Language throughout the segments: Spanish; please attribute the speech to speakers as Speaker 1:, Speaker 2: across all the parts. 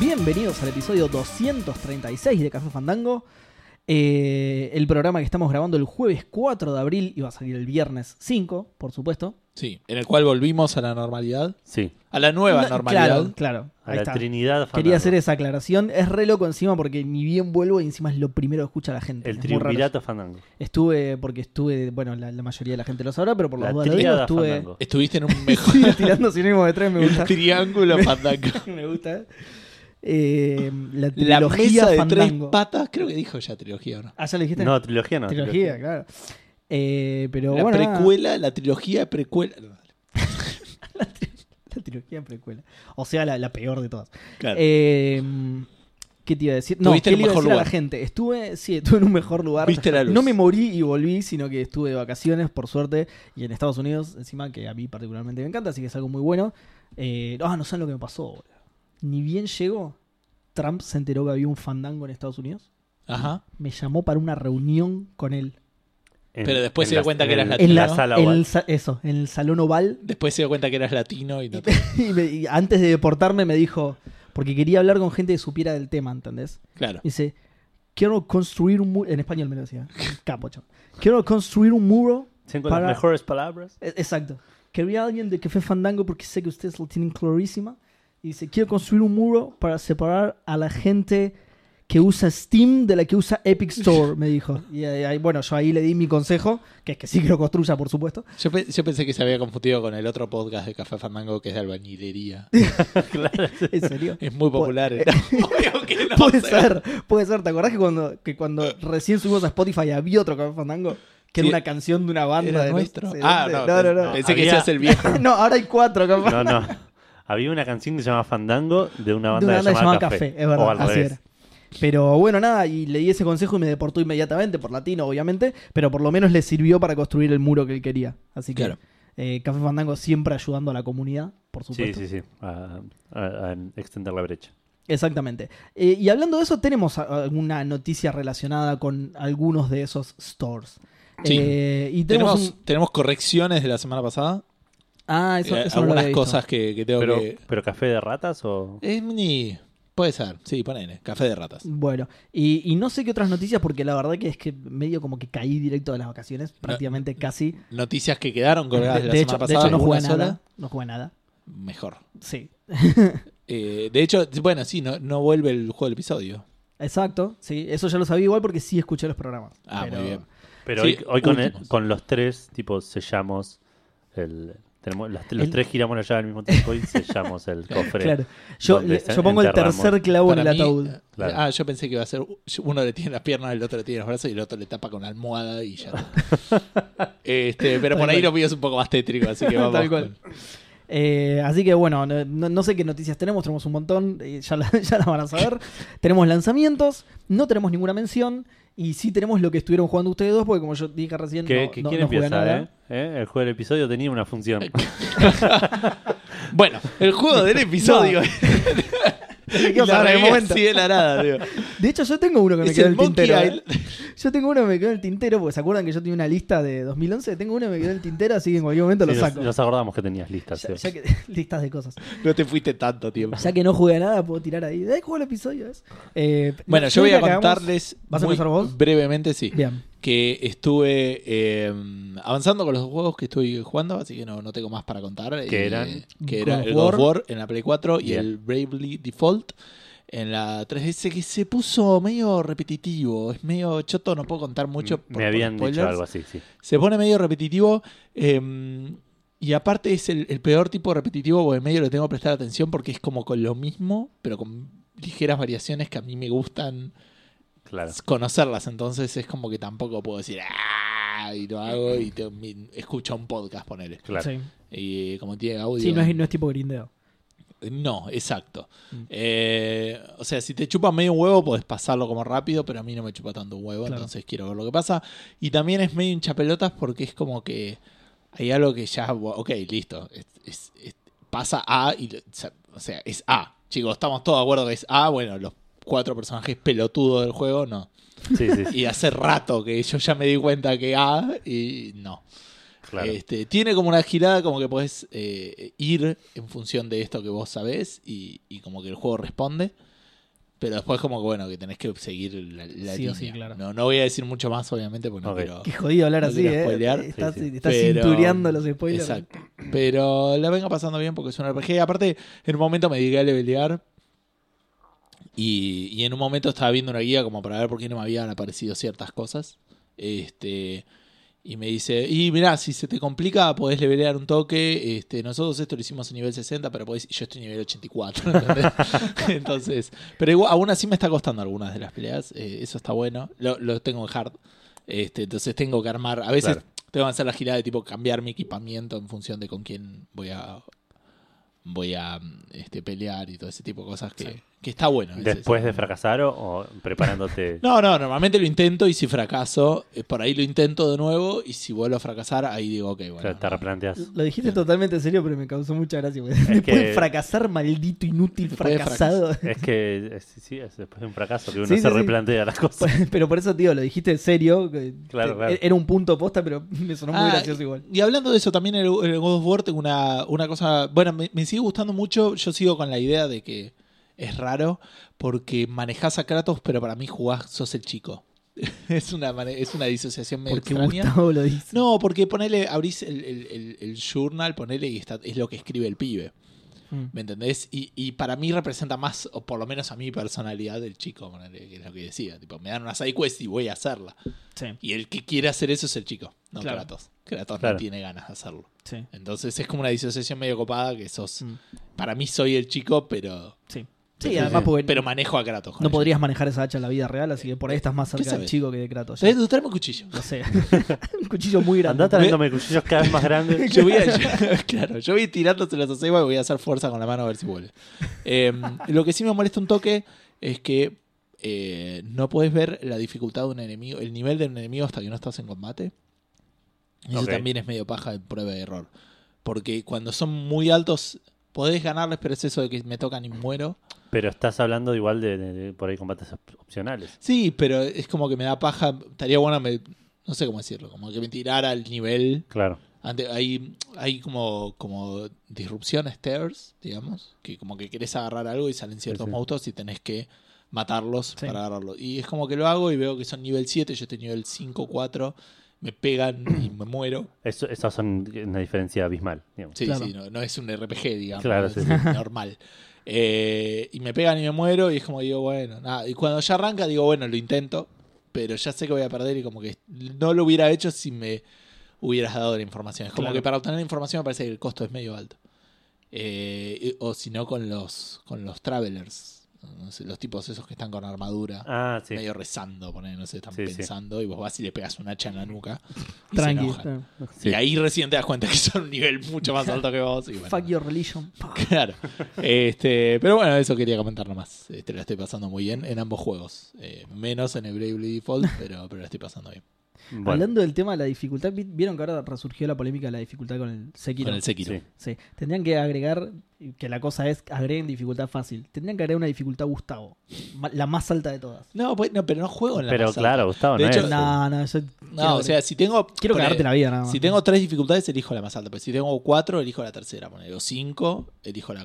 Speaker 1: Bienvenidos al episodio 236 de Café Fandango. Eh, el programa que estamos grabando el jueves 4 de abril y va a salir el viernes 5, por supuesto.
Speaker 2: Sí, en el cual volvimos a la normalidad,
Speaker 3: Sí,
Speaker 2: a la nueva
Speaker 1: No,
Speaker 2: normalidad.
Speaker 1: Claro, claro.
Speaker 3: a
Speaker 1: ahí
Speaker 3: la
Speaker 1: está.
Speaker 3: Trinidad
Speaker 1: Quería
Speaker 3: Fandango.
Speaker 1: hacer esa aclaración. Es re loco encima porque ni bien vuelvo y encima es lo primero que escucha la gente.
Speaker 3: El
Speaker 1: Es muy raro.
Speaker 3: triunvirato Fandango.
Speaker 1: Estuve, porque estuve, bueno, la, la mayoría de la gente lo sabrá, pero por
Speaker 3: La
Speaker 1: las dudas lo digo,
Speaker 3: tríada
Speaker 1: estuve
Speaker 3: Fandango.
Speaker 2: Estuviste en un mejor
Speaker 1: Sí, tirando sinónimos de tres, me
Speaker 2: el
Speaker 1: gusta.
Speaker 2: triángulo
Speaker 1: Me-
Speaker 2: fandango.
Speaker 1: me gusta. Eh, la
Speaker 2: La
Speaker 1: trilogía
Speaker 2: mesa de tres
Speaker 1: Fandango.
Speaker 2: patas, creo que dijo ya trilogía, ¿o ¿no?
Speaker 1: Ah, ¿ya lo dijiste?
Speaker 3: No, trilogía no.
Speaker 1: trilogía, claro. Eh, pero
Speaker 2: la
Speaker 1: bueno, nada.
Speaker 2: precuela, la trilogía de precuela. no, dale.
Speaker 1: La trilogía precuela. O sea, la, la peor de todas.
Speaker 2: Claro.
Speaker 1: Eh, ¿Qué te iba a decir? No,
Speaker 2: Tuviste
Speaker 1: ¿qué
Speaker 2: el
Speaker 1: le iba a
Speaker 2: mejor
Speaker 1: decir a la
Speaker 2: lugar.
Speaker 1: gente? Estuve, sí, estuve en un mejor lugar.
Speaker 2: Viste la luz.
Speaker 1: No me morí y volví, sino que estuve de vacaciones, por suerte, y en Estados Unidos, encima que a mí particularmente me encanta, así que es algo muy bueno. Eh, ah, no saben lo que me pasó, boludo. Ni bien llegó, Trump se enteró que había un fandango en Estados Unidos.
Speaker 2: Ajá.
Speaker 1: Me llamó para una reunión con él.
Speaker 2: Pero después se dio cuenta que eras
Speaker 1: En
Speaker 2: latino.
Speaker 1: la,
Speaker 2: ¿no?
Speaker 3: sala
Speaker 1: en
Speaker 3: oval.
Speaker 1: el sa- eso, en el salón oval.
Speaker 2: Después se dio cuenta que eras latino y no te-
Speaker 1: Y, me- y antes de deportarme me dijo, porque quería hablar con gente que supiera del tema, ¿entendés?
Speaker 2: Claro.
Speaker 1: Dice, quiero construir un muro. En español me lo decía. Capo, chavo. Quiero construir un muro.
Speaker 3: Se encuentran
Speaker 1: para-
Speaker 3: mejores palabras.
Speaker 1: E- Exacto. Quería alguien de Café Fandango porque sé que ustedes lo tienen clarísima. Y dice, quiero construir un muro para separar a la gente que usa Steam de la que usa Epic Store, me dijo. Y ahí- ahí- bueno, yo ahí le di mi consejo, que es que sí que lo construya, por supuesto.
Speaker 2: Yo, pe- yo pensé que se había confundido con el otro podcast de Café Fandango que es de albañilería.
Speaker 3: claro.
Speaker 1: En serio.
Speaker 2: Es muy popular.
Speaker 1: Pu-
Speaker 2: ¿no? Obvio que no
Speaker 1: puede
Speaker 2: sé.
Speaker 1: ser, puede ser. ¿Te acordás que cuando, que cuando recién subimos a Spotify había otro Café Fandango? Que era
Speaker 2: Sí.
Speaker 1: una canción de una banda.
Speaker 2: Era
Speaker 1: de no
Speaker 2: nuestro.
Speaker 1: sé
Speaker 2: Ah,
Speaker 1: dónde.
Speaker 2: no,
Speaker 1: no, no.
Speaker 2: Pensé que
Speaker 3: Había-
Speaker 2: seas el viejo.
Speaker 1: No, ahora hay cuatro, capaz.
Speaker 3: No, no. Había una canción que se llamaba Fandango de una
Speaker 1: de
Speaker 3: banda,
Speaker 1: una banda llamada
Speaker 3: Café.
Speaker 1: Café. es
Speaker 3: O
Speaker 1: verdad,
Speaker 3: al
Speaker 1: así
Speaker 3: revés.
Speaker 1: era. Pero bueno, nada, y le di ese consejo y me deportó inmediatamente, por latino, obviamente, pero por lo menos le sirvió para construir el muro que él quería. Así que
Speaker 2: Claro.
Speaker 1: eh, Café Fandango siempre ayudando a la comunidad, por
Speaker 3: Sí,
Speaker 1: supuesto.
Speaker 3: sí, sí. A, a- a extender la brecha.
Speaker 1: Exactamente. Eh, y hablando de eso, tenemos a- alguna noticia relacionada con algunos de esos stores.
Speaker 2: Sí.
Speaker 1: Eh, y tenemos,
Speaker 2: Tenemos,
Speaker 1: un-
Speaker 2: tenemos correcciones de la semana pasada.
Speaker 1: Ah, eso,
Speaker 2: Eh,
Speaker 1: eso no lo
Speaker 2: algunas
Speaker 1: había visto.
Speaker 2: cosas que, que tengo
Speaker 3: Pero,
Speaker 2: que.
Speaker 3: pero café de ratas o.
Speaker 2: Es mini. Puede ser. Sí, ponele. Café de ratas.
Speaker 1: Bueno, y, y no sé qué otras noticias, porque la verdad que es que medio como que caí directo de las vacaciones, prácticamente casi.
Speaker 2: Noticias que quedaron
Speaker 1: De,
Speaker 2: colgadas de, la
Speaker 1: de
Speaker 2: semana
Speaker 1: hecho, de
Speaker 2: pasada.
Speaker 1: hecho, no jugué
Speaker 2: una
Speaker 1: a
Speaker 2: sola,
Speaker 1: nada. No jugué a nada.
Speaker 2: Mejor.
Speaker 1: Sí.
Speaker 2: Eh, de hecho, bueno, sí, no, no vuelve el juego del episodio.
Speaker 1: Exacto, sí. Eso ya lo sabía igual porque sí escuché los programas.
Speaker 2: Ah,
Speaker 1: Pero-
Speaker 2: muy bien.
Speaker 3: Pero
Speaker 2: Sí,
Speaker 3: hoy, hoy con, el-
Speaker 2: últimos.
Speaker 3: con los tres, tipo, sellamos el. Tenemos, los, los
Speaker 1: El-
Speaker 3: tres giramos la llave al mismo tiempo y sellamos el cofre.
Speaker 1: Claro. Yo,
Speaker 3: Donde
Speaker 1: le-
Speaker 3: se
Speaker 1: yo pongo el
Speaker 3: enterramos.
Speaker 1: tercer clavo en
Speaker 2: Para
Speaker 1: el
Speaker 2: mí-
Speaker 1: ataúd.
Speaker 3: Claro.
Speaker 2: Ah, yo pensé que iba a ser. Uno le tiene las piernas, el otro le tiene los brazos y el otro le tapa con la almohada y ya. está. este, pero
Speaker 1: Tal
Speaker 2: por ahí
Speaker 1: cual.
Speaker 2: lo mío es un poco más tétrico, así que vamos.
Speaker 1: Tal cual.
Speaker 2: con-
Speaker 1: Eh, así que bueno, no, no- no sé qué noticias tenemos, tenemos un montón, eh, ya la, ya la van a saber. tenemos lanzamientos, no tenemos ninguna mención y sí tenemos lo que estuvieron jugando ustedes dos, porque como yo dije recién,
Speaker 3: ¿Qué,
Speaker 1: no,
Speaker 3: qué-
Speaker 1: no-
Speaker 3: ¿Quién
Speaker 1: no jugué a
Speaker 3: empieza,
Speaker 1: nada.
Speaker 3: eh? ¿Eh? El juego del episodio tenía una función.
Speaker 2: Bueno, el juego del episodio.
Speaker 1: quiero
Speaker 2: la
Speaker 1: saber el
Speaker 2: regué
Speaker 1: momento.
Speaker 2: así de la nada, digo.
Speaker 1: De hecho, yo tengo uno que me
Speaker 2: Es
Speaker 1: quedó en
Speaker 2: el
Speaker 1: el
Speaker 2: Monkey
Speaker 1: tintero.
Speaker 2: Island.
Speaker 1: eh. Yo tengo uno que me quedó en el tintero, porque se acuerdan que yo tenía una lista de 2011, tengo uno que me quedó en el tintero, así que en cualquier momento
Speaker 3: Sí,
Speaker 1: lo
Speaker 3: nos,
Speaker 1: saco.
Speaker 3: nos acordamos que tenías listas.
Speaker 1: Ya-
Speaker 3: sí.
Speaker 1: ya que- listas de cosas.
Speaker 2: No te fuiste tanto tiempo.
Speaker 1: Ya que no jugué a nada, puedo tirar ahí. ¿De cuál episodio es? Eh,
Speaker 2: Bueno,
Speaker 1: no,
Speaker 2: yo voy a
Speaker 1: diría que hagamos-
Speaker 2: contarles
Speaker 1: ¿Vas a
Speaker 2: muy
Speaker 1: empezar vos?
Speaker 2: brevemente, sí,
Speaker 1: Bien.
Speaker 2: que estuve eh, avanzando con los juegos que estoy jugando, así que no, no tengo más para contar.
Speaker 3: Que
Speaker 2: Eh,
Speaker 3: eran
Speaker 2: que era
Speaker 1: God of
Speaker 2: el God of
Speaker 1: War.
Speaker 2: War en la Play 4 y
Speaker 3: Bien.
Speaker 2: el Bravely Default en la 3DS, que se puso medio repetitivo, es medio choto, no puedo contar mucho. por-
Speaker 3: Me
Speaker 2: por
Speaker 3: habían dicho
Speaker 2: spoilers.
Speaker 3: algo así, sí.
Speaker 2: Se pone medio repetitivo. eh, y aparte es el, el peor tipo de repetitivo porque medio le tengo que prestar atención porque es como con lo mismo, pero con ligeras variaciones que a mí me gustan
Speaker 3: Claro.
Speaker 2: conocerlas. Entonces es como que tampoco puedo decir, "Ah", y lo hago y te- mi- escucho un podcast, ponele.
Speaker 3: claro.
Speaker 1: Sí,
Speaker 2: Y eh, como tiene audio.
Speaker 1: Sí, no, es, no es tipo grindeo.
Speaker 2: No, exacto.
Speaker 1: Mm.
Speaker 2: Eh, o sea, si te chupa medio un huevo, podés pasarlo como rápido, pero a mí no me chupa tanto un huevo,
Speaker 1: Claro.
Speaker 2: entonces quiero ver lo que pasa. Y también es medio hinchapelotas porque es como que hay algo que ya, bu- ok, listo, es- es- es- pasa A y, lo- o sea, es A. Chicos, estamos todos de acuerdo que es A, bueno, los cuatro personajes pelotudos del juego, no.
Speaker 3: Sí, sí, sí,
Speaker 2: Y hace rato que yo ya me di cuenta que A y no.
Speaker 3: claro.
Speaker 2: Este, tiene como una girada como que podés eh, ir en función de esto que vos sabés y, y como que el juego responde. Pero después como que bueno, que tenés que seguir la, la
Speaker 4: Sí o
Speaker 2: línea.
Speaker 4: sí, claro.
Speaker 2: no, no voy a decir mucho más, obviamente, porque no
Speaker 3: Ok.
Speaker 2: quiero...
Speaker 1: Qué jodido hablar
Speaker 2: No
Speaker 1: así,
Speaker 2: quiero
Speaker 1: ¿eh?
Speaker 2: spoilear.
Speaker 1: Estás,
Speaker 3: Sí, sí.
Speaker 1: estás
Speaker 2: Pero-
Speaker 1: cintureando los spoilers.
Speaker 2: Exacto. Pero la venga pasando bien porque es un RPG. Aparte, en un momento me dediqué a levelear. Y, y en un momento estaba viendo una guía como para ver por qué no me habían aparecido ciertas cosas. Este. Y me dice, y mirá, si se te complica, podés levelear un toque. Este, nosotros esto lo hicimos a nivel 60, pero podés, yo estoy nivel 84. ¿entendés? Entonces, pero igual, aún así me está costando algunas de las peleas. eh, eso está bueno. Lo, lo tengo en hard. Este, entonces tengo que armar. A veces
Speaker 3: Claro.
Speaker 2: tengo que hacer la girada de tipo cambiar mi equipamiento en función de con quién voy a voy a este, pelear y todo ese tipo de cosas que, que está bueno. ese-
Speaker 3: ¿Después de fracasar o, o preparándote?
Speaker 2: no, no, normalmente lo intento y si fracaso, eh, por ahí lo intento de nuevo y si vuelvo a fracasar, ahí digo, ok, bueno.
Speaker 3: O sea, te replanteas.
Speaker 1: Lo dijiste totalmente en serio, pero me causó mucha gracia. güey.
Speaker 3: Es
Speaker 1: Después de
Speaker 3: que-
Speaker 1: fracasar, maldito inútil,
Speaker 2: Después de
Speaker 1: fracasado.
Speaker 3: Es que es- sí, sí, es después de un fracaso que uno
Speaker 1: Sí, sí,
Speaker 3: se
Speaker 1: sí. Pues,
Speaker 3: replantea las cosas.
Speaker 1: pero por eso, tío, lo dijiste en serio. que
Speaker 3: Claro,
Speaker 1: te-
Speaker 3: claro.
Speaker 1: Era un punto posta, pero me sonó muy
Speaker 2: Ah,
Speaker 1: gracioso igual.
Speaker 2: Y hablando de eso, también en el, en el God of War tengo una, una cosa. Bueno, me, me sigue gustando mucho. Yo sigo con la idea de que es raro porque manejás a Kratos, pero para mí jugás, sos el chico. es, una, mane- es una disociación medio
Speaker 1: Porque
Speaker 2: extraña.
Speaker 1: Gustavo lo dice.
Speaker 2: No, porque ponele, abrís el, el- el- el journal, ponele y está, es lo que escribe el pibe.
Speaker 1: Mm.
Speaker 2: ¿Me entendés? Y, y para mí representa más, o por lo menos a mi personalidad, del chico, ponele, que es lo que decía. Tipo, me dan una side quest y voy a hacerla.
Speaker 1: Sí,
Speaker 2: Y el que quiere hacer eso es el chico, no
Speaker 1: Claro.
Speaker 2: Kratos. Kratos
Speaker 3: Claro.
Speaker 2: no tiene ganas de hacerlo.
Speaker 1: sí.
Speaker 2: Entonces es como una disociación medio copada que sos.
Speaker 1: Mm.
Speaker 2: Para mí soy el chico, pero.
Speaker 1: Sí,
Speaker 2: Sí,
Speaker 1: además,
Speaker 2: sí.
Speaker 1: porque
Speaker 2: Pero manejo a Kratos. con
Speaker 1: no
Speaker 2: ella.
Speaker 1: podrías manejar esa hacha en la vida real, así que por ahí estás más cerca del
Speaker 2: sabes?
Speaker 1: chico que de Kratos. ya.
Speaker 2: ¿Sabés? Tú tráeme un cuchillo.
Speaker 1: Lo sé. un cuchillo muy grande.
Speaker 3: Andá trayéndome cuchillos cada vez más grandes.
Speaker 2: Yo voy a, yo- claro, yo voy tirándoselos a Seba y voy a hacer fuerza con la mano a ver si vuelve. Eh, lo que sí me molesta un toque es que eh, no puedes ver la dificultad de un enemigo, el nivel de un enemigo hasta que no estás en combate. Y Eso
Speaker 3: Ok.
Speaker 2: también es medio paja de prueba de error. Porque cuando son muy altos, podés ganarles, pero es eso de que me tocan y muero.
Speaker 3: Pero estás hablando igual de, de- de por ahí combates op- opcionales.
Speaker 2: Sí, pero es como que me da paja. Estaría bueno, me- no sé cómo decirlo, como que me tirara al nivel
Speaker 3: Claro.
Speaker 2: Ante- hay, hay como, como disrupciones, tears, digamos, que como que querés agarrar algo y salen ciertos
Speaker 3: sí.
Speaker 2: monstruos y tenés que matarlos
Speaker 1: Sí.
Speaker 2: para agarrarlo. Y es como que lo hago y veo que son nivel 7, yo estoy nivel 5, 4, me pegan y me muero.
Speaker 3: Eso, esas son una diferencia abismal. digamos.
Speaker 2: Sí,
Speaker 1: Claro.
Speaker 2: sí, no, no es un RPG, digamos,
Speaker 3: Claro,
Speaker 2: es
Speaker 3: sí, sí.
Speaker 2: normal. Eh, y me pegan y me muero y es como digo, bueno, nada. Y cuando ya arranca digo, bueno, lo intento, pero ya sé que voy a perder y como que no lo hubiera hecho si me hubieras dado la información. Es como
Speaker 1: Claro.
Speaker 2: que para obtener información me parece que el costo es medio alto. Eh, y- o si no con los, con los travelers, no sé, los tipos esos que están con armadura.
Speaker 3: Ah, sí.
Speaker 2: Medio rezando, poner, no sé, están
Speaker 3: Sí, sí.
Speaker 2: pensando y vos vas y le pegas un hacha en la nuca. y se
Speaker 1: Tranqui.
Speaker 2: enojan.
Speaker 1: eh.
Speaker 3: Sí.
Speaker 2: Y ahí recién te das cuenta que son un nivel mucho más alto que vos. y bueno,
Speaker 1: Fuck your religion.
Speaker 2: Claro. Este, pero bueno, eso quería comentar nomás. Este, la estoy pasando muy bien en ambos juegos. Eh, menos en el Bravely Default, pero, pero la estoy pasando bien.
Speaker 3: Bueno,
Speaker 1: Hablando del tema de la dificultad, vi- vieron que ahora resurgió la polémica de la dificultad con el Sekiro.
Speaker 2: Con el Sekiro.
Speaker 3: sí.
Speaker 1: Sí, tendrían que agregar, que la cosa es, agreguen dificultad fácil. Tendrían que agregar una dificultad Gustavo, ma- la más alta de todas.
Speaker 2: No, pues, no, pero no juego en la
Speaker 3: Pero
Speaker 2: más alta.
Speaker 3: claro, Gustavo,
Speaker 2: De
Speaker 3: no
Speaker 2: hecho,
Speaker 3: es.
Speaker 1: No, no, yo
Speaker 2: No, o sea, si tengo.
Speaker 1: quiero
Speaker 2: ponele,
Speaker 1: cagarte la vida nada más.
Speaker 2: Si tengo tres dificultades, elijo la más alta. Pero si tengo cuatro, elijo la tercera. ponele. O cinco, elijo la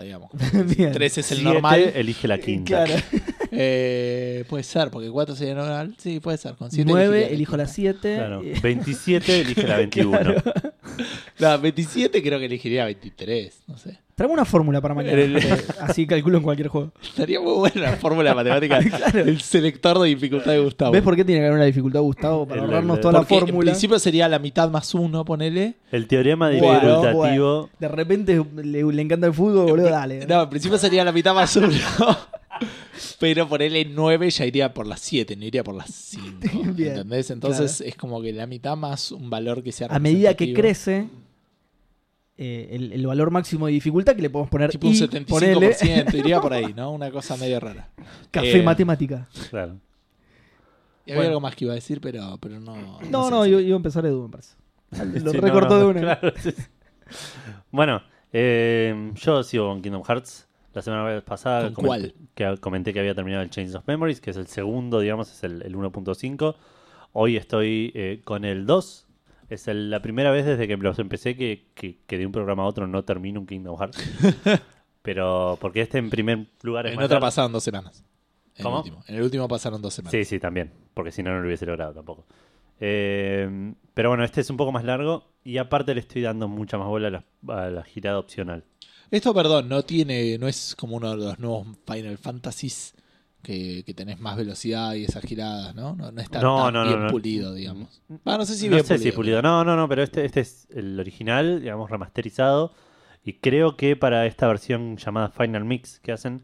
Speaker 2: digamos. Como que si
Speaker 1: Bien.
Speaker 2: tres es el
Speaker 3: Siete,
Speaker 2: normal.
Speaker 3: Elige la quinta.
Speaker 1: Claro.
Speaker 2: eh, puede ser, porque cuatro sería normal. Sí, puede ser. Con siete
Speaker 1: 9,
Speaker 2: elegiría
Speaker 1: elijo la Eh,
Speaker 2: quinta.
Speaker 1: 7.
Speaker 3: Claro. 27, elige la 21.
Speaker 2: No, 27 creo que elegiría 23. No sé.
Speaker 1: Traemos una fórmula para mañana. Eh,
Speaker 2: El- el-
Speaker 1: Así calculo en cualquier juego.
Speaker 2: Estaría muy buena la fórmula matemática. El selector de dificultad de Gustavo.
Speaker 1: ¿Ves por qué tiene que haber una dificultad Gustavo? Para
Speaker 3: El-
Speaker 1: ahorrarnos
Speaker 3: el-
Speaker 1: toda
Speaker 2: Porque
Speaker 1: la
Speaker 2: En
Speaker 1: fórmula.
Speaker 2: principio sería la mitad más uno, ponele.
Speaker 3: El teorema
Speaker 1: Bueno,
Speaker 3: dificultativo.
Speaker 1: bueno. De repente le, le encanta el fútbol, boludo, dale.
Speaker 2: No, en principio sería la mitad más uno. Pero ponele 9 ya iría por las 7, no iría por las 5.
Speaker 1: Bien,
Speaker 2: ¿Entendés? Entonces es como que la mitad más un valor que sea
Speaker 1: A medida que
Speaker 2: representativo.
Speaker 1: crece, eh, el, el valor máximo de dificultad que le podemos poner
Speaker 2: Tipo un
Speaker 1: y
Speaker 2: 75%,
Speaker 1: ponele
Speaker 2: iría por ahí, ¿no? Una cosa medio rara.
Speaker 1: café
Speaker 2: Eh,
Speaker 1: matemática.
Speaker 3: Claro.
Speaker 2: Y había
Speaker 1: Bueno.
Speaker 2: algo más que iba a decir, pero, pero no.
Speaker 1: No,
Speaker 2: sé
Speaker 1: no,
Speaker 2: si-
Speaker 1: yo iba a empezar Edu, me parece. Lo
Speaker 3: Sí, no,
Speaker 1: recortó
Speaker 3: no,
Speaker 1: de una.
Speaker 3: claro, sí, sí. Bueno, eh, yo sigo con Kingdom Hearts. La semana pasada
Speaker 2: ¿Con
Speaker 3: comenté que, comenté que había terminado el Chains of Memories, que es el segundo, digamos, es el, el 1.5. Hoy estoy eh, con el 2. Es el- la primera vez desde que los empecé que, que- que de un programa a otro no termino un Kingdom Hearts. Pero porque este en primer lugar es
Speaker 2: En
Speaker 3: más
Speaker 2: otra
Speaker 3: largo.
Speaker 2: pasaban dos semanas. En
Speaker 3: ¿Cómo?
Speaker 2: el último. En el último pasaron dos semanas.
Speaker 3: Sí, sí, también. Porque si no, no lo hubiese logrado tampoco. Eh, pero bueno, este es un poco más largo. Y aparte le estoy dando mucha más bola a la, a la girada opcional.
Speaker 2: Esto, perdón, no tiene, no es como uno de los nuevos Final Fantasies que, que tenés más velocidad y esas giradas, ¿no? No, no está
Speaker 3: No,
Speaker 2: tan
Speaker 3: no, no,
Speaker 2: bien
Speaker 3: no.
Speaker 2: pulido, digamos. Ah, no sé si
Speaker 3: no
Speaker 2: bien
Speaker 3: sé
Speaker 2: pulido.
Speaker 3: si pulido. No, no, no, pero este, este es el original, digamos, remasterizado. Y creo que para esta versión llamada Final Mix que hacen,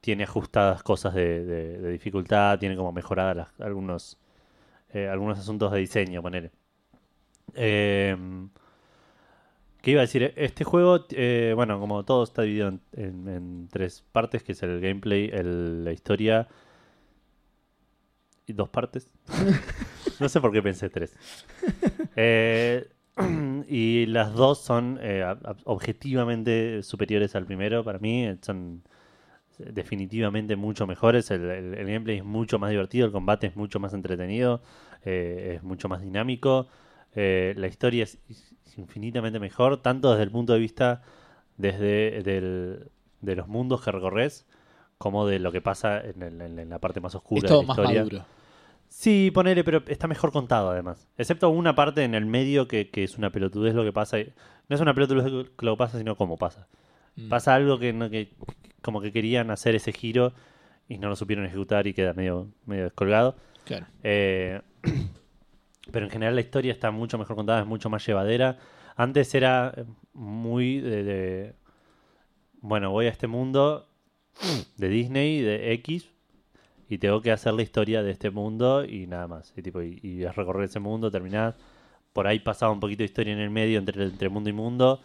Speaker 3: tiene ajustadas cosas de, de- de dificultad, tiene como mejoradas las- algunos, eh, algunos asuntos de diseño, ponele. Eh, ¿Qué iba a decir? Este juego, eh, bueno, como todo está dividido en, en- en tres partes, que es el gameplay, el- la historia y dos partes. no sé por qué pensé tres. Eh, y las dos son eh, ab- objetivamente superiores al primero para mí. eh, Son eh, definitivamente mucho mejores. El, el- el gameplay es mucho más divertido, el combate es mucho más entretenido, eh, es mucho más dinámico. eh, la historia es, es infinitamente mejor, tanto desde el punto de vista desde del- de los mundos que recorres, como de lo que pasa en, el- en la parte más oscura
Speaker 2: Es todo
Speaker 3: de la
Speaker 2: más
Speaker 3: historia.
Speaker 2: maduro.
Speaker 3: Sí, ponele, pero está mejor contado además. Excepto una parte en el medio que, que es una pelotudez lo que pasa. y- No es una pelotudez lo que lo pasa, sino cómo pasa.
Speaker 2: Mm.
Speaker 3: Pasa algo que, no- que como que querían hacer ese giro y no lo supieron ejecutar y queda medio, medio descolgado.
Speaker 2: Claro.
Speaker 3: Eh, pero en general la historia está mucho mejor contada, es mucho más llevadera. Antes era muy de, de- bueno, voy a este mundo de Disney, de X, y tengo que hacer la historia de este mundo y nada más. Y, tipo, y, y es recorrer ese mundo, terminar. Por ahí pasaba un poquito de historia en el medio entre, entre mundo y mundo,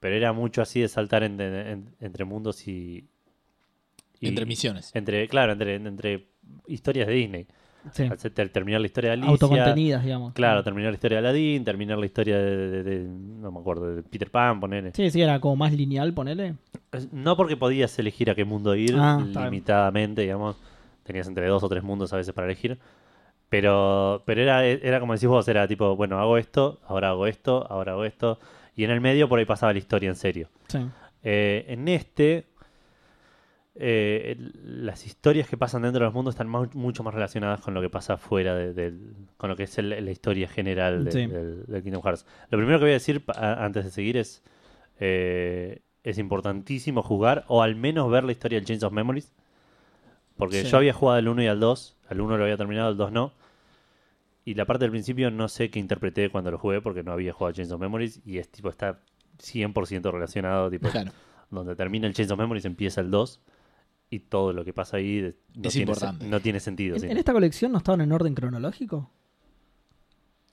Speaker 3: pero era mucho así de saltar en- en- entre mundos y... y-
Speaker 2: Entre misiones.
Speaker 3: Entre, claro, entre, entre historias de Disney.
Speaker 1: Sí.
Speaker 3: Al ser- ter- terminar la historia de Alicia.
Speaker 1: Autocontenidas, digamos.
Speaker 3: Claro, terminar la historia de Aladdin, terminar la historia de, de- de- no me acuerdo, de Peter Pan, poner.
Speaker 1: Sí, sí, era como más lineal, ponele.
Speaker 3: No porque podías elegir a qué mundo ir
Speaker 1: Ah, está bien.
Speaker 3: limitadamente, digamos, tenías entre dos o tres mundos a veces para elegir, pero pero era era como decís vos, era tipo, bueno, hago esto, ahora hago esto, ahora hago esto, y en el medio por ahí pasaba la historia en serio.
Speaker 1: Sí.
Speaker 3: Eh, en este, eh, el- las historias que pasan dentro de los mundos están más- mucho más relacionadas con lo que pasa fuera de- del- con lo que es el- la historia general de-
Speaker 1: Sí.
Speaker 3: del, del Kingdom Hearts. Lo primero que voy a decir pa- a- antes de seguir es, eh, es importantísimo jugar o al menos ver la historia del Chains of Memories. Porque
Speaker 1: Sí.
Speaker 3: yo había jugado al 1 y al 2, al 1 lo había terminado, al 2 no. Y la parte del principio no sé qué interpreté cuando lo jugué porque no había jugado a Chains of Memories y es tipo está 100% relacionado, tipo
Speaker 2: Claro.
Speaker 3: donde termina el Chains of Memories empieza el 2 y todo lo que pasa ahí de- no,
Speaker 2: Es
Speaker 3: tiene,
Speaker 2: importante.
Speaker 3: se- no tiene sentido.
Speaker 1: ¿En,
Speaker 3: sí.
Speaker 1: en este esta colección no estaban en orden cronológico?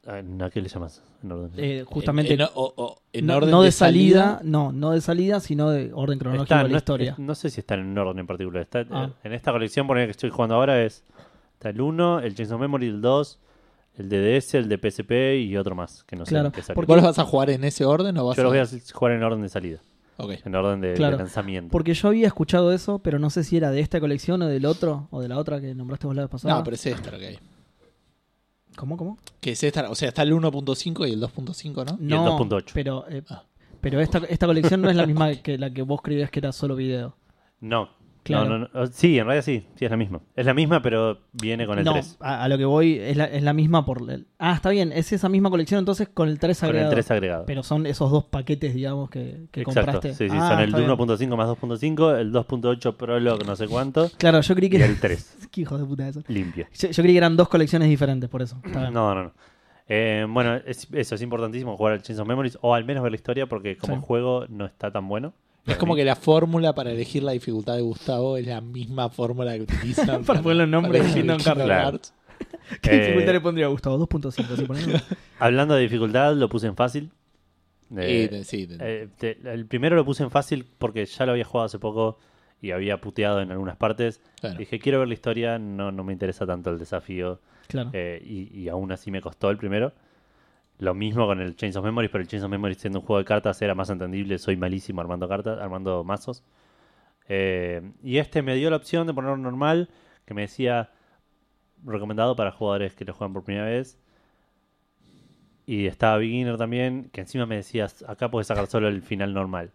Speaker 3: Ah, ¿A qué le llamas? En orden.
Speaker 1: Eh, justamente.
Speaker 2: En, en- o- o- en
Speaker 1: no,
Speaker 2: orden
Speaker 1: no
Speaker 2: de,
Speaker 1: de salida, no, no de salida, sino de orden cronológico
Speaker 3: Está-
Speaker 1: de la
Speaker 3: no, es-
Speaker 1: historia.
Speaker 3: es- no sé si está en un orden en particular. Está,
Speaker 1: Ah.
Speaker 3: eh, En esta colección, por ejemplo, que estoy jugando ahora es está el 1, el Chains of Memory, el 2, el DDS, el de PSP y otro más que no
Speaker 1: Claro,
Speaker 3: sé qué salió.
Speaker 1: porque-
Speaker 2: ¿Vos los vas a jugar en ese orden o vas
Speaker 3: Yo los voy
Speaker 2: a...
Speaker 3: a jugar en orden de salida,
Speaker 2: Ok.
Speaker 3: en orden de, de
Speaker 1: Claro,
Speaker 3: lanzamiento.
Speaker 1: Porque yo había escuchado eso, pero no sé si era de esta colección o del otro, o de la otra que nombraste vos la vez pasada.
Speaker 2: No, pero es esta, ok.
Speaker 1: ¿Cómo, cómo?
Speaker 2: Que es esta, o sea, está el 1.5 y el 2.5, ¿no?
Speaker 3: el
Speaker 1: No,
Speaker 3: 2.8.
Speaker 1: Pero, eh,
Speaker 2: Ah.
Speaker 1: pero esta, esta colección no es la misma que la que vos creías que era solo video.
Speaker 3: No.
Speaker 1: Claro.
Speaker 3: No, no, no. Sí, en realidad sí, sí es la misma. Es la misma, pero viene con el
Speaker 1: no,
Speaker 3: 3.
Speaker 1: a, a lo que voy es la, es la misma por... el- ah, está bien, es esa misma colección entonces con el 3
Speaker 3: Con
Speaker 1: agregado.
Speaker 3: el 3 agregado.
Speaker 1: Pero son esos dos paquetes, digamos, que, que
Speaker 3: Exacto,
Speaker 1: compraste.
Speaker 3: Sí, sí,
Speaker 1: Ah,
Speaker 3: son el
Speaker 1: está bien.
Speaker 3: 1.5 más 2.5, el 2.8 Prolog no sé cuánto
Speaker 1: Claro, yo creí
Speaker 3: y
Speaker 1: que...
Speaker 3: el 3
Speaker 1: Qué hijos de puta eso.
Speaker 3: limpio.
Speaker 1: Yo, yo creí que eran dos colecciones diferentes, por eso. Está bien.
Speaker 3: No, no, no. Eh, bueno, es- eso es importantísimo jugar al Chains of Memories o al menos ver la historia porque como
Speaker 1: Sí.
Speaker 3: juego no está tan bueno.
Speaker 2: Es como que la fórmula para elegir la dificultad de Gustavo es la misma fórmula que utilizan
Speaker 1: Para poner los nombres
Speaker 2: para
Speaker 1: de Kingdom
Speaker 2: elegir
Speaker 1: Hearts.
Speaker 2: Kingdom
Speaker 3: Claro.
Speaker 2: Hearts.
Speaker 1: ¿Qué
Speaker 3: Eh,
Speaker 1: dificultad le pondría a Gustavo? 2.5, si ponemos.
Speaker 3: Hablando de dificultad, lo puse en fácil. Eh,
Speaker 2: Y te- sí, te-
Speaker 3: Eh, te- el primero lo puse en fácil porque ya lo había jugado hace poco y había puteado en algunas partes.
Speaker 2: claro.
Speaker 1: eh,
Speaker 3: Dije, quiero ver la historia, no, no me interesa tanto el desafío.
Speaker 1: Claro.
Speaker 3: Eh, y, y aún así me costó el primero. Lo mismo con el Chains of Memories, pero el Chains of Memories siendo un juego de cartas era más entendible. Soy malísimo armando cartas, armando mazos. Eh, y este me dio la opción de ponerlo normal, que me decía recomendado para jugadores que lo juegan por primera vez. Y estaba Beginner también, que encima me decías, acá puedes sacar solo el final normal.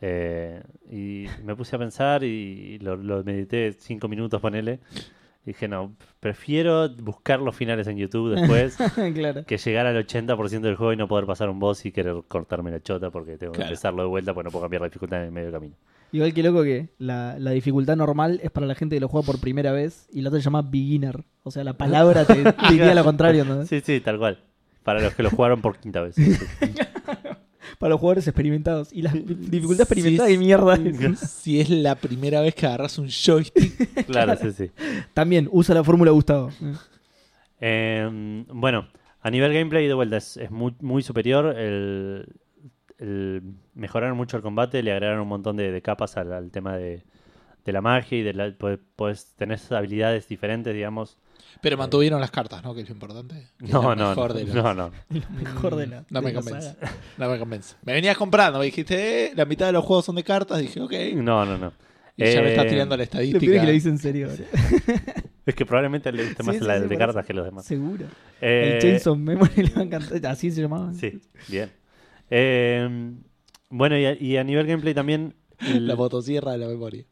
Speaker 3: Eh, y me puse a pensar y lo, lo medité cinco minutos, ponele. Y dije, no, prefiero buscar los finales en YouTube después
Speaker 1: claro.
Speaker 3: que llegar al 80% del juego y no poder pasar un boss y querer cortarme la chota porque tengo que
Speaker 2: Claro.
Speaker 3: empezarlo de vuelta porque no puedo cambiar la dificultad en el medio del camino.
Speaker 1: Igual que loco que la, la dificultad normal es para la gente que lo juega por primera vez y la otra se llama beginner. O sea, la palabra te, te diría lo contrario,
Speaker 2: ¿Eh?
Speaker 1: ¿no?
Speaker 3: Sí, sí, tal cual. Para los que lo jugaron por quinta vez.
Speaker 1: Para los jugadores experimentados. Y la dificultad
Speaker 2: Sí,
Speaker 1: experimentada
Speaker 2: sí.
Speaker 1: de mierda.
Speaker 2: Si es la primera vez que agarras un joystick,
Speaker 3: Claro, sí, sí.
Speaker 1: También usa la fórmula Gustavo.
Speaker 3: Eh, bueno, a nivel gameplay de vuelta es, es muy, muy superior. El, el- mejoraron mucho el combate, le agregaron un montón de, de capas al, al tema de, de la magia y de la, pues, pues tenés habilidades diferentes, digamos.
Speaker 2: pero mantuvieron las cartas, ¿no? Que es lo importante. Que es
Speaker 3: No,
Speaker 2: lo
Speaker 3: no,
Speaker 2: mejor
Speaker 3: no,
Speaker 2: de los-
Speaker 3: no, no.
Speaker 1: Mejor de la-
Speaker 2: No
Speaker 1: de
Speaker 2: me
Speaker 1: la
Speaker 2: convence.
Speaker 1: saga.
Speaker 2: No me convence. Me venías comprando, me dijiste, eh, la mitad de los juegos son de cartas. Dije, ok. Y
Speaker 3: No, no, no.
Speaker 2: ya me estás
Speaker 3: Eh,
Speaker 2: tirando la
Speaker 1: Lo peor es
Speaker 2: estadística.
Speaker 1: que lo dice en serio. ahora.
Speaker 3: Es que probablemente le guste
Speaker 1: Sí,
Speaker 3: más
Speaker 1: sí,
Speaker 3: la
Speaker 1: sí,
Speaker 3: de
Speaker 1: por
Speaker 3: cartas que los demás.
Speaker 1: Seguro.
Speaker 3: Eh,
Speaker 1: El Chainsaw Memory le va a encantar. Así se llamaba.
Speaker 3: Sí, bien. Eh, bueno, y a, y a nivel gameplay también. el
Speaker 2: La motosierra de la memoria.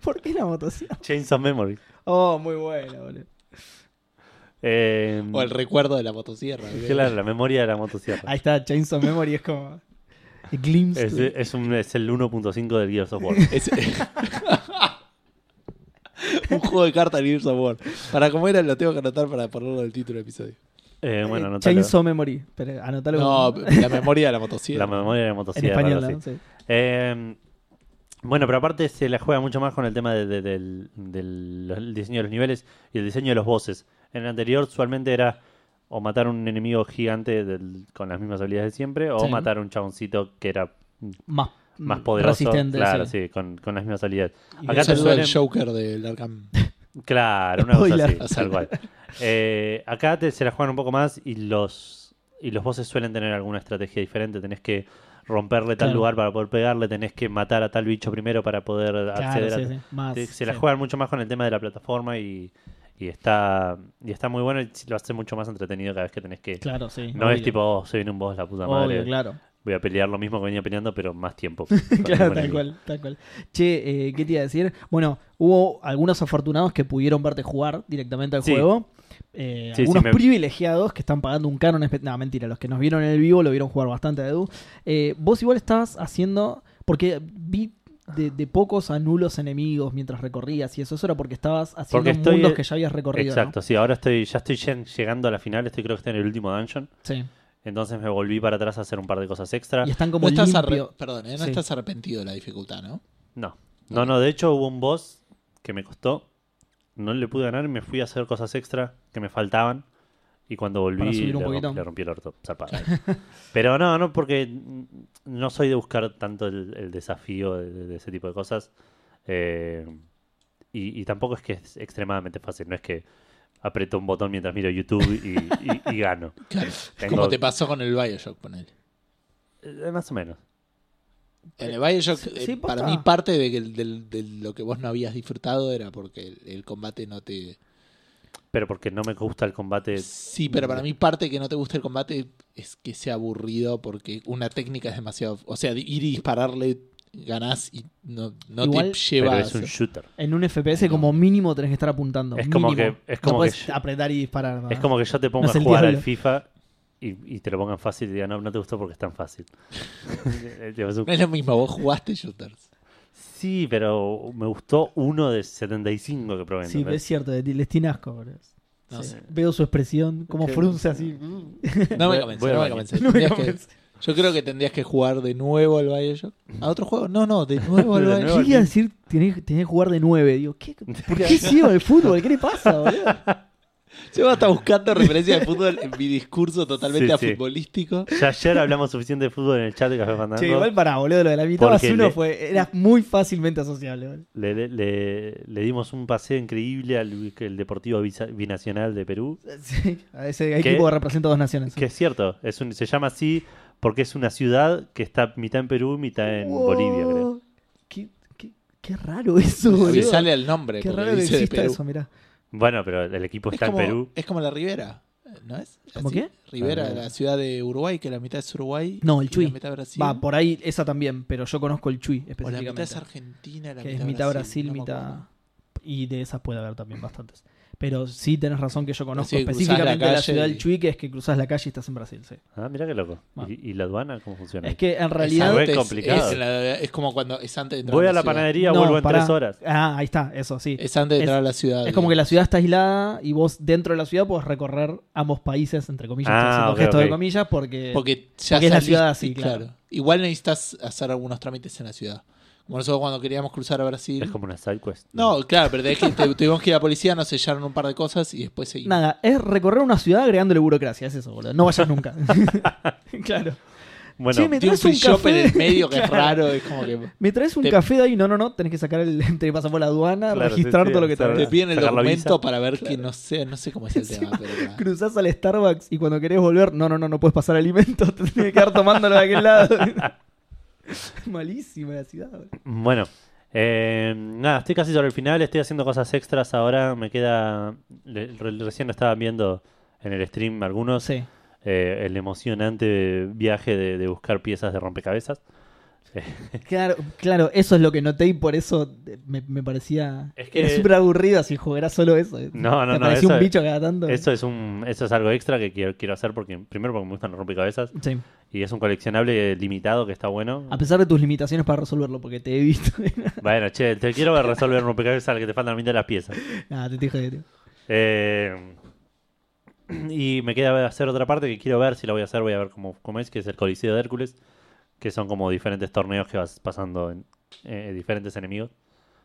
Speaker 1: ¿Por qué la votación?
Speaker 3: Chainsaw Memory.
Speaker 1: Oh, muy buena, boludo.
Speaker 3: Eh,
Speaker 2: O el recuerdo de la motosierra. ¿sí?
Speaker 3: claro, la memoria de la motosierra.
Speaker 1: Ahí está, Chainsaw Memory es como. a Glimpse.
Speaker 3: Es,
Speaker 1: to it.
Speaker 3: es un- es el 1.5 del Gears of War.
Speaker 2: Es- un juego de cartas Gears of War. Para cómo era, lo tengo que anotar para ponerlo en el título del episodio.
Speaker 3: Eh, bueno,
Speaker 1: Eh,
Speaker 3: anotalo.
Speaker 1: Chainsaw Memory. Pero anotalo.
Speaker 2: No,
Speaker 1: como-
Speaker 2: la memoria de la motosierra.
Speaker 3: La memoria de la
Speaker 1: en
Speaker 3: motosierra.
Speaker 1: español,
Speaker 3: algo así.
Speaker 1: ¿no? Sí.
Speaker 3: Eh, bueno, pero aparte se la juega mucho más con el tema de- de- del, del- los- el diseño de los niveles y el diseño de los bosses. En el anterior usualmente era o matar a un enemigo gigante del- con las mismas habilidades de siempre o
Speaker 1: Sí.
Speaker 3: matar a un chaboncito que era
Speaker 1: Más,
Speaker 3: más poderoso.
Speaker 1: Resistente.
Speaker 3: claro,
Speaker 1: sí.
Speaker 3: sí, con, con las mismas habilidades.
Speaker 1: Y
Speaker 3: Acá
Speaker 2: Un
Speaker 3: te
Speaker 2: saludo al
Speaker 3: suelen-
Speaker 2: Joker del Arkham.
Speaker 3: Claro, una cosa
Speaker 1: Spoiler.
Speaker 3: así, tal cual. Eh, acá te, se la juegan un poco más y los y los bosses suelen tener alguna estrategia diferente. Tenés que romperle tal
Speaker 1: Claro.
Speaker 3: lugar para poder pegarle, tenés que matar a tal bicho primero para poder
Speaker 1: Claro,
Speaker 3: acceder a...
Speaker 1: sí, sí. Más,
Speaker 3: Te- se la
Speaker 1: sí.
Speaker 3: juegan mucho más con el tema de la plataforma y, y está y está muy bueno y lo hace mucho más entretenido cada vez que tenés que...
Speaker 1: Claro, sí.
Speaker 3: No es
Speaker 1: obvio.
Speaker 3: tipo, oh, se viene un boss, la puta
Speaker 1: Obvio,
Speaker 3: madre.
Speaker 1: claro.
Speaker 3: Voy a pelear lo mismo que venía peleando, pero más tiempo. con el mismo
Speaker 1: Claro, tal
Speaker 3: enemigo.
Speaker 1: cual, tal cual. Che, eh, ¿qué te iba a decir? Bueno, hubo algunos afortunados que pudieron verte jugar directamente al
Speaker 3: Sí.
Speaker 1: juego. Eh,
Speaker 3: Sí,
Speaker 1: algunos
Speaker 3: sí, me-
Speaker 1: privilegiados que están pagando un canon. espe- No, mentira, los que nos vieron en el vivo lo vieron jugar bastante a Edu. Eh, vos igual estabas haciendo. Porque vi de, de pocos a nulos enemigos mientras recorrías y eso. Eso era porque estabas haciendo
Speaker 3: Porque estoy-
Speaker 1: mundos que ya habías recorrido. ¿no?
Speaker 3: Exacto, sí, ahora estoy ya estoy llen- llegando a la final, estoy creo que estoy en el último dungeon.
Speaker 1: Sí.
Speaker 3: Entonces me volví para atrás a hacer un par de cosas extra.
Speaker 1: Y están
Speaker 2: No
Speaker 1: como
Speaker 2: estás, arre-
Speaker 1: limpio.
Speaker 2: Perdón, eh, no
Speaker 1: Sí.
Speaker 2: estás arrepentido de la dificultad, ¿no?
Speaker 3: No, no, no, de hecho hubo un boss que me costó, no le pude ganar y me fui a hacer cosas extra que me faltaban. Y cuando
Speaker 1: Para
Speaker 3: volví
Speaker 1: subir
Speaker 3: le,
Speaker 1: un
Speaker 3: romp-
Speaker 1: poquito.
Speaker 3: le rompí el orto, zarpado. Pero no, no, porque mm, no soy de buscar tanto el, el desafío de, de- de ese tipo de cosas. Eh, y, y tampoco es que es extremadamente fácil, no es que aprieto un botón mientras miro YouTube y- y- y gano.
Speaker 2: Claro.
Speaker 3: Tengo-
Speaker 2: Como te pasó con el Bioshock, ponele.
Speaker 3: Eh, Más o menos.
Speaker 2: En el Bioshock,
Speaker 1: Sí,
Speaker 2: eh,
Speaker 1: sí, posta.
Speaker 2: para mí, parte de, que- del- del- lo que vos no habías disfrutado era porque el, el combate no te.
Speaker 3: Pero porque no me gusta el combate.
Speaker 2: Sí, pero
Speaker 3: eh,
Speaker 2: para mí, parte que no te gusta el combate es que sea aburrido porque una técnica es demasiado. O sea, ir y dispararle, ganás y no, no
Speaker 1: Igual-
Speaker 2: te
Speaker 3: Pero
Speaker 2: lleva. a
Speaker 3: es un
Speaker 2: hacer-
Speaker 3: shooter.
Speaker 1: En un FPS,
Speaker 2: No.
Speaker 1: como mínimo, tenés que estar apuntando.
Speaker 3: Es como
Speaker 1: mínimo.
Speaker 3: que- es como
Speaker 1: no
Speaker 3: que
Speaker 1: podés
Speaker 3: yo-
Speaker 1: apretar y disparar. ¿no?
Speaker 3: Es como que yo te ponga
Speaker 1: No es
Speaker 3: a
Speaker 1: el
Speaker 3: jugar al
Speaker 1: diablo.
Speaker 3: FIFA y, y te lo pongan fácil y digan, no, no te gustó porque es tan fácil. Eh, es un-
Speaker 2: No es lo mismo, vos jugaste shooters.
Speaker 3: sí, pero me gustó uno de 75 que probé.
Speaker 1: Sí, es
Speaker 3: ¿entendés?
Speaker 1: cierto, de- les tiene asco, bro.
Speaker 2: No
Speaker 1: Sí.
Speaker 2: sé.
Speaker 1: Veo su expresión, como
Speaker 3: Que-
Speaker 1: frunce así.
Speaker 2: No
Speaker 3: Voy-
Speaker 2: me convence,
Speaker 3: voy al
Speaker 2: no me
Speaker 3: baño.
Speaker 2: convence.
Speaker 1: No me
Speaker 2: Tendrías que-
Speaker 1: convence.
Speaker 2: yo creo que tendrías que jugar de nuevo al Bioshock. ¿A otro juego? No, no, de nuevo al
Speaker 3: De
Speaker 1: ¿Qué
Speaker 2: Bioshock.
Speaker 3: nuevo.
Speaker 1: iba a decir? Tenés, tenés que jugar de 9. Digo, ¿qué, ¿por qué ciego el fútbol? ¿Qué le pasa, boludo?
Speaker 2: Se va a estar buscando referencias de fútbol en mi discurso totalmente
Speaker 3: Sí, sí.
Speaker 2: futbolístico.
Speaker 3: Ya ayer hablamos suficiente de fútbol en el chat de Café Fandango.
Speaker 1: Che, igual para, boludo, lo de la mitad
Speaker 3: Porque
Speaker 1: más uno
Speaker 3: le-
Speaker 1: fue. Era muy fácilmente asociable, boludo.
Speaker 3: le, le- le- le dimos un paseo increíble al el Deportivo Bisa- Binacional de Perú.
Speaker 1: Sí, a ese
Speaker 3: ¿Qué?
Speaker 1: equipo que representa dos naciones.
Speaker 3: Que es cierto, es un- se llama así porque es una ciudad que está mitad en Perú, mitad en
Speaker 1: Wow.
Speaker 3: Bolivia, creo.
Speaker 1: Qué, qué, qué raro eso,
Speaker 2: Le
Speaker 1: boludo.
Speaker 2: sale el nombre.
Speaker 1: Qué
Speaker 2: porque
Speaker 1: raro que
Speaker 2: dice de
Speaker 1: exista
Speaker 2: Perú.
Speaker 1: eso, mirá.
Speaker 3: Bueno, pero el equipo
Speaker 2: Es
Speaker 3: está
Speaker 2: como,
Speaker 3: en Perú.
Speaker 2: es como la Ribera. ¿no es?
Speaker 1: ¿Cómo
Speaker 2: Así,
Speaker 1: qué?
Speaker 2: Rivera,
Speaker 3: Ah.
Speaker 2: la ciudad de Uruguay, que la mitad es Uruguay.
Speaker 1: No, el
Speaker 2: y
Speaker 1: Chuy.
Speaker 2: La mitad Brasil.
Speaker 1: Va, por ahí esa también, pero yo conozco el Chuy
Speaker 2: o la mitad
Speaker 1: específicamente.
Speaker 2: es Argentina, la
Speaker 1: que
Speaker 2: mitad
Speaker 1: es mitad Brasil,
Speaker 2: no me
Speaker 1: mitad.
Speaker 2: acuerdo.
Speaker 1: Y de esas puede haber también bastantes. Pero sí tenés razón que yo conozco
Speaker 2: Sí, cruzás la
Speaker 1: específicamente la,
Speaker 2: calle
Speaker 1: ciudad
Speaker 2: y-
Speaker 1: del Chuy, que es que cruzas la calle y estás en Brasil, sí.
Speaker 3: Ah, mira qué loco.
Speaker 1: Ah.
Speaker 3: ¿Y, y la aduana cómo funciona?
Speaker 1: Es que en
Speaker 2: Es
Speaker 1: realidad.
Speaker 3: Re
Speaker 2: antes,
Speaker 3: complicado.
Speaker 2: Es, la- es como cuando es antes de entrar
Speaker 3: Voy a
Speaker 2: a
Speaker 3: la
Speaker 2: ciudad.
Speaker 3: panadería,
Speaker 1: No,
Speaker 3: vuelvo en
Speaker 1: pará.
Speaker 3: tres horas.
Speaker 1: Ah, ahí está, eso, sí.
Speaker 2: Es antes de
Speaker 1: Es-
Speaker 2: entrar a la ciudad.
Speaker 1: Es como que la ciudad está aislada y vos dentro de la ciudad podés recorrer ambos países, entre comillas,
Speaker 3: Ah,
Speaker 1: estoy haciendo
Speaker 3: ok,
Speaker 1: gestos
Speaker 3: ok.
Speaker 1: de comillas, porque,
Speaker 2: Porque ya
Speaker 1: porque es la
Speaker 2: salís-
Speaker 1: ciudad así,
Speaker 2: sí,
Speaker 1: claro.
Speaker 2: Igual necesitas hacer algunos trámites en la ciudad. Como nosotros cuando queríamos cruzar a Brasil.
Speaker 3: Es como una side quest.
Speaker 2: No, claro, pero tenés que, te- tuvimos que ir a la policía, nos sellaron un par de cosas y después seguimos.
Speaker 1: nada, es recorrer una ciudad agregándole burocracia, es eso, boludo. No vayas nunca. claro.
Speaker 3: Bueno,
Speaker 1: Che, me-
Speaker 2: De un
Speaker 1: traes un
Speaker 2: free shop
Speaker 1: café.
Speaker 2: en el medio que es
Speaker 1: Claro.
Speaker 2: raro, es como que
Speaker 1: ¿Me traes un
Speaker 2: Te-
Speaker 1: café de ahí? No, no, no. Tenés que sacar el. Te pasas por la aduana,
Speaker 3: Claro,
Speaker 1: registrar
Speaker 3: sí, sí,
Speaker 1: todo lo que
Speaker 3: o sea,
Speaker 1: te
Speaker 2: te piden el
Speaker 3: Sacar la
Speaker 2: documento
Speaker 3: visa.
Speaker 2: para ver que no sé, no sé cómo es el tema, pero nada.
Speaker 1: Cruzás al Starbucks y cuando querés volver, no, no, no, no puedes pasar alimentos. Te tenés que quedar tomándolo de aquel lado. Malísima la ciudad, boludo.
Speaker 3: Bueno, eh, nada, estoy casi sobre el final, estoy haciendo cosas extras ahora, me queda, le- re- recién estaban viendo en el stream algunos
Speaker 1: Sí.
Speaker 3: eh, el emocionante viaje de, de buscar piezas de rompecabezas. Eh,
Speaker 1: Claro, claro, eso es lo que noté y por eso eh, me, me parecía.
Speaker 3: Es que-
Speaker 1: Era súper aburrido si jugara solo eso.
Speaker 3: No, no,
Speaker 1: Te
Speaker 3: no,
Speaker 1: aparecía
Speaker 3: eso
Speaker 1: un
Speaker 3: es-
Speaker 1: bicho cada tanto.
Speaker 3: Eso es un, eso es algo extra que quiero, quiero hacer porque primero porque me gustan los rompecabezas
Speaker 1: Sí.
Speaker 3: y es un coleccionable limitado que está bueno.
Speaker 1: A pesar de tus limitaciones para resolverlo, porque te he visto.
Speaker 3: Bueno, che, te quiero ver resolver un rompecabezas al que te faltan la mitad de las piezas.
Speaker 1: Nada, te dije. tío.
Speaker 3: Eh, y me queda hacer otra parte que quiero ver si la voy a hacer. Voy a ver cómo, cómo es, que es el Coliseo de Hércules. Que son como diferentes torneos que vas pasando en eh, diferentes enemigos.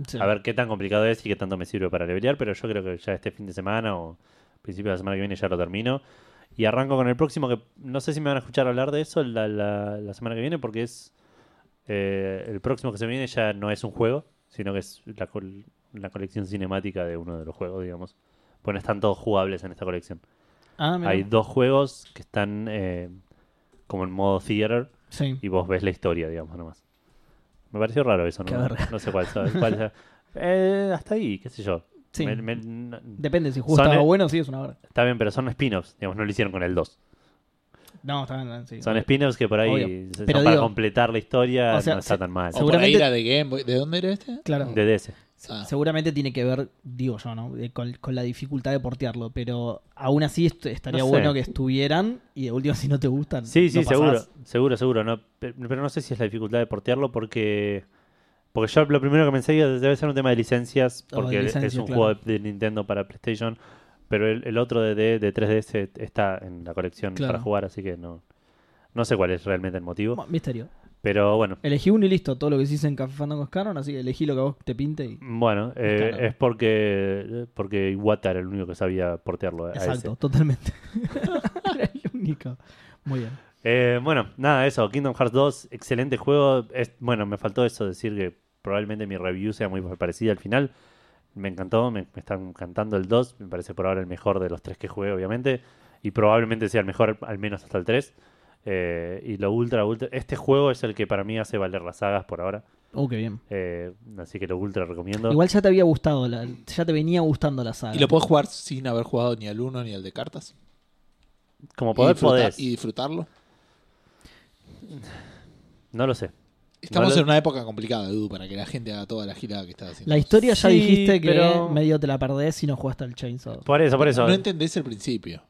Speaker 1: Sí.
Speaker 3: A ver qué tan complicado es y qué tanto me sirve para levelear. Pero yo creo que ya este fin de semana o principio de la semana que viene ya lo termino. Y arranco con el próximo que no sé si me van a escuchar hablar de eso la, la- la semana que viene porque es... eh, el próximo que se viene ya no es un juego, sino que es la, col- la colección cinemática de uno de los juegos, digamos. Bueno, están todos jugables en esta colección.
Speaker 1: Ah, mira.
Speaker 3: Hay dos juegos que están eh, como en modo theater
Speaker 1: Sí.
Speaker 3: y vos ves la historia, digamos, nomás. Me pareció raro eso,
Speaker 1: Qué
Speaker 3: ¿no?
Speaker 1: verga.
Speaker 3: No sé cuál. sea- cuál sea. Eh, hasta ahí, qué sé yo.
Speaker 1: Sí.
Speaker 3: Me- me- no-
Speaker 1: Depende, si el juego
Speaker 3: Son- e-
Speaker 1: estaba bueno, sí, es una hora.
Speaker 3: está bien, pero son spin-offs, digamos, no lo hicieron con el 2.
Speaker 1: No, está bien, sí.
Speaker 3: Son spin-offs que por ahí
Speaker 1: Obvio.
Speaker 3: se- son
Speaker 1: Pero
Speaker 3: para
Speaker 1: digo-
Speaker 3: completar la historia,
Speaker 1: O sea,
Speaker 3: no está
Speaker 1: se-
Speaker 3: tan mal.
Speaker 2: O
Speaker 1: seguro- Seguramente-
Speaker 2: por ahí era de Game Boy. ¿De dónde era este?
Speaker 1: Claro.
Speaker 3: De DS.
Speaker 2: Ah.
Speaker 1: Seguramente tiene que ver, digo yo, ¿no? Eh, Con, con la dificultad de portearlo, pero aún así est- estaría
Speaker 3: No sé.
Speaker 1: bueno que estuvieran y de última si no te gustan.
Speaker 3: Sí, sí,
Speaker 1: no pasás.
Speaker 3: seguro, seguro, seguro. No, pe- pero no sé si es la dificultad de portearlo porque. Porque yo lo primero que pensé es, debe ser un tema de licencias,
Speaker 1: O de
Speaker 3: porque
Speaker 1: licencia,
Speaker 3: es un
Speaker 1: claro.
Speaker 3: juego de Nintendo para PlayStation, pero el, el otro de, de, de 3DS está en la colección
Speaker 1: Claro.
Speaker 3: para jugar, así que no, no sé cuál es realmente el motivo.
Speaker 1: Bueno, Misterio.
Speaker 3: Pero bueno,
Speaker 1: Elegí uno y listo. Todo lo que se hizo en Café Fandango es canon, así que elegí lo que a vos te pinte y.
Speaker 3: bueno eh,
Speaker 1: Claro.
Speaker 3: es porque porque Iwata era el único que sabía portearlo. a- a ese.
Speaker 1: Exacto, totalmente. Era el único. Muy bien.
Speaker 3: Eh, bueno, nada, eso. Kingdom Hearts 2, excelente juego. Es, bueno, me faltó eso, decir que probablemente mi review sea muy parecida al final. Me encantó, me, me está encantando el 2. Me parece por ahora el mejor de los tres que jugué, obviamente. Y probablemente sea el mejor, al menos hasta el 3. Eh, y lo ultra, ultra. Este juego es el que para mí hace valer las sagas por ahora.
Speaker 1: Oh, qué bien.
Speaker 3: Eh, así que lo ultra recomiendo.
Speaker 1: Igual ya te había gustado, la- ya te venía gustando la saga.
Speaker 2: Y lo podés jugar sin haber jugado ni al 1 ni al de cartas.
Speaker 3: Como
Speaker 2: y,
Speaker 3: poder,
Speaker 2: disfruta-
Speaker 3: podés.
Speaker 2: y disfrutarlo.
Speaker 3: No lo sé.
Speaker 2: Estamos
Speaker 3: Bueno.
Speaker 2: en una época complicada, Edu, para que la gente haga toda la gilada que estás haciendo.
Speaker 1: La historia ya
Speaker 3: Sí,
Speaker 1: dijiste que
Speaker 3: pero-
Speaker 1: medio te la perdés si no jugaste al Chainsaw.
Speaker 3: Por eso, por eso.
Speaker 2: No entendés el principio.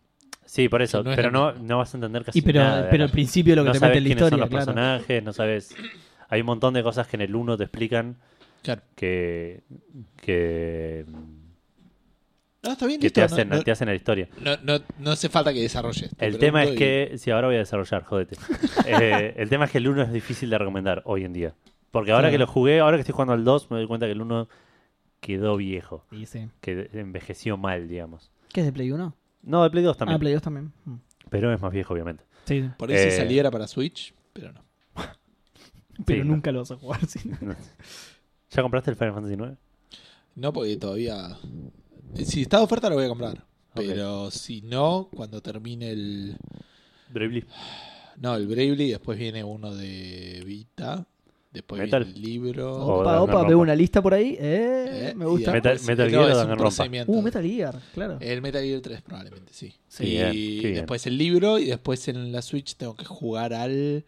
Speaker 3: Sí, por eso.
Speaker 2: No es
Speaker 3: pero
Speaker 2: la
Speaker 3: no,
Speaker 2: misma.
Speaker 3: no vas a entender casi
Speaker 1: Y pero,
Speaker 3: nada. de
Speaker 1: pero
Speaker 3: la-
Speaker 1: al principio lo que
Speaker 3: no
Speaker 1: te
Speaker 3: sabes
Speaker 1: mete en la
Speaker 3: quiénes
Speaker 1: historia,
Speaker 3: son los
Speaker 1: claro.
Speaker 3: personajes, no sabes. Hay un montón de cosas que en el 1 te explican
Speaker 2: Claro.
Speaker 3: que. que.
Speaker 2: No, está bien,
Speaker 3: que
Speaker 2: listo,
Speaker 3: te,
Speaker 2: no-
Speaker 3: hacen,
Speaker 2: no,
Speaker 3: te hacen la historia.
Speaker 2: no- no- no hace falta que desarrolles. Te
Speaker 3: El tema es
Speaker 2: pregunto y-
Speaker 3: que. Si ahora voy a desarrollar, jódete. Eh, el tema es que el 1 es difícil de recomendar hoy en día. Porque ahora
Speaker 1: Claro.
Speaker 3: que lo jugué, ahora que estoy jugando al 2, me doy cuenta que el 1 quedó viejo.
Speaker 1: Sí, sí.
Speaker 3: Que envejeció mal, digamos.
Speaker 1: ¿Qué es de Play 1?
Speaker 3: No, de Play 2
Speaker 1: Ah,
Speaker 3: también.
Speaker 1: Play 2 también. Mm.
Speaker 3: Pero es más viejo, obviamente.
Speaker 1: Sí, sí.
Speaker 2: Por ahí si
Speaker 3: Eh.
Speaker 2: saliera para Switch, pero no.
Speaker 1: pero
Speaker 3: Sí,
Speaker 1: nunca lo vas a jugar. sí.
Speaker 3: ¿Ya compraste el Final Fantasy 9?
Speaker 2: No, porque todavía. eh, Si está de oferta, lo voy a comprar.
Speaker 3: Ok.
Speaker 2: Pero si no, cuando termine el.
Speaker 3: Bravely.
Speaker 2: No, el Bravely, después viene uno de Vita. Después
Speaker 3: Metal.
Speaker 2: viene el libro.
Speaker 3: Oh,
Speaker 1: Opa,
Speaker 3: Danganronpa.
Speaker 1: opa, veo una lista por ahí. Eh,
Speaker 2: eh,
Speaker 1: me
Speaker 2: y
Speaker 1: gusta.
Speaker 3: Metal-
Speaker 2: después-
Speaker 3: Metal
Speaker 2: no,
Speaker 3: Gear o
Speaker 2: es un
Speaker 3: Danganronpa.
Speaker 2: procedimiento.
Speaker 1: Uh, Metal Gear, claro.
Speaker 2: El Metal Gear 3 probablemente, sí.
Speaker 3: Qué
Speaker 2: y
Speaker 3: bien, qué bien.
Speaker 2: después el libro y después en la Switch tengo que jugar al...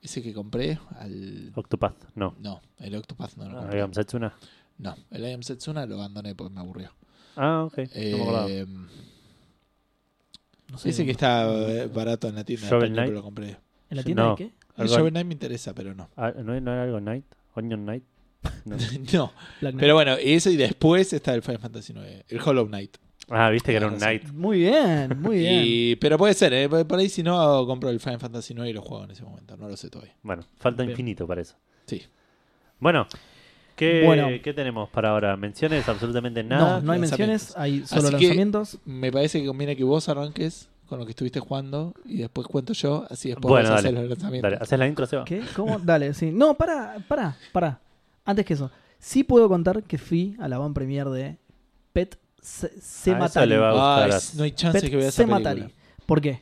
Speaker 2: Ese que compré, al...
Speaker 3: Octopath, no.
Speaker 2: No, el Octopath no lo
Speaker 3: Ah,
Speaker 2: compré.
Speaker 3: Agam Setsuna.
Speaker 2: No, el I Am Setsuna lo abandoné porque me aburrió.
Speaker 3: Ah, ok. no me acordaba.
Speaker 2: Eh,
Speaker 1: No sé,
Speaker 2: ese que está eh, barato en la tienda de
Speaker 3: Shovel
Speaker 2: español,
Speaker 3: Knight.
Speaker 2: pero lo compré.
Speaker 1: ¿En la tienda
Speaker 3: No.
Speaker 1: de qué?
Speaker 2: El
Speaker 3: Algo-
Speaker 2: Shovel Knight me interesa, pero no.
Speaker 3: Ah, ¿no, no era algo Night? ¿Onion Night? No.
Speaker 2: no,
Speaker 1: Black Knight.
Speaker 2: pero bueno, ese y después está el Final Fantasy 9, el Hollow Knight.
Speaker 3: Ah, viste que era
Speaker 2: Ah,
Speaker 3: un
Speaker 2: sí.
Speaker 3: Night.
Speaker 1: Muy bien, muy bien.
Speaker 2: Y- pero puede ser, eh, por ahí si no, compro el Final Fantasy 9 y lo juego en ese momento, no lo sé todavía.
Speaker 3: Bueno, falta
Speaker 1: Bien.
Speaker 3: infinito para eso.
Speaker 2: Sí.
Speaker 3: Bueno ¿qué,
Speaker 1: Bueno.
Speaker 3: ¿qué tenemos para ahora? ¿Menciones? Absolutamente nada.
Speaker 1: no, no hay menciones,
Speaker 2: lanzamientos.
Speaker 1: hay solo
Speaker 2: Así que-
Speaker 1: lanzamientos.
Speaker 2: Me parece que conviene que vos arranques con lo que estuviste jugando y después cuento yo, así después
Speaker 3: Bueno,
Speaker 2: vos
Speaker 3: dale,
Speaker 2: haces los lanzamientos.
Speaker 3: Dale, ¿haces la intro, Seba?
Speaker 1: ¿Qué? ¿Cómo? Dale, sí. No, para, para, para. Antes que eso, sí puedo contar que fui a la van premier de Pet Se-
Speaker 3: Ah, esa
Speaker 1: Sematari.
Speaker 3: le va a
Speaker 2: Ay,
Speaker 3: gustar.
Speaker 2: no hay chance
Speaker 1: Pet
Speaker 2: que veas esa
Speaker 1: Sematari.
Speaker 2: película.
Speaker 1: ¿Por qué?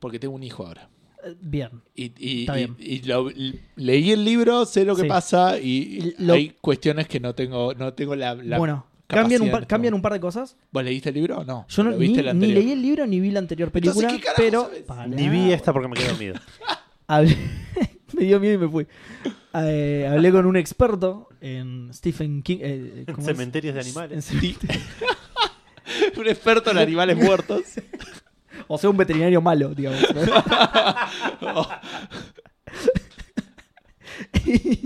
Speaker 2: Porque tengo un hijo ahora.
Speaker 1: Eh, Bien.
Speaker 2: Y, y-
Speaker 1: Está
Speaker 2: y-
Speaker 1: bien.
Speaker 2: y lo- l- leí el libro, sé lo que
Speaker 1: Sí.
Speaker 2: pasa y y
Speaker 1: Lo-
Speaker 2: hay cuestiones que no tengo, no tengo la... la-
Speaker 1: bueno, cambian un,
Speaker 2: capacidad
Speaker 1: par,
Speaker 2: en este
Speaker 1: cambian un par de cosas.
Speaker 2: ¿Vos leíste el libro o no?
Speaker 1: Yo no,
Speaker 2: ¿Lo
Speaker 1: ni,
Speaker 2: viste el
Speaker 1: ni
Speaker 2: anterior?
Speaker 1: leí el libro ni vi la anterior película,
Speaker 2: Entonces, ¿qué carajo
Speaker 1: pero
Speaker 2: sabes?
Speaker 1: Pará.
Speaker 3: Ni vi esta porque me quedé dormido.
Speaker 1: Hablé- me dio miedo y me fui. Eh, hablé con un experto en Stephen King. eh, ¿cómo es?
Speaker 3: Cementerios de
Speaker 1: En
Speaker 3: animales.
Speaker 1: cem-
Speaker 2: un experto en animales muertos.
Speaker 1: O sea, un veterinario malo, digamos. ¿no?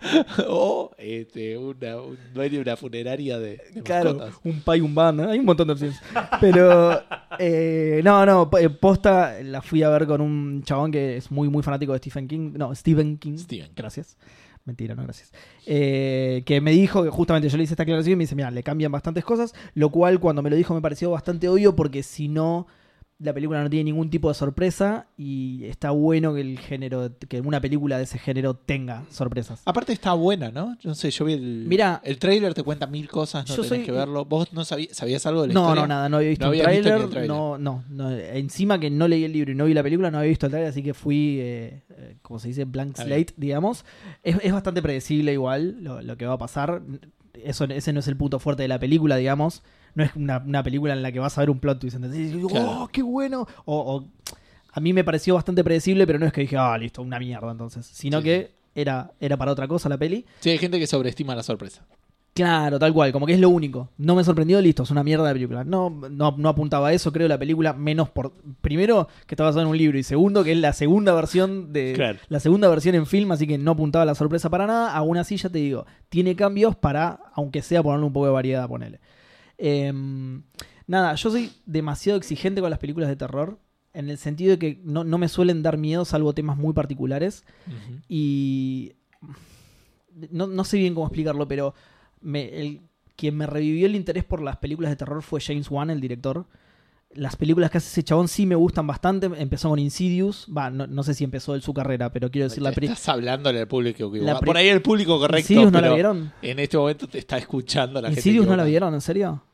Speaker 2: o este, una, un dueño de una funeraria de, de
Speaker 1: claro,
Speaker 2: mascotas.
Speaker 1: un pay, un ban, ¿no? hay un montón de opciones. Pero, eh, no, no, po- eh, posta la fui a ver con un chabón que es muy, muy fanático de Stephen King. No, Stephen King.
Speaker 2: Stephen King.
Speaker 1: Gracias. Mentira, no, gracias. Eh, que me dijo que justamente yo le hice esta aclaración y me dice, mira, le cambian bastantes cosas, lo cual cuando me lo dijo me pareció bastante obvio porque si no, la película no tiene ningún tipo de sorpresa y está bueno que el género, que una película de ese género tenga sorpresas.
Speaker 2: Aparte está buena, ¿no? Yo no sé, yo vi el...
Speaker 1: Mirá.
Speaker 2: el trailer te cuenta mil cosas, no
Speaker 1: Yo
Speaker 2: tenés
Speaker 1: soy-
Speaker 2: que verlo. ¿Vos no sabías, sabías algo de la
Speaker 1: No,
Speaker 2: historia?
Speaker 1: no, nada, no había visto
Speaker 2: No
Speaker 1: el
Speaker 2: habías visto ni
Speaker 1: tráiler,
Speaker 2: el tráiler.
Speaker 1: no, no, no, encima que no leí el libro y no vi la película, no había visto el tráiler, así que fui, eh, eh, como se dice, blank
Speaker 2: Está
Speaker 1: slate, digamos. Es, es bastante predecible igual lo, lo que va a pasar, Eso, ese no es el punto fuerte de la película, digamos. No es una, una película en la que vas a ver un plot twist, ¿entendés? Y digo,
Speaker 2: Claro.
Speaker 1: ¡oh, qué bueno! O, o- a mí me pareció bastante predecible, pero no es que dije, ah, listo, una mierda entonces, sino
Speaker 2: Sí,
Speaker 1: que era, era para otra cosa la peli.
Speaker 2: Sí, hay gente que sobreestima la sorpresa.
Speaker 1: Claro, tal cual, como que es lo único. No me sorprendió, listo, es una mierda de película. No, no, no apuntaba a eso, creo, la película, menos por. Primero, que estaba basada en un libro, y segundo, que es la segunda versión de.
Speaker 2: Claro.
Speaker 1: La segunda versión en film, así que no apuntaba a la sorpresa para nada. Aún así, ya te digo, tiene cambios para, aunque sea ponerle un poco de variedad, ponele. Em, nada, yo soy demasiado exigente con las películas de terror, en el sentido de que no, no me suelen dar miedo, salvo temas muy particulares.
Speaker 2: Ujú.
Speaker 1: Y. No, no sé bien cómo explicarlo, pero me- el- quien me revivió el interés por las películas de terror fue James Wan, el director. Las películas que hace ese chabón sí me gustan bastante. Empezó con Insidious. Va, no, no sé si empezó él su carrera, pero quiero decir la
Speaker 2: Te
Speaker 1: película.
Speaker 2: Estás hablándole al público que
Speaker 1: La pri-
Speaker 2: Por ahí el público correcto.
Speaker 1: ¿Insidious no
Speaker 2: pero
Speaker 1: la vieron?
Speaker 2: En este momento te está escuchando la gente.
Speaker 1: ¿Insidious no la
Speaker 2: equivocada.
Speaker 1: vieron? ¿En serio?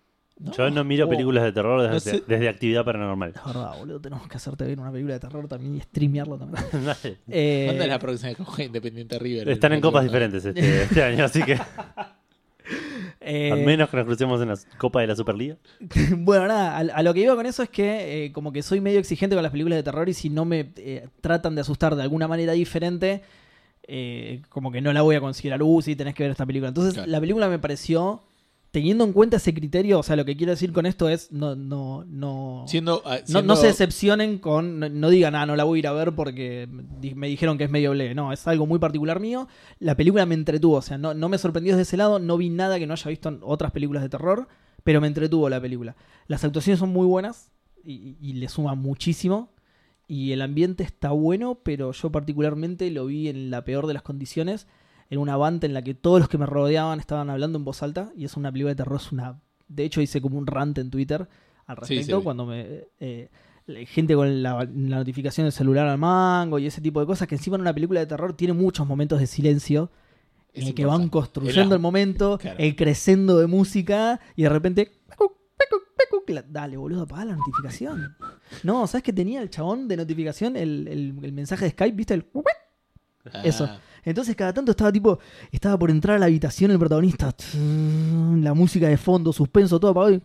Speaker 3: Yo no miro
Speaker 2: oh.
Speaker 3: películas de terror desde,
Speaker 2: No sé.
Speaker 3: desde actividad paranormal.
Speaker 1: La verdad, boludo, tenemos que hacerte ver una película de terror también y streamearlo también.
Speaker 3: Dale.
Speaker 1: Eh,
Speaker 2: ¿Cuándo es la próxima que juega Independiente River?
Speaker 3: Están en
Speaker 2: El próximo-
Speaker 3: copas diferentes este, este año, así que
Speaker 1: eh,
Speaker 3: al menos que nos crucemos en la Copa de la Superliga.
Speaker 1: Bueno, nada, a, a lo que iba con eso es que eh, como que soy medio exigente con las películas de terror y si no me eh, tratan de asustar de alguna manera diferente, eh, como que no la voy a considerar, uh, sí, tenés que ver esta película. Entonces,
Speaker 2: Claro.
Speaker 1: la película me pareció, teniendo en cuenta ese criterio, o sea, lo que quiero decir con esto es, no, no, no...
Speaker 2: Siendo, ah,
Speaker 1: No,
Speaker 2: siendo-
Speaker 1: no se decepcionen con. No, no digan, ah, no la voy a ir a ver porque di- me dijeron que es medio ble. No, es algo muy particular mío. La película me entretuvo, o sea, no, no me sorprendió desde ese lado. No vi nada que no haya visto en otras películas de terror, pero me entretuvo la película. Las actuaciones son muy buenas y, y le suman muchísimo. Y el ambiente está bueno, pero yo particularmente lo vi en la peor de las condiciones. En una banda en la que todos los que me rodeaban estaban hablando en voz alta. Y es una película de terror, es una. De hecho, hice como un rant en Twitter al
Speaker 2: Sí,
Speaker 1: respecto
Speaker 2: sí, vi.
Speaker 1: cuando me. eh, la gente con la, la notificación del celular al mango y ese tipo de cosas que encima en una película de terror tiene muchos momentos de silencio
Speaker 2: es
Speaker 1: en el que
Speaker 2: importante.
Speaker 1: van construyendo el,
Speaker 2: Era-
Speaker 1: momento,
Speaker 2: Claro.
Speaker 1: el crescendo de música y de repente. pecuc, pecuc, pecuc, la- Dale, boludo, apaga la notificación. No, ¿sabes que tenía el chabón de notificación el, el- el mensaje de Skype? ¿Viste? El.
Speaker 2: Ah.
Speaker 1: Eso. Entonces cada tanto estaba tipo, estaba por entrar a la habitación el protagonista, la música de fondo, suspenso, todo apagado y...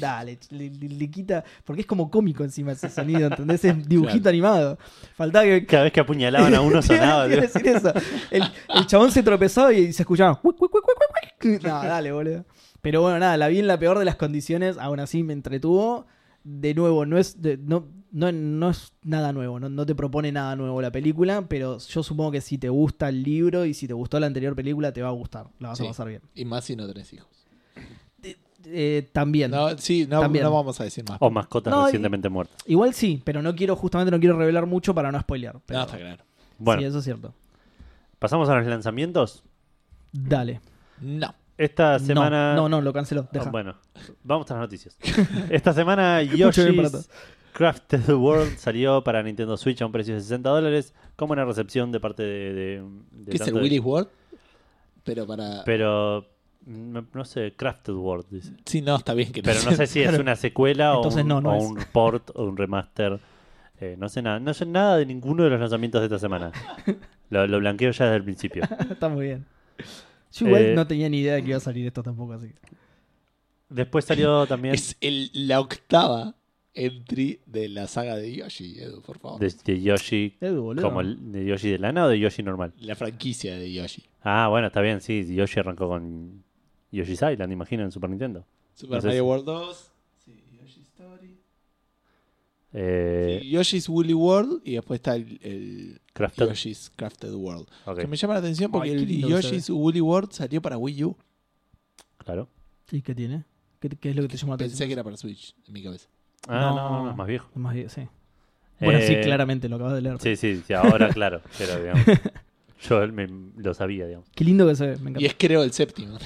Speaker 1: Dale, le, le- le quita, porque es como cómico encima ese sonido, ¿entendés? Es dibujito
Speaker 2: Claro.
Speaker 1: animado. Faltaba que...
Speaker 3: Cada vez que apuñalaban a uno
Speaker 1: Te iba-
Speaker 3: sonaba.
Speaker 1: te iba a
Speaker 3: tío.
Speaker 1: decir eso. El, el chabón se tropezaba y se escuchaba. "Cuic, cuic, cuic, cuic, cuic, cuic". No, dale, boludo. Pero bueno, nada, la vi en la peor de las condiciones, aún así me entretuvo. De nuevo, no es, de- no, no, no es nada nuevo, no, no te propone nada nuevo la película, pero yo supongo que si te gusta el libro y si te gustó la anterior película, te va a gustar, la vas
Speaker 2: Sí.
Speaker 1: a pasar bien.
Speaker 2: Y más si no tenés hijos.
Speaker 1: Eh, también.
Speaker 2: No, sí, no,
Speaker 1: También.
Speaker 2: no vamos a decir más.
Speaker 3: O "Oh, mascotas
Speaker 1: No, y-
Speaker 3: recientemente muertas.
Speaker 1: Igual sí, pero no quiero, justamente no quiero revelar mucho para no spoilear. Pero,
Speaker 2: No, está claro.
Speaker 3: Bueno,
Speaker 1: Sí, eso es cierto.
Speaker 3: pasamos a los lanzamientos.
Speaker 1: Dale.
Speaker 2: No.
Speaker 3: Esta
Speaker 1: No,
Speaker 3: semana.
Speaker 1: No, no, lo canceló.
Speaker 3: Ah,
Speaker 1: Deja.
Speaker 3: bueno, vamos a las noticias. Esta semana
Speaker 1: Mucho bien para
Speaker 3: Yoshi's Crafted World salió para Nintendo Switch a un precio de 60 dólares con buena recepción de parte de... de- de
Speaker 2: ¿Qué es el
Speaker 3: tanto de-
Speaker 2: Willy's World? Pero para.
Speaker 3: Pero, no, no sé, Crafted World dice.
Speaker 2: Sí, no, está bien que
Speaker 3: Pero no sé si es una secuela o,
Speaker 1: Entonces
Speaker 3: un,
Speaker 1: no, no
Speaker 3: o
Speaker 1: es.
Speaker 3: un port o un remaster. Eh, no sé nada. No sé nada de ninguno de los lanzamientos de esta semana. Lo, lo blanqueo ya desde el principio.
Speaker 1: Está muy bien. Yo igual
Speaker 3: Eh,
Speaker 1: no tenía ni idea de que iba a salir esto tampoco así. que-
Speaker 3: Después salió también...
Speaker 2: Es el- la octava entry de la saga de Yoshi, Edu, por favor.
Speaker 3: De, de Yoshi...
Speaker 1: Edu, boludo.
Speaker 3: ¿Como el- de Yoshi de lana o de Yoshi normal?
Speaker 2: La franquicia de Yoshi.
Speaker 3: Ah, bueno, está bien, sí. Yoshi arrancó con Yoshi's Island, imagino, en Super Nintendo.
Speaker 2: Super
Speaker 3: No sé
Speaker 2: Mario
Speaker 3: si-
Speaker 2: World 2. Sí, Yoshi Story.
Speaker 3: Eh,
Speaker 2: Yoshi's Woolly World y después está el, el
Speaker 3: Crafted.
Speaker 2: Yoshi's Crafted World.
Speaker 3: Ok,
Speaker 2: Que me llama la atención porque
Speaker 1: Ay, qué
Speaker 2: el
Speaker 1: lindo
Speaker 2: Yoshi's Woolly World salió para Wii U.
Speaker 3: claro.
Speaker 1: ¿Y qué tiene? ¿Qué, qué es lo que te llama la
Speaker 2: Pensé
Speaker 1: atención?
Speaker 2: que era para Switch, en mi cabeza.
Speaker 3: Ah,
Speaker 1: No.
Speaker 3: no, no, no, es más viejo.
Speaker 1: Más bien, sí. Bueno, sí,
Speaker 3: Eh,
Speaker 1: claramente, lo acabas de leer.
Speaker 3: Sí, sí, sí, ahora claro, pero digamos. Yo me- lo sabía, digamos.
Speaker 1: Qué lindo que se ve, me encanta.
Speaker 2: Y es creo el séptimo.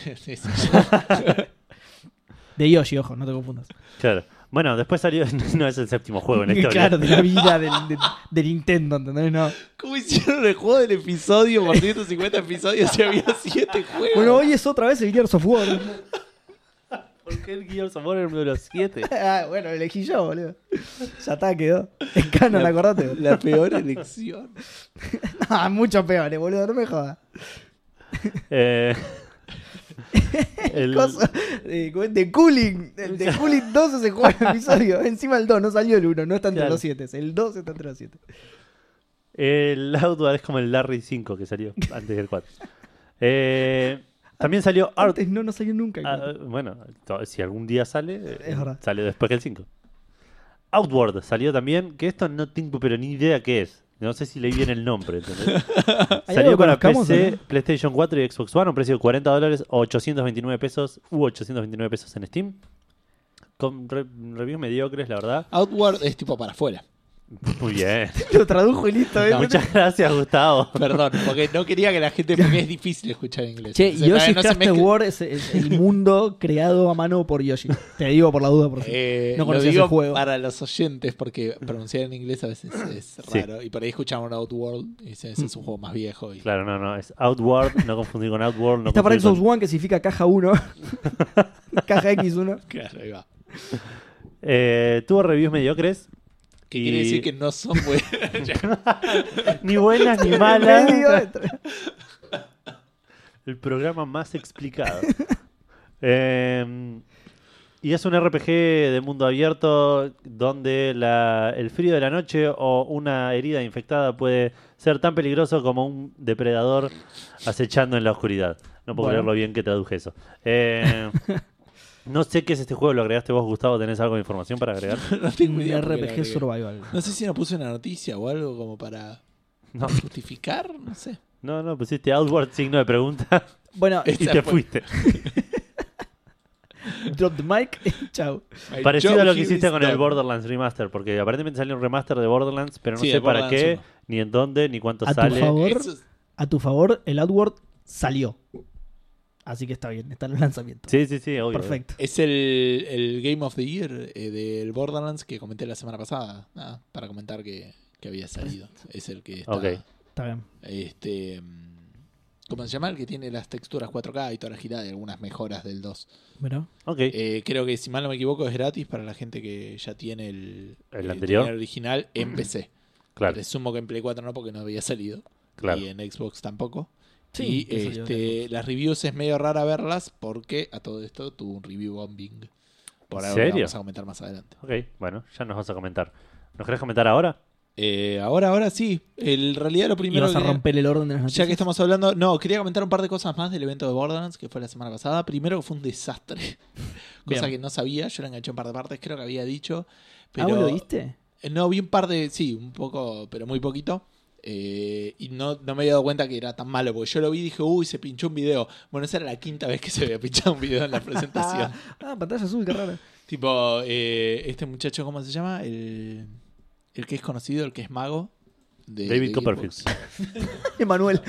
Speaker 1: De Yoshi, ojo, no te confundas.
Speaker 3: Claro. Bueno, después salió, no es el séptimo juego en este la historia.
Speaker 1: claro, de la vida del- de, de Nintendo, ¿entendés? No.
Speaker 2: ¿Cómo hicieron el juego del episodio por 150 episodios si había 7 juegos?
Speaker 1: Bueno, hoy es otra vez el Gears of War.
Speaker 3: ¿Por qué el Gears of War era uno de los siete?
Speaker 1: Ah, bueno, lo elegí yo, boludo. Ya está, quedó. Es canon, acordate. boludo.
Speaker 2: La peor elección.
Speaker 1: Ah, mucho peor, eh, boludo, no me jodas.
Speaker 3: Eh, el,
Speaker 1: Cosa de, de Cooling. El de Cooling 2 se juega el episodio. Encima el 2, no salió el 1, no está entre
Speaker 3: Claro.
Speaker 1: los 7. El 2 está entre los 7.
Speaker 3: el Outward es como el Larry 5 que salió antes del 4. Eh, también salió Art.
Speaker 1: Antes no, no salió nunca. el
Speaker 3: Ah, bueno, to- si algún día sale, eh,
Speaker 1: Es verdad.
Speaker 3: sale después que el 5. Outward salió también, que esto no tengo pero ni idea qué es. No sé si leí bien el nombre. ¿entendés?
Speaker 1: que
Speaker 3: ah, salió para
Speaker 1: conozcamos,
Speaker 3: PC,
Speaker 1: o no?
Speaker 3: PlayStation 4 y Xbox One a un precio de 40 dólares, 829 pesos u 829 pesos en Steam. Con re- reviews mediocres, la verdad.
Speaker 2: Outward es tipo para afuera.
Speaker 3: Muy bien.
Speaker 1: Lo tradujo y listo. ¿eh?
Speaker 2: No,
Speaker 3: Muchas gracias, Gustavo.
Speaker 2: Perdón, porque no quería que la gente. Porque es difícil escuchar inglés.
Speaker 1: Che,
Speaker 2: O sea,
Speaker 1: Yoshi's
Speaker 2: no se
Speaker 1: Crafted
Speaker 2: mezcle-
Speaker 1: World es, es el mundo creado a mano por Yoshi. Te digo por la duda, por si.
Speaker 2: Eh,
Speaker 1: no
Speaker 2: lo
Speaker 1: conocías
Speaker 2: digo
Speaker 1: el juego.
Speaker 2: para los oyentes porque pronunciar en inglés a veces es
Speaker 3: Sí.
Speaker 2: raro. Y por ahí escuchamos Outworld y dicen, ese es un juego más viejo. Y...
Speaker 3: Claro, no, no, es Outward, no confundir con Outworld. No
Speaker 1: Está para
Speaker 3: confundir
Speaker 1: Xbox
Speaker 3: con-
Speaker 1: One que significa caja 1. caja X1.
Speaker 2: Claro, ahí va.
Speaker 3: Eh, tuvo reviews mediocres.
Speaker 2: Que
Speaker 3: Y-
Speaker 2: quiere decir que no son buenos.
Speaker 3: Ni buenas ni
Speaker 1: Medio
Speaker 3: malas.
Speaker 1: metro.
Speaker 3: El programa más explicado. Eh, y es un RPG de mundo abierto donde la- el frío de la noche o una herida infectada puede ser tan peligroso como un depredador acechando en la oscuridad. No
Speaker 1: Bueno.
Speaker 3: puedo creerlo bien que traduje eso. Eh, no sé qué es este juego, lo agregaste vos, Gustavo. ¿Tenés algo de información para agregar?
Speaker 2: no tengo idea
Speaker 1: Un
Speaker 2: por qué lo
Speaker 1: RPG
Speaker 2: agregué.
Speaker 1: survival.
Speaker 2: No sé si nos puso una noticia o algo como para
Speaker 3: No.
Speaker 2: justificar, no sé.
Speaker 3: No, no, pusiste outward signo de pregunta
Speaker 1: Bueno,
Speaker 3: y
Speaker 2: Esa
Speaker 3: te
Speaker 2: fue.
Speaker 3: fuiste.
Speaker 1: drop the mic. Chau.
Speaker 3: Parecido
Speaker 2: Joe
Speaker 3: a lo que hiciste con el
Speaker 2: Hiddleston.
Speaker 3: Borderlands Remaster, porque aparentemente salió un remaster de Borderlands, pero no
Speaker 2: Sí,
Speaker 3: sé
Speaker 2: de
Speaker 3: para
Speaker 2: Borderlands
Speaker 3: qué,
Speaker 2: uno.
Speaker 3: ni en dónde, ni cuánto
Speaker 1: A tu
Speaker 3: sale.
Speaker 1: favor.
Speaker 2: Eso es-
Speaker 1: A tu favor, el AdWord salió. Así que está bien, está en el lanzamiento.
Speaker 3: Sí, sí, sí, obvio.
Speaker 1: Perfecto.
Speaker 2: Es el, el Game of the Year eh, del Borderlands que comenté la semana pasada. Nada, para comentar que, que había salido. Es el que está.
Speaker 3: Ok.
Speaker 1: Está bien.
Speaker 2: Este, mm, ¿Cómo se llama? El que tiene las texturas 4K y toda la girada y algunas mejoras del 2.
Speaker 1: Bueno,
Speaker 3: Ok.
Speaker 2: Eh, creo que, si mal no me equivoco, es gratis para la gente que ya tiene el,
Speaker 3: El
Speaker 2: eh,
Speaker 3: anterior.
Speaker 2: tiene el original en PC.
Speaker 3: claro.
Speaker 2: Presumo que en Play 4 no, porque no había salido.
Speaker 3: Claro.
Speaker 2: y en Xbox tampoco.
Speaker 1: Sí,
Speaker 2: y
Speaker 1: eso lleva
Speaker 2: este, las reviews es medio rara verlas porque a todo esto tuvo un review bombing. Por
Speaker 3: ¿En
Speaker 2: ahora
Speaker 3: serio?
Speaker 2: vamos a comentar más adelante.
Speaker 3: Ok, bueno, ya nos vas a comentar. ¿Nos querés comentar ahora?
Speaker 2: Eh, ahora, ahora sí. El, en realidad lo
Speaker 1: Y
Speaker 2: primero
Speaker 1: vas a
Speaker 2: que-
Speaker 1: romper el orden de las
Speaker 2: Ya
Speaker 1: noticias.
Speaker 2: que estamos hablando, no, quería comentar un par de cosas más del evento de Borderlands que fue la semana pasada. Primero que fue un desastre, cosa
Speaker 1: Bien.
Speaker 2: que no sabía, yo la enganché en par de partes, creo que había dicho. Pero
Speaker 1: Ah, ¿vos lo viste?
Speaker 2: Eh, No, vi un par de, sí, un poco, pero muy poquito. Eh, y no, no me había dado cuenta que era tan malo, porque yo lo vi y dije, uy, se pinchó un video. Bueno, esa era la quinta vez que se había pinchado un video en la presentación.
Speaker 1: Ah, ah, pantalla azul, qué raro.
Speaker 2: tipo, eh, este muchacho, ¿cómo se llama? El, el que es conocido, el que es mago. de-
Speaker 3: David
Speaker 2: de
Speaker 3: Copperfield.
Speaker 2: Gearbox.
Speaker 1: Emanuel.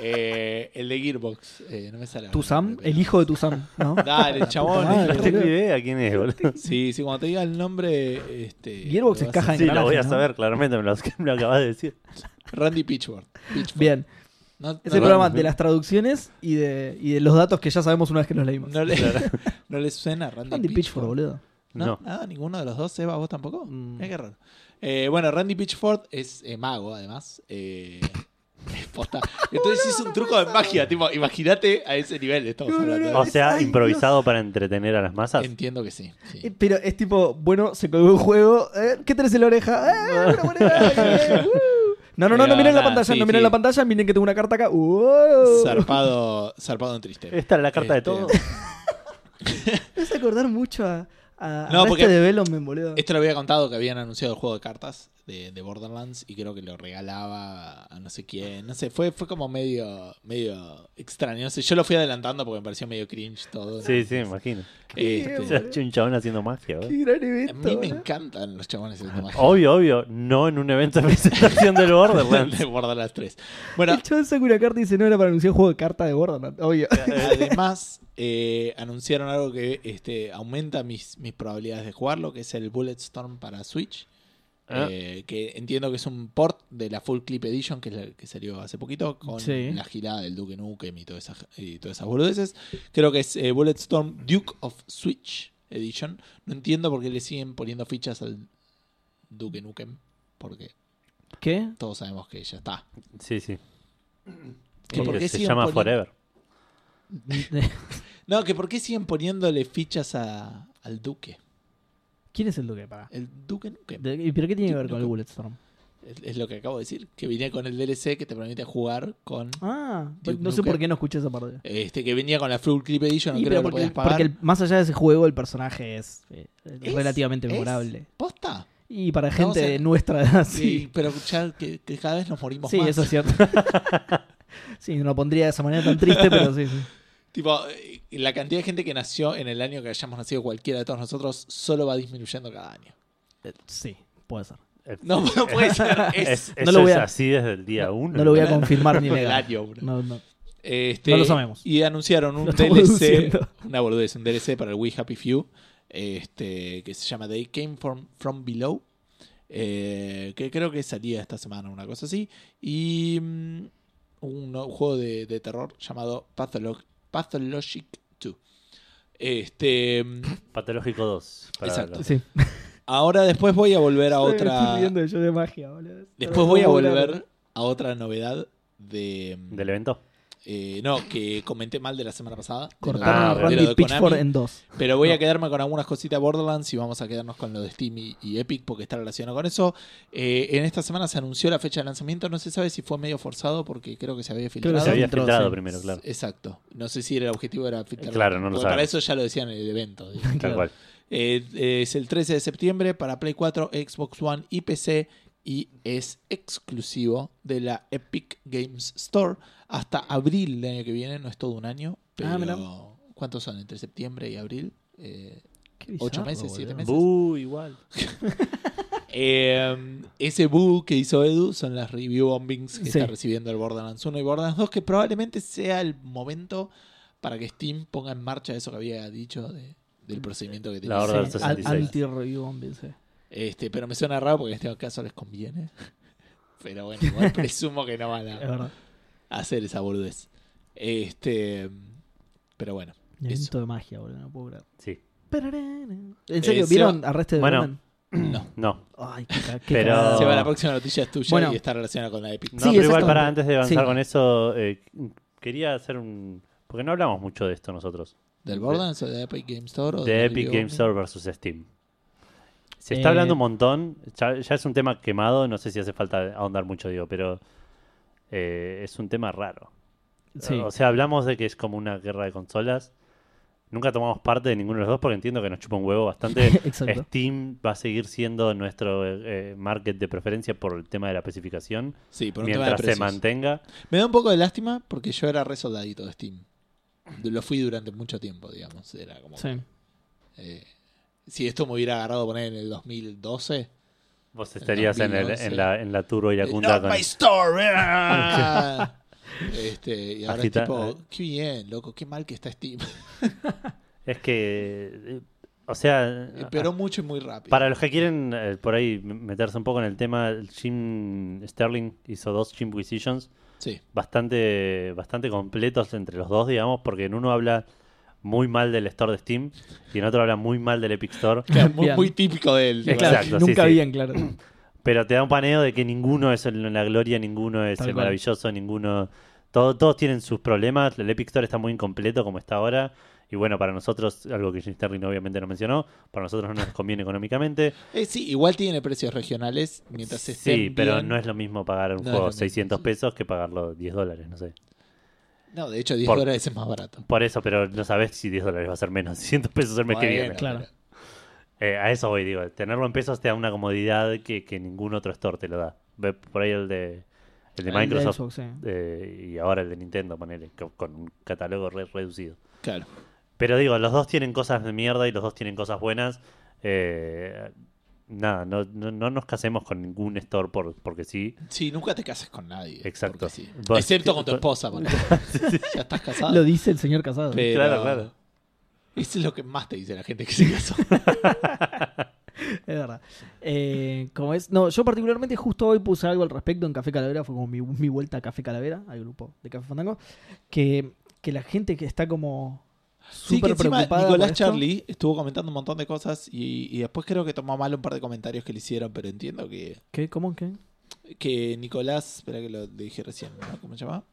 Speaker 2: Eh, el de Gearbox. Eh, no me sale.
Speaker 1: Tu Sam,
Speaker 2: nombre, pero-
Speaker 1: el hijo de tu Sam, ¿no?
Speaker 2: Dale,
Speaker 1: La
Speaker 2: chabón.
Speaker 1: puta madre.
Speaker 3: No tengo idea quién es, boludo.
Speaker 2: Sí, sí, cuando te diga el nombre. Este,
Speaker 1: Gearbox
Speaker 2: lo vas a-
Speaker 1: encaja en
Speaker 3: Sí, lo voy a
Speaker 1: Engranajes, ¿no?
Speaker 3: saber, claramente, me lo, me lo acabas de decir.
Speaker 2: Randy Pitchford. Pitchford.
Speaker 1: Bien,
Speaker 2: No- no
Speaker 1: es el
Speaker 2: lo-
Speaker 1: programa de las traducciones y de, y de los datos que ya sabemos una vez que los leímos.
Speaker 2: No le, no le suena Randy,
Speaker 1: Andy Pitchford,
Speaker 2: Pitchford.
Speaker 1: boludo.
Speaker 2: ¿No?
Speaker 3: No.
Speaker 2: Nada, ninguno de los dos, Eva, vos tampoco.
Speaker 1: Mm.
Speaker 2: Mirá qué raro. Eh, bueno, Randy Pitchford es eh, mago, además. Eh, es posta. Entonces hizo un truco de magia. Tipo, imagínate a ese nivel de estamos
Speaker 1: No, no, no.
Speaker 2: hablando.
Speaker 3: O sea,
Speaker 1: Ay,
Speaker 3: improvisado para entretener a las masas.
Speaker 2: Entiendo que sí. sí.
Speaker 1: Eh, Pero es tipo, bueno, se colgó un juego. eh, ¿Qué tenés en la oreja? Eh, una moneda, eh, uh. No, no, no, no
Speaker 2: Pero
Speaker 1: miren la
Speaker 2: nada,
Speaker 1: pantalla,
Speaker 2: sí,
Speaker 1: no miren
Speaker 2: sí.
Speaker 1: la pantalla, miren que tengo una carta acá. Wow.
Speaker 2: Zarpado, zarpado en triste.
Speaker 3: Esta es la carta de
Speaker 2: Este,
Speaker 3: todo.
Speaker 1: Me hace acordar mucho a, a,
Speaker 2: No,
Speaker 1: a
Speaker 2: porque-
Speaker 1: este de Venom, boludo.
Speaker 2: Esto lo había contado que habían anunciado el juego de cartas de, de Borderlands y creo que lo regalaba a no sé quién. No sé, fue, fue como medio, medio extraño. No sé, yo lo fui adelantando porque me pareció medio cringe todo.
Speaker 3: Sí, sí, me imagino.
Speaker 2: Este,
Speaker 3: O sea, un chabón haciendo magia, boludo.
Speaker 1: Qué gran
Speaker 2: a
Speaker 1: evento. ¿eh?
Speaker 2: mí me
Speaker 1: boludo.
Speaker 2: encantan los chabones de magia.
Speaker 3: Obvio, obvio, no en un evento de presentación del
Speaker 2: de
Speaker 3: Borderlands.
Speaker 2: Borderlands 3. Bueno,
Speaker 1: El chabón saca una carta y dice, no era para anunciar un juego de carta de Borderlands, obvio.
Speaker 2: además eh, anunciaron algo que este, aumenta mis, mis probabilidades de jugarlo, que es el Bulletstorm para Switch.
Speaker 3: Ah.
Speaker 2: Eh, que entiendo que es un port de la Full Clip Edition que, es la que salió hace poquito con
Speaker 1: Sí.
Speaker 2: la girada del Duke Nukem y todas esas, y todas esas boludeces. Creo que es eh, Bulletstorm Duke of Switch Edition. No entiendo por qué le siguen poniendo fichas al Duke Nukem, porque
Speaker 1: ¿Qué?
Speaker 2: todos sabemos que ya está.
Speaker 3: Sí, sí.
Speaker 2: Que por
Speaker 3: Porque
Speaker 2: qué
Speaker 3: se
Speaker 2: siguen
Speaker 3: llama
Speaker 2: poniendo-
Speaker 3: Forever.
Speaker 2: No, que por qué siguen poniéndole fichas a- al Duque.
Speaker 1: ¿Quién es el duque? Para.
Speaker 2: El Duque Nukem.
Speaker 1: De- ¿y ¿Pero qué tiene que ver con el Bulletstorm?
Speaker 2: Es, es lo que acabo de decir. Que venía con el DLC que te permite jugar con.
Speaker 1: Ah,
Speaker 2: Duke
Speaker 1: no sé
Speaker 2: Nukem.
Speaker 1: por qué no escuché esa parte.
Speaker 2: Este, que venía con la Full Clip Edition, no
Speaker 1: Y
Speaker 2: creo
Speaker 1: pero porque,
Speaker 2: que lo podías pagar.
Speaker 1: porque el- más allá de ese juego, el personaje es, eh,
Speaker 2: ¿Es?
Speaker 1: relativamente
Speaker 2: ¿Es?
Speaker 1: memorable.
Speaker 2: ¿Posta?
Speaker 1: Y para
Speaker 2: Estamos
Speaker 1: gente de
Speaker 2: en-
Speaker 1: nuestra edad,
Speaker 2: Sí.
Speaker 1: sí.
Speaker 2: pero ya que, que cada vez nos morimos
Speaker 1: Sí,
Speaker 2: más.
Speaker 1: eso es cierto. sí, no lo pondría de esa manera tan triste, pero sí, sí.
Speaker 2: Tipo, eh, la cantidad de gente que nació en el año que hayamos nacido cualquiera de todos nosotros solo va disminuyendo cada año.
Speaker 1: Eh, Sí, puede ser.
Speaker 3: Eh,
Speaker 2: No, no puede ser. Es,
Speaker 3: Es,
Speaker 1: no
Speaker 3: eso
Speaker 1: lo voy
Speaker 3: es
Speaker 1: a-
Speaker 3: así desde el día uno.
Speaker 1: No lo voy a
Speaker 2: Claro.
Speaker 1: confirmar ni
Speaker 2: el
Speaker 1: negar.
Speaker 2: año, bro.
Speaker 1: No, no.
Speaker 2: Este,
Speaker 1: No lo sabemos.
Speaker 2: Y anunciaron un
Speaker 1: Lo
Speaker 2: DLC,
Speaker 1: estamos deduciendo.
Speaker 2: una boludez, un DLC para el We Happy Few, este, que se llama They Came From, From Below, eh, que creo que salía esta semana, una cosa así, y mm, un no- juego de, de terror llamado Patholo- Pathologic 2. Este, mm,
Speaker 3: Patológico 2. para
Speaker 2: Exacto.
Speaker 3: los-
Speaker 1: Sí.
Speaker 2: ahora después voy a volver a
Speaker 1: Estoy
Speaker 2: otra...
Speaker 1: riendo yo de magia, boludo.
Speaker 2: Después voy a volver a otra novedad de... mm,
Speaker 3: Del evento.
Speaker 2: eh, no, que comenté mal de la semana pasada. de lo-
Speaker 1: Cortaron
Speaker 3: Ah,
Speaker 1: a
Speaker 2: de lo
Speaker 3: bueno.
Speaker 1: Randy
Speaker 2: de Konami.
Speaker 1: Pitchford en dos.
Speaker 2: Pero voy a quedarme con algunas cositas de Borderlands y vamos a quedarnos con lo de Steam y, y Epic porque está relacionado con eso. Eh, en esta semana se anunció la fecha de lanzamiento, no se sabe si fue medio forzado porque creo que se había
Speaker 1: que
Speaker 2: filtrado.
Speaker 3: Se había
Speaker 1: entró,
Speaker 3: filtrado
Speaker 1: sí.
Speaker 3: primero, claro.
Speaker 2: Exacto. No sé si era el objetivo era filtrar.
Speaker 3: Claro, no lo
Speaker 2: Porque
Speaker 3: sabemos.
Speaker 2: Para eso ya lo decían en el evento. digo.
Speaker 3: Tal
Speaker 1: Claro.
Speaker 3: cual.
Speaker 2: Eh, eh, es el 13 de septiembre para Play 4, Xbox One y PC y es exclusivo de la Epic Games Store hasta abril del año que viene, no es todo un año, pero
Speaker 1: Ah, mirá.
Speaker 2: ¿cuántos son entre septiembre y abril? Eh,
Speaker 1: Qué bizarro,
Speaker 2: Ocho meses, siete
Speaker 1: boludo.
Speaker 2: meses.
Speaker 3: Bu, igual.
Speaker 2: Eh, ese boo que hizo Edu son las review bombings que
Speaker 1: Sí.
Speaker 2: está recibiendo el Borderlands 1 y Borderlands 2, que probablemente sea el momento para que Steam ponga en marcha eso que había dicho de- del procedimiento que tenía.
Speaker 3: La Order
Speaker 1: Sí,
Speaker 3: 66.
Speaker 1: an- Anti-review bomb, sí.
Speaker 2: Este, pero me suena raro porque en este caso les conviene. Pero bueno, igual presumo que no van
Speaker 1: Es
Speaker 2: a
Speaker 1: verdad.
Speaker 2: hacer esa boludez. Este, pero bueno.
Speaker 1: Un
Speaker 2: Eso.
Speaker 1: evento de magia, boludo. No puedo creer.
Speaker 3: Sí.
Speaker 1: En serio,
Speaker 2: Eh,
Speaker 1: ¿vieron Arrested
Speaker 3: Bueno.
Speaker 1: Development?
Speaker 2: No.
Speaker 3: No.
Speaker 1: Ay, qué, ca- qué
Speaker 3: Pero-
Speaker 1: cagada.
Speaker 2: Se va la próxima noticia es tuya
Speaker 1: Bueno.
Speaker 2: y está relacionada con la Epic.
Speaker 3: No,
Speaker 1: Sí,
Speaker 3: pero igual
Speaker 1: exactamente.
Speaker 3: para antes de avanzar
Speaker 1: Sí.
Speaker 3: con eso, eh, quería hacer un... Porque no hablamos mucho de esto nosotros.
Speaker 2: ¿Del Borderlands o de Epic Game Store? o
Speaker 3: De
Speaker 2: del
Speaker 3: Epic
Speaker 2: review?
Speaker 3: Games Store versus Steam. Se está
Speaker 1: Eh,
Speaker 3: hablando un montón, ya, ya es un tema quemado, no sé si hace falta ahondar mucho, digo, pero eh, es un tema raro.
Speaker 1: Sí.
Speaker 3: O sea, hablamos de que es como una guerra de consolas. Nunca tomamos parte de ninguno de los dos porque entiendo que nos chupa un huevo bastante.
Speaker 1: Exacto.
Speaker 3: Steam va a seguir siendo nuestro eh, eh, market de preferencia por el tema de la especificación
Speaker 2: Sí, por un tema de
Speaker 3: mientras se
Speaker 2: precios.
Speaker 3: mantenga.
Speaker 2: Me da un poco de lástima porque yo era re soldadito de Steam. Lo fui durante mucho tiempo, digamos. Era como,
Speaker 1: Sí.
Speaker 2: eh, si esto me hubiera agarrado poner en el 2012.
Speaker 3: Vos
Speaker 2: El
Speaker 3: estarías en, el-
Speaker 2: 2011.
Speaker 3: en la, en la turbo y la
Speaker 2: eh,
Speaker 3: cunda
Speaker 2: "Not
Speaker 3: con-
Speaker 2: my store! ah. este, y ahora
Speaker 3: Agita- eh.
Speaker 2: es tipo, qué bien, loco, qué mal que está Steam.
Speaker 3: Es que, eh, o sea,
Speaker 2: Empeoró Eh, mucho y muy rápido.
Speaker 3: Para los que quieren eh, por ahí meterse un poco en el tema, el Jim Sterling hizo dos Jimquisitions
Speaker 2: Sí,
Speaker 3: bastante, bastante completos entre los dos, digamos, porque en uno habla muy mal del store de Steam y en otro habla muy mal del Epic Store,
Speaker 2: Claro, muy,
Speaker 1: Bien.
Speaker 2: muy típico de él.
Speaker 3: Exacto, sí,
Speaker 1: nunca
Speaker 3: sí.
Speaker 1: habían, claro.
Speaker 3: pero te da un paneo de que ninguno es el- la gloria, ninguno es
Speaker 1: Tal
Speaker 3: el
Speaker 1: cual.
Speaker 3: maravilloso, ninguno... todo- todos tienen sus problemas, el Epic Store está muy incompleto como está ahora. Y bueno, para nosotros, algo que Jim Sterling obviamente no mencionó, para nosotros no nos conviene económicamente.
Speaker 2: Eh, sí, igual tiene precios regionales mientras
Speaker 3: sí,
Speaker 2: estén
Speaker 3: pero
Speaker 2: bien-
Speaker 3: no es lo mismo pagar un
Speaker 2: No es lo
Speaker 3: juego
Speaker 2: mismo,
Speaker 3: 600
Speaker 2: sí.
Speaker 3: pesos que pagarlo 10 dólares, no sé.
Speaker 2: No, de hecho 10
Speaker 3: Por-
Speaker 2: dólares es más barato.
Speaker 3: Por eso, pero no sabes si 10 dólares va a ser menos, 600 pesos el mes que
Speaker 2: Bueno,
Speaker 3: viene.
Speaker 1: Claro.
Speaker 3: Eh, a eso voy, digo, tenerlo en pesos te da una comodidad que, que ningún otro store te lo da. Ve por ahí el de, el de
Speaker 1: El de
Speaker 3: Microsoft
Speaker 1: Xbox, sí.
Speaker 3: eh, y ahora el de Nintendo, ponele, co- con un catálogo re reducido.
Speaker 2: Claro.
Speaker 3: Pero digo, los dos tienen cosas de mierda y los dos tienen cosas buenas. Eh, nada, no, no, no nos casemos con ningún store por, porque sí.
Speaker 2: Sí, nunca te cases con nadie.
Speaker 3: Exacto.
Speaker 2: porque sí.
Speaker 3: Vos-
Speaker 2: Excepto con tu esposa. porque Ya estás
Speaker 3: Ah.
Speaker 2: casado.
Speaker 1: Lo dice el señor Casado.
Speaker 2: pero-
Speaker 3: Claro, claro.
Speaker 2: Eso es lo que más te dice la gente que se casó.
Speaker 1: Es verdad. Eh, como es, no, yo particularmente justo hoy puse algo al respecto en Café Calavera, fue como mi, mi vuelta a Café Calavera, al grupo de Café Fandango, que, que la gente que está como
Speaker 2: Sí, que
Speaker 1: súper
Speaker 2: encima
Speaker 1: preocupada por
Speaker 2: Nicolás
Speaker 1: esto-
Speaker 2: Charlie estuvo comentando un montón de cosas y, y después creo que tomó mal un par de comentarios que le hicieron, pero entiendo que,
Speaker 1: ¿Qué? ¿Cómo? ¿Qué?
Speaker 2: que Nicolás, espera que lo dije recién, ¿no? ¿cómo se llama?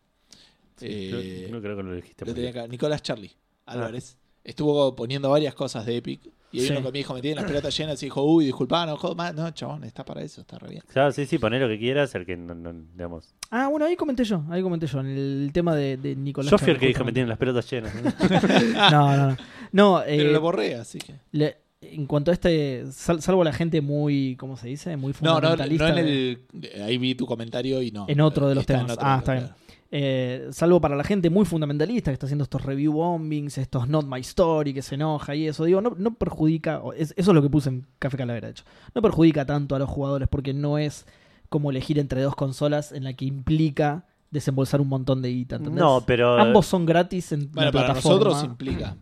Speaker 2: Eh,
Speaker 3: Yo no creo que lo dijiste.
Speaker 2: Lo
Speaker 3: muy
Speaker 2: tenía
Speaker 3: bien.
Speaker 2: acá, Nicolás Charlie Álvarez. Estuvo poniendo varias cosas de Epic. Y hay
Speaker 1: Ah. Sí.
Speaker 2: uno que me dijo, me tienen las pelotas llenas. Y dijo, uy, disculpa, no jodo más. No, chabón, está para eso, está re bien.
Speaker 3: Claro, sí, sí, poné lo que quieras, el que no, no- digamos.
Speaker 1: Ah, bueno, ahí comenté yo, ahí comenté yo, en el tema de, de Nicolás
Speaker 3: Yo fui el
Speaker 1: Charlie,
Speaker 3: que dijo me
Speaker 1: justamente.
Speaker 3: tienen las pelotas llenas.
Speaker 1: No, no, no. No, eh,
Speaker 2: Pero lo borré, así que.
Speaker 1: le- en cuanto a este, sal- salvo la gente muy, ¿cómo se dice? Muy
Speaker 2: No, no,
Speaker 1: fundamentalista.
Speaker 2: no en
Speaker 1: de-
Speaker 2: el. Ahí vi tu comentario y no.
Speaker 1: En otro de los
Speaker 2: Está en
Speaker 1: temas.
Speaker 2: otro,
Speaker 1: Ah, está bien.
Speaker 2: claro.
Speaker 1: Eh, salvo para la gente muy fundamentalista que está haciendo estos review bombings, estos not my story, que se enoja y eso, digo, no, no perjudica, o es- eso es lo que puse en Café Calavera, de hecho, no perjudica tanto a los jugadores porque no es como elegir entre dos consolas en la que implica desembolsar un montón de guita, ¿entendés?
Speaker 3: no, pero. eh,
Speaker 1: Ambos son gratis en
Speaker 2: Bueno,
Speaker 1: la
Speaker 2: para
Speaker 1: plataforma.
Speaker 2: nosotros implica.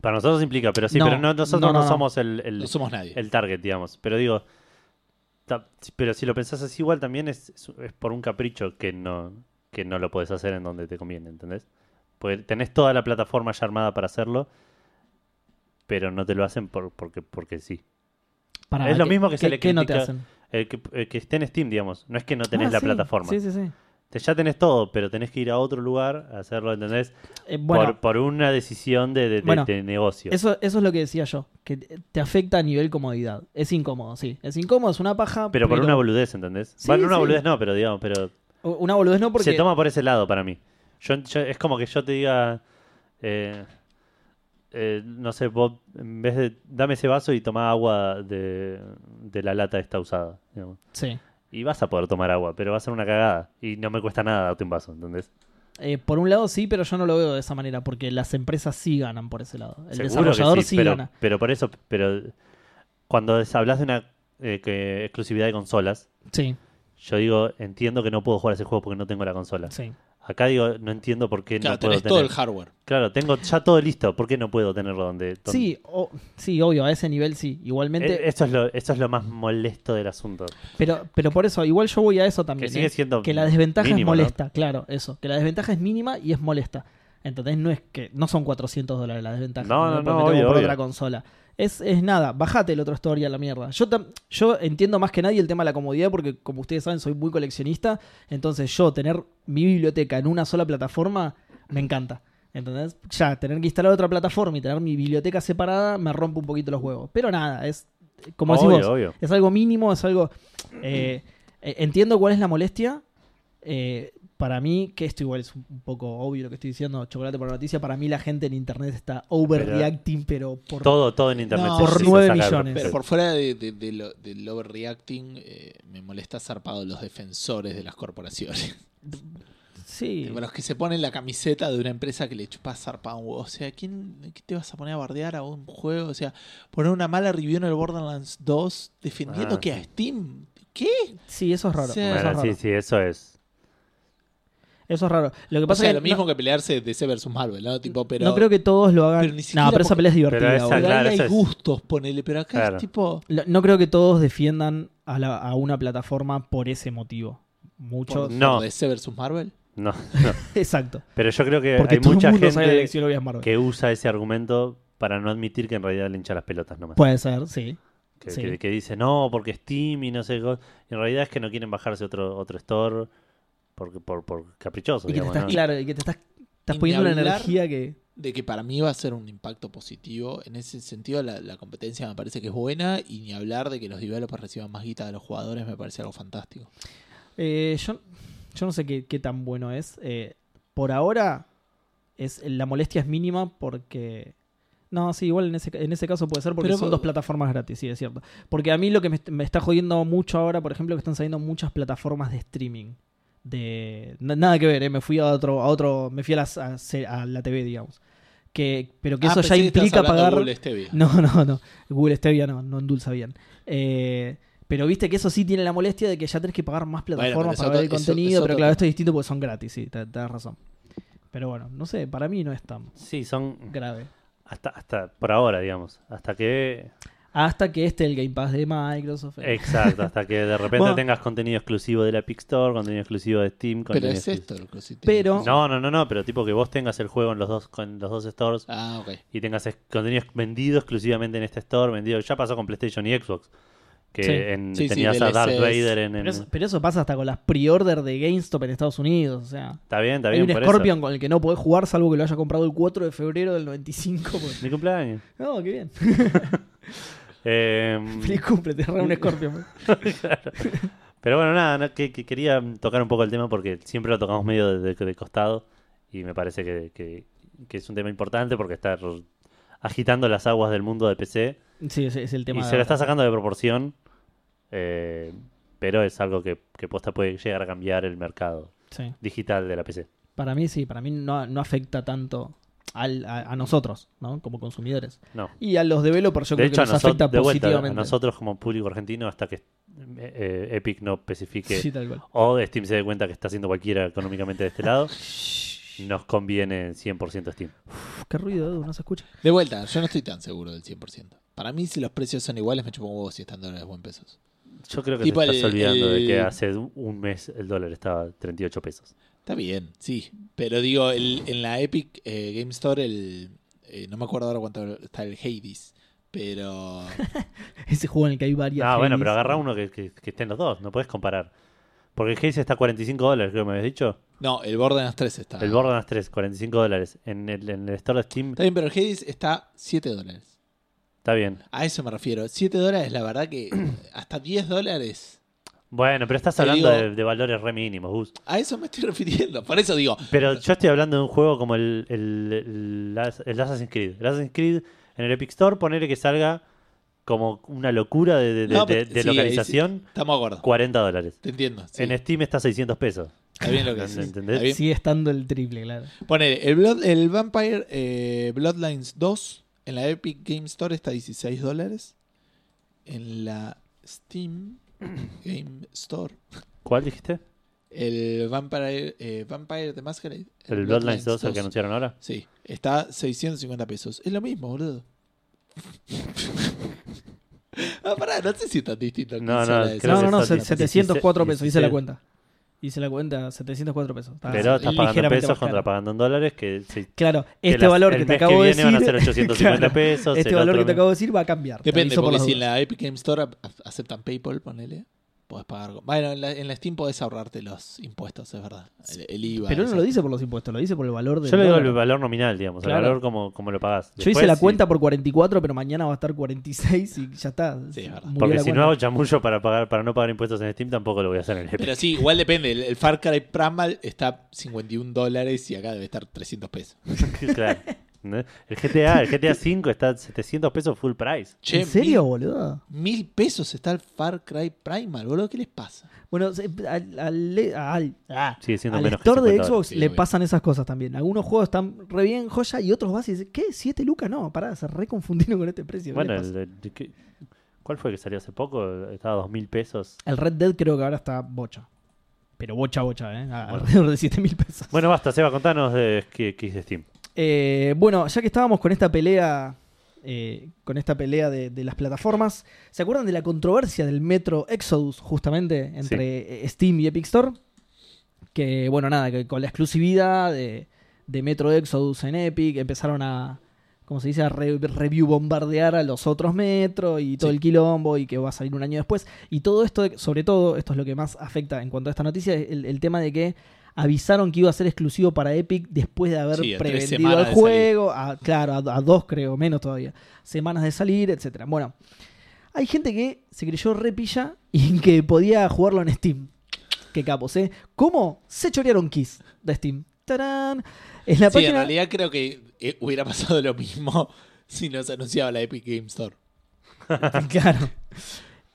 Speaker 3: Para nosotros implica, pero sí,
Speaker 1: No,
Speaker 3: pero no, nosotros
Speaker 1: no,
Speaker 3: no,
Speaker 1: no, no.
Speaker 3: somos el, el-
Speaker 2: No somos nadie.
Speaker 3: el target, digamos. Pero digo. ta- Pero si lo pensás así, igual también es, es- es por un capricho que no, que no lo podés hacer en donde te conviene, ¿entendés? Porque tenés toda la plataforma ya armada para hacerlo, pero no te lo hacen por, porque, porque sí.
Speaker 1: Pará,
Speaker 3: es lo
Speaker 1: ¿qué-
Speaker 3: mismo que se
Speaker 1: qué-
Speaker 3: le
Speaker 1: qué no te
Speaker 3: critica-
Speaker 1: hacen?
Speaker 3: El que, el que esté en Steam, digamos. No es que no tenés
Speaker 1: Ah,
Speaker 3: la
Speaker 1: sí,
Speaker 3: plataforma.
Speaker 1: Sí, sí, sí.
Speaker 3: Te- ya tenés todo, pero tenés que ir a otro lugar a hacerlo, ¿entendés?
Speaker 1: Eh, bueno,
Speaker 3: por, por una decisión de, de- de-
Speaker 1: Bueno,
Speaker 3: de negocio.
Speaker 1: Eso, eso es lo que decía yo, que te te afecta a nivel comodidad. Es incómodo, sí. Es incómodo, es una paja.
Speaker 3: pero por una boludez, ¿entendés?
Speaker 1: Sí,
Speaker 3: bueno, una
Speaker 1: sí.
Speaker 3: boludez no, pero digamos, pero
Speaker 1: Una boludez no porque...
Speaker 3: se toma por ese lado para mí. Yo, yo- es como que yo te diga, eh, eh, no sé, Bob, en vez de dame ese vaso y toma agua de, de la lata esta usada. digamos.
Speaker 1: Sí.
Speaker 3: Y vas a poder tomar agua, pero va a ser una cagada. Y no me cuesta nada darte un vaso, ¿entendés?
Speaker 1: Eh, por un lado sí, pero yo no lo veo de esa manera, porque las empresas sí ganan por ese lado. El
Speaker 3: Seguro que
Speaker 1: desarrollador
Speaker 3: sí,
Speaker 1: sí,
Speaker 3: pero,
Speaker 1: gana.
Speaker 3: pero por eso, pero cuando des- hablas de una eh, que- exclusividad de consolas,
Speaker 1: Sí,
Speaker 3: yo digo, entiendo que no puedo jugar a ese juego porque no tengo la consola.
Speaker 1: sí.
Speaker 3: Acá digo, no entiendo por qué
Speaker 2: Claro,
Speaker 3: no puedo
Speaker 2: tenés todo
Speaker 3: tener.
Speaker 2: el hardware.
Speaker 3: Claro, tengo ya todo listo, ¿por qué no puedo tenerlo donde? donde-
Speaker 1: Sí, o- sí, obvio, a ese nivel sí.
Speaker 3: Eh,
Speaker 1: Igualmente,
Speaker 3: Eso es, lo, eso es lo más molesto del asunto.
Speaker 1: pero, pero por eso, igual yo voy a eso también.
Speaker 3: Que sigue
Speaker 1: ¿eh?
Speaker 3: siendo
Speaker 1: Que la desventaja
Speaker 3: mínimo,
Speaker 1: es
Speaker 3: ¿no?
Speaker 1: molesta, claro, eso. Que la desventaja es mínima y es molesta. Entonces no es que no son 400 dólares la desventaja.
Speaker 3: No,
Speaker 1: ¿entendés?
Speaker 3: no, no,
Speaker 1: Porque me tengo que
Speaker 3: obvio,
Speaker 1: comprar
Speaker 3: obvio.
Speaker 1: otra consola. Es, es nada, bajate el otro story a la mierda. Yo, tam- yo entiendo más que nadie el tema de la comodidad porque, como ustedes saben, soy muy coleccionista. Entonces yo tener mi biblioteca en una sola plataforma me encanta. ¿Entendés? Ya, tener que instalar otra plataforma y tener mi biblioteca separada me rompe un poquito los huevos. Pero nada, es como decís
Speaker 3: obvio,
Speaker 1: vos.
Speaker 3: obvio.
Speaker 1: Es algo mínimo, es algo...
Speaker 2: Mm.
Speaker 1: eh, eh, entiendo cuál es la molestia. eh, para mí, que esto igual es un un poco obvio lo que estoy diciendo, chocolate por la noticia, para mí la gente en internet está overreacting, pero, por...
Speaker 3: Todo, todo en internet.
Speaker 1: No,
Speaker 3: se-
Speaker 1: por
Speaker 3: se
Speaker 1: nueve
Speaker 3: saca-
Speaker 1: millones.
Speaker 2: Pero por fuera de, de- de lo- del overreacting, eh, me molesta zarpado los defensores de las corporaciones.
Speaker 1: Sí.
Speaker 2: Los que se ponen la camiseta de una empresa que le chupa zarpado un huevo. O sea, ¿quién qué te vas a poner a bardear a un juego? O sea, poner una mala review en el Borderlands 2 defendiendo
Speaker 3: Ah,
Speaker 2: que
Speaker 3: sí.
Speaker 2: a Steam. ¿Qué?
Speaker 1: Sí, eso es raro.
Speaker 2: Sí.
Speaker 1: Eso, es
Speaker 3: Bueno,
Speaker 1: raro.
Speaker 3: sí, sí, eso es.
Speaker 1: Eso es raro. Lo que
Speaker 2: O
Speaker 1: pasa
Speaker 2: sea,
Speaker 1: es que
Speaker 2: lo mismo que pelearse DC versus Marvel, ¿no? Tipo, pero.
Speaker 1: no, no creo que todos lo hagan.
Speaker 2: pero ni siquiera
Speaker 1: no, pero esa
Speaker 2: porque-
Speaker 1: pelea es divertida.
Speaker 3: Pero esa-
Speaker 1: boludo.
Speaker 2: pero ahí
Speaker 3: claro, eso
Speaker 2: hay
Speaker 3: es-
Speaker 2: gustos, ponele. Pero acá
Speaker 3: Claro.
Speaker 2: es tipo.
Speaker 1: Lo- No creo que todos defiendan a, la- a una plataforma por ese motivo. Muchos.
Speaker 2: Por,
Speaker 3: No.
Speaker 2: por DC versus Marvel.
Speaker 3: No, no.
Speaker 1: Exacto.
Speaker 3: Pero yo creo que
Speaker 1: Porque
Speaker 3: Eh, hay
Speaker 1: todo
Speaker 3: mucha
Speaker 1: el mundo sabe la
Speaker 3: gente
Speaker 1: elección obvia es Marvel.
Speaker 3: que usa ese argumento para no admitir que en realidad le hincha las pelotas nomás.
Speaker 1: Puede ser, sí.
Speaker 3: que,
Speaker 1: sí.
Speaker 3: que- que dice, no, porque Steam y no sé. qué". En realidad es que no quieren bajarse otro, otro store por, por, por caprichoso.
Speaker 1: Y que te
Speaker 3: digamos,
Speaker 1: estás,
Speaker 3: ¿no?
Speaker 1: claro, y que te estás, estás
Speaker 2: ni
Speaker 1: poniendo una
Speaker 2: hablar-
Speaker 1: energía que.
Speaker 2: de que para mí va a ser un impacto positivo. En ese sentido, la, la competencia me parece que es buena y ni hablar de que los developers reciban más guita de los jugadores me parece algo fantástico.
Speaker 1: Eh, yo, yo no sé qué, qué tan bueno es. Eh, por ahora, es, la molestia es mínima porque. No, sí, igual en ese, en ese caso puede ser porque
Speaker 2: Pero
Speaker 1: son
Speaker 2: vos-
Speaker 1: dos plataformas gratis, sí, es cierto. Porque a mí lo que me, est- me está jodiendo mucho ahora, por ejemplo, que están saliendo muchas plataformas de streaming. De, na- nada que ver, eh, me fui a otro, a otro, me fui a, las- a se- a la TV, digamos. Que, pero que
Speaker 2: Ah,
Speaker 1: eso
Speaker 2: pensé
Speaker 1: ya
Speaker 2: que estabas
Speaker 1: implica
Speaker 2: hablando de
Speaker 1: pagar.
Speaker 2: Google Stadia.
Speaker 1: No, no, no. Google Stevia no, no endulza bien. Eh, pero viste que eso sí tiene la molestia de que ya tenés que pagar más
Speaker 2: pero
Speaker 1: plataformas
Speaker 2: es
Speaker 1: para
Speaker 2: otro-
Speaker 1: ver el
Speaker 2: es- es
Speaker 1: contenido.
Speaker 2: otro
Speaker 1: pero claro,
Speaker 2: tema.
Speaker 1: esto es distinto porque son gratis, sí, te- tenés razón. Pero bueno, no sé, para mí no es tan
Speaker 3: Sí, son
Speaker 1: grave.
Speaker 3: hasta, hasta por ahora, digamos. Hasta que.
Speaker 1: Hasta que esté el Game Pass de Microsoft. eh.
Speaker 3: Exacto, hasta que de repente
Speaker 1: Bueno.
Speaker 3: tengas contenido exclusivo de la Epic Store, contenido exclusivo de Steam.
Speaker 2: Pero
Speaker 3: Contenido
Speaker 2: es
Speaker 3: exclusivo-
Speaker 2: esto lo que sí te-
Speaker 1: Pero-
Speaker 3: No, no, no, no, pero tipo que vos tengas el juego en los dos, con los dos stores
Speaker 2: Ah, ok.
Speaker 3: y tengas ex- contenido ex- vendido exclusivamente en este store, vendido, ya pasó con PlayStation y Xbox, que
Speaker 1: Sí.
Speaker 3: en-
Speaker 2: Sí, sí,
Speaker 3: tenías a Darth
Speaker 2: DLCs.
Speaker 3: Vader en... en-
Speaker 1: pero, eso, pero eso pasa hasta con las pre-order de GameStop en Estados Unidos. O sea,
Speaker 3: Está bien, está
Speaker 1: hay
Speaker 3: bien,
Speaker 1: un
Speaker 3: por
Speaker 1: Scorpion con el que no podés jugar salvo que lo haya comprado el 4 de febrero del 95. porque-
Speaker 3: eso. Mi cumpleaños.
Speaker 1: pues. No, qué bien.
Speaker 3: Eh,
Speaker 1: Feliz cumple, te agarra un Scorpion.
Speaker 3: pero bueno, nada, no, que, que quería tocar un poco el tema porque siempre lo tocamos medio de, de- de costado y me parece que, que- que es un tema importante porque está r- agitando las aguas del mundo de PC.
Speaker 1: Sí, ese es el tema.
Speaker 3: Y
Speaker 1: de
Speaker 3: se lo
Speaker 1: ahora.
Speaker 3: está sacando de proporción. eh, pero es algo que, que posta puede llegar a cambiar el mercado
Speaker 1: Sí.
Speaker 3: digital de la PC.
Speaker 1: Para mí sí, para mí no, no afecta tanto al- a, a nosotros, ¿no? Como consumidores.
Speaker 3: No.
Speaker 1: Y a los developers yo
Speaker 3: de
Speaker 1: creo
Speaker 3: hecho, a,
Speaker 1: que nos afecta
Speaker 3: nosotros, de vuelta, a
Speaker 1: positivamente.
Speaker 3: nosotros como público argentino, hasta que eh, eh, Epic no especifique
Speaker 1: Sí, tal cual.
Speaker 3: o Steam se dé cuenta que está haciendo cualquiera económicamente de este lado, nos conviene 100% Steam.
Speaker 1: Uf, qué ruido, Edu, no se escucha.
Speaker 2: De vuelta, yo no estoy tan seguro del 100%. Para mí, si los precios son iguales, me chupo un huevo si están dólares o en pesos.
Speaker 3: Yo creo que
Speaker 2: Tipo
Speaker 3: te estás
Speaker 2: el-
Speaker 3: olvidando de que
Speaker 2: el-
Speaker 3: hace un mes el dólar estaba 38 pesos.
Speaker 2: Está bien, sí. Pero digo, el- en la Epic eh, Game Store, el, eh, no me acuerdo ahora cuánto está el Hades, pero...
Speaker 1: Ese juego en el que hay varias.
Speaker 3: Ah, bueno,
Speaker 1: Hades.
Speaker 3: pero agarra uno que, que, que estén los dos, no puedes comparar. Porque el Hades está a 45 dólares, creo que me habías dicho.
Speaker 2: No, el Borderlands 3 está.
Speaker 3: El Borderlands 3, 45 dólares. En el, en el store de Steam,
Speaker 2: Está bien, pero el Hades está 7 dólares.
Speaker 3: está bien.
Speaker 2: A eso me refiero. 7 dólares, la verdad que hasta 10 dólares.
Speaker 3: Bueno, pero estás
Speaker 2: Te
Speaker 3: hablando
Speaker 2: digo-
Speaker 3: de, de valores re mínimos, Gus.
Speaker 2: A eso me estoy refiriendo. Por eso digo,
Speaker 3: Pero yo estoy hablando de un juego como el, el, el- el Assassin's Creed. El Assassin's Creed en el Epic Store, ponerle que salga como una locura de, de- de-
Speaker 2: No,
Speaker 3: de-
Speaker 2: pero-
Speaker 3: de
Speaker 2: sí,
Speaker 3: localización,
Speaker 2: estamos de acuerdo.
Speaker 3: 40 dólares.
Speaker 2: Te entiendo. sí.
Speaker 3: En Steam está 600 pesos.
Speaker 2: Está bien lo que decís.
Speaker 3: ¿Entendés?
Speaker 2: Está bien.
Speaker 1: Sigue estando el triple, claro.
Speaker 2: Ponele, el, Blood- el Vampire eh, Bloodlines 2 en la Epic Game Store está 16 dólares. En la Steam Game Store.
Speaker 3: ¿Cuál dijiste?
Speaker 2: El Vampire, eh, Vampire the Masquerade.
Speaker 3: El Bloodlines 2, el que anunciaron ahora.
Speaker 2: Sí, está 650 pesos. Es lo mismo, boludo. ah, pará, no sé si es tan distinto.
Speaker 3: No, no,
Speaker 2: Quince dólares.
Speaker 3: Creo
Speaker 1: no,
Speaker 3: que
Speaker 1: no, no,
Speaker 3: está
Speaker 1: se-
Speaker 3: 16,
Speaker 1: 704 pesos, hice la
Speaker 3: 16.
Speaker 1: cuenta. Hice la cuenta, 704 pesos. Está
Speaker 3: Pero estás pagando en
Speaker 1: Ah, ligeramente
Speaker 3: pesos
Speaker 1: más
Speaker 3: contra
Speaker 1: caro.
Speaker 3: pagando en dólares que si-
Speaker 1: Claro,
Speaker 3: que
Speaker 1: este
Speaker 3: las-
Speaker 1: valor que
Speaker 3: el
Speaker 1: te
Speaker 3: mes
Speaker 1: acabo de
Speaker 3: viene
Speaker 1: decir.
Speaker 3: van a ser 850
Speaker 1: Claro,
Speaker 3: pesos,
Speaker 1: Este
Speaker 3: el
Speaker 1: valor
Speaker 3: otro
Speaker 1: que te
Speaker 3: mes-
Speaker 1: acabo de decir va a cambiar. te
Speaker 2: Depende,
Speaker 1: aviso por
Speaker 2: porque
Speaker 1: las
Speaker 2: si en
Speaker 1: dudas.
Speaker 2: la Epic Game Store a- aceptan PayPal, ponele, podés pagar. con- Bueno, en la, en la Steam podés ahorrarte los impuestos, es verdad. El, el IVA.
Speaker 1: Pero él no
Speaker 2: esas
Speaker 1: lo dice por los impuestos, lo dice por el valor del
Speaker 3: Yo le digo
Speaker 1: dólar.
Speaker 3: el valor nominal, digamos,
Speaker 1: Claro.
Speaker 3: el valor como, como lo pagás.
Speaker 1: Yo hice
Speaker 3: Después,
Speaker 1: la
Speaker 3: si-
Speaker 1: cuenta por 44, pero mañana va a estar 46 y ya está.
Speaker 2: Sí, es verdad.
Speaker 1: Murió
Speaker 3: Porque
Speaker 1: la
Speaker 3: si
Speaker 1: cuenta.
Speaker 3: no hago chamullo para pagar para no pagar impuestos en Steam, tampoco lo voy a hacer en el Epic.
Speaker 2: Pero sí, igual depende. El, el Far Cry Primal está 51 dólares y acá debe estar 300 pesos.
Speaker 3: Claro. ¿No? El GTA, el GTA 5 está a 700 pesos full price.
Speaker 2: Che,
Speaker 1: ¿En serio, boludo?
Speaker 2: Mil, mil pesos está el Far Cry Primal, boludo. ¿Qué les pasa?
Speaker 1: Bueno, se- al, al- al- ah,
Speaker 3: Sigue siendo
Speaker 1: al
Speaker 3: menos que
Speaker 1: store de
Speaker 3: 50
Speaker 1: Xbox
Speaker 2: Sí,
Speaker 1: le
Speaker 2: obvio.
Speaker 1: pasan esas cosas también. Algunos juegos están re bien, joya, y otros vas y dices, ¿qué? ¿7 lucas? No, pará, se re confundieron con este precio. ¿qué
Speaker 3: Bueno,
Speaker 1: le pasa?
Speaker 3: el- el- ¿qué- ¿cuál fue que salió hace poco? Estaba a 2000 pesos.
Speaker 1: El Red Dead creo que ahora está bocha. Pero bocha, bocha, ¿eh? A-
Speaker 3: Bueno.
Speaker 1: Alrededor de 7 mil pesos.
Speaker 3: Bueno, basta, Seba, contanos de qué qué es de Steam.
Speaker 1: Eh, bueno, ya que estábamos con esta pelea, eh, con esta pelea de, de las plataformas, ¿se acuerdan de la controversia del Metro Exodus justamente entre eh, Steam y Epic Store? Que bueno, nada, que con la exclusividad de, de Metro Exodus en Epic empezaron a, como se dice, a re- review bombardear a los otros Metro y todo
Speaker 2: Sí.
Speaker 1: el quilombo y que va a salir un año después. Y todo esto, sobre todo, esto es lo que más afecta en cuanto a esta noticia, es el, el tema de que avisaron que iba a ser exclusivo para Epic después de haber
Speaker 2: Sí, a tres
Speaker 1: prevendido
Speaker 2: semanas
Speaker 1: el
Speaker 2: de salir.
Speaker 1: juego, a- claro, a, a dos creo, menos todavía, semanas de salir, etcétera. Bueno, hay gente que se creyó repilla y que podía jugarlo en Steam. Qué capos, ¿eh? ¿Cómo se chorearon Kiss de Steam? ¡Tarán! En la
Speaker 2: sí, en
Speaker 1: página...
Speaker 2: realidad creo que eh, hubiera pasado lo mismo si no se anunciaba la Epic Game Store.
Speaker 1: claro.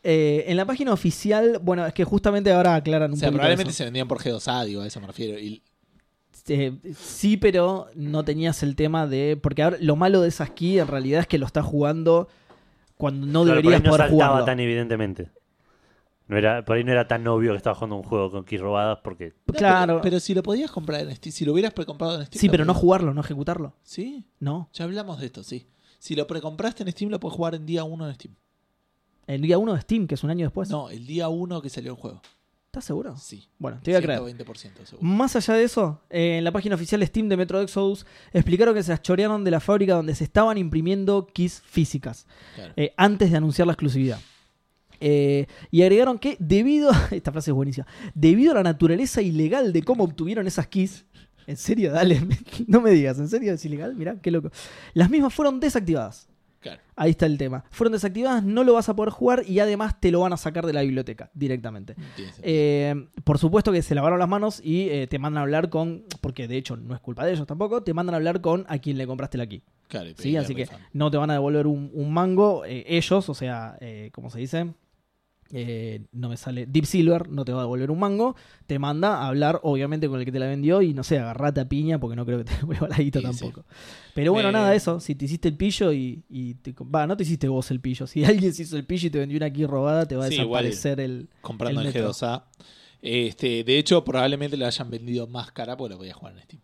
Speaker 1: Eh, en la página oficial, bueno, es que justamente ahora aclaran un
Speaker 2: O sea,
Speaker 1: poquito
Speaker 2: probablemente
Speaker 1: eso.
Speaker 2: se vendían por G2A, digo, a eso me refiero. Y
Speaker 1: Eh, sí, pero no tenías el tema de. Porque ahora lo malo de esas key en realidad es que lo estás jugando cuando no
Speaker 3: Claro, por
Speaker 1: deberías
Speaker 3: ahí no
Speaker 1: poder
Speaker 3: saltaba
Speaker 1: jugarlo.
Speaker 3: tan evidentemente. No era, por ahí no era tan obvio que estaba jugando un juego con keys robadas porque...
Speaker 2: No,
Speaker 1: Claro.
Speaker 2: Pero, pero si lo podías comprar en Steam, si lo hubieras precomprado en Steam.
Speaker 1: Sí,
Speaker 2: lo
Speaker 1: pero no
Speaker 2: podías-
Speaker 1: jugarlo, no ejecutarlo.
Speaker 2: Sí,
Speaker 1: No.
Speaker 2: ya hablamos de esto, sí. Si lo precompraste en Steam, lo puedes jugar en día 1 en Steam.
Speaker 1: El día 1 de Steam, que es un año después.
Speaker 2: No, el día 1 que salió el juego.
Speaker 1: ¿Estás seguro?
Speaker 2: Sí.
Speaker 1: Bueno, te voy a creer. Mm,
Speaker 2: 120% seguro.
Speaker 1: Más allá de eso, eh, en la página oficial Steam de Metro Exodus explicaron que se las chorearon de la fábrica donde se estaban imprimiendo keys físicas.
Speaker 2: Claro.
Speaker 1: eh, antes de anunciar la exclusividad. Eh, y agregaron que debido a, esta frase es buenísima, debido a la naturaleza ilegal de cómo obtuvieron esas keys, en serio, dale, no me digas, en serio es ilegal, mirá, qué loco. Las mismas fueron desactivadas.
Speaker 2: claro.
Speaker 1: Ahí está el tema. Fueron desactivadas, no lo vas a poder jugar y además te lo van a sacar de la biblioteca directamente.
Speaker 2: Tiene sentido.
Speaker 1: Eh, por supuesto que se lavaron las manos y eh, te mandan a hablar con, porque de hecho no es culpa de ellos tampoco, te mandan a hablar con a quien le compraste la key.
Speaker 2: Claro, y
Speaker 1: Sí,
Speaker 2: pedirle
Speaker 1: así que
Speaker 2: refund.
Speaker 1: no te van a devolver un, un mango. eh, ellos, o sea, eh, ¿cómo se dice? Eh, no me sale. Deep Silver no te va a devolver un mango. Te manda a hablar, obviamente, con el que te la vendió. Y no sé, agarrate a piña porque no creo que te devuelva la guita
Speaker 2: Sí, sí.
Speaker 1: tampoco. Pero bueno,
Speaker 2: Eh,
Speaker 1: nada de eso. Si te hiciste el pillo y. y te- Va, no te hiciste vos el pillo. Si alguien se hizo el pillo y te vendió una aquí robada, te va a
Speaker 2: Sí, igual.
Speaker 1: desaparecer el.
Speaker 2: Comprando
Speaker 1: el
Speaker 2: en
Speaker 1: Metro.
Speaker 2: G2A. Este, de hecho, probablemente lo hayan vendido más cara porque lo podías jugar en Steam.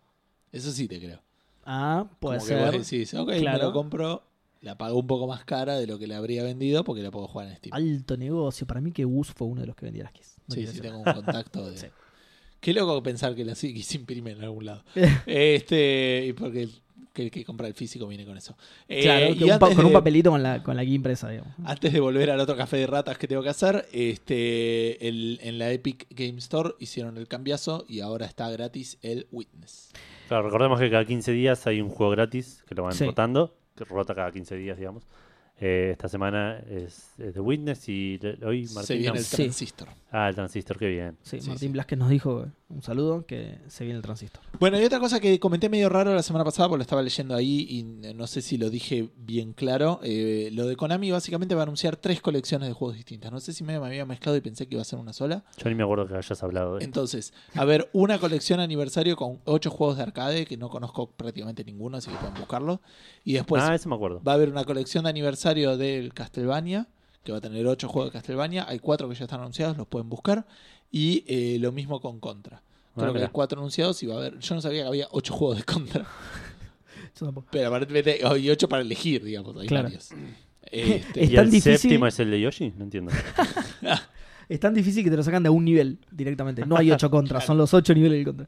Speaker 2: Eso sí te creo.
Speaker 1: Ah, puede
Speaker 2: Como que
Speaker 1: ser.
Speaker 2: vos decís, ok, me
Speaker 1: Claro.
Speaker 2: lo compro, la pago un poco más cara de lo que le habría vendido porque la puedo jugar en Steam.
Speaker 1: Alto negocio. Para mí que Gus fue uno de los que vendía las keys. No
Speaker 2: Sí,
Speaker 1: quiero
Speaker 2: sí,
Speaker 1: decir
Speaker 2: tengo un contacto de.
Speaker 1: Sí.
Speaker 2: Qué loco pensar que la que se imprime en algún lado.
Speaker 1: nada.
Speaker 2: Este, y porque el que, el que compra el físico viene con eso. Eh,
Speaker 1: Claro,
Speaker 2: y
Speaker 1: que un pa-
Speaker 2: antes
Speaker 1: con un
Speaker 2: de-
Speaker 1: papelito con la, con la key impresa, digamos.
Speaker 2: Antes de volver al otro café de ratas que tengo que hacer, este, el- en la Epic Game Store hicieron el cambiazo y ahora está gratis el Witness.
Speaker 3: Claro, recordemos que cada 15 días hay un juego gratis que lo van
Speaker 1: Sí.
Speaker 3: rotando, que rota cada 15 días, digamos. Eh, esta semana es, es The Witness y le- hoy Martín...
Speaker 2: Se viene
Speaker 3: no-
Speaker 2: el
Speaker 1: Sí.
Speaker 2: transistor.
Speaker 3: Ah, el Transistor, qué bien.
Speaker 1: Sí,
Speaker 2: Sí,
Speaker 1: Martín
Speaker 2: sí.
Speaker 1: Blasquez nos dijo, un saludo, que se viene el transistor.
Speaker 2: Bueno, y otra cosa que comenté medio raro la semana pasada, porque lo estaba leyendo ahí y no sé si lo dije bien claro. eh, lo de Konami básicamente va a anunciar tres colecciones de juegos distintas. No sé si me me había mezclado y pensé que iba a ser una sola.
Speaker 3: Yo ni me acuerdo que hayas hablado de esto.
Speaker 2: Entonces, a ver, una colección aniversario con ocho juegos de arcade, que no conozco prácticamente ninguno, así que pueden buscarlo. Y después
Speaker 3: ah, eso me acuerdo.
Speaker 2: va a haber una colección de aniversario del Castlevania, que va a tener ocho juegos de Castlevania. Hay cuatro que ya están anunciados, los pueden buscar. Y eh, lo mismo con Contra. Creo que
Speaker 3: Ah, mirá.
Speaker 2: hay cuatro anunciados y va a haber. Yo no sabía que había ocho juegos de Contra, pero aparentemente hay ocho para elegir, digamos. Hay
Speaker 1: Claro.
Speaker 2: varios. Este,
Speaker 3: ¿Y
Speaker 1: tan
Speaker 3: el
Speaker 1: difícil-
Speaker 3: séptimo es el de Yoshi? No entiendo.
Speaker 1: Es tan difícil que te lo sacan de un nivel directamente. No hay ocho contras, son los ocho niveles del contra.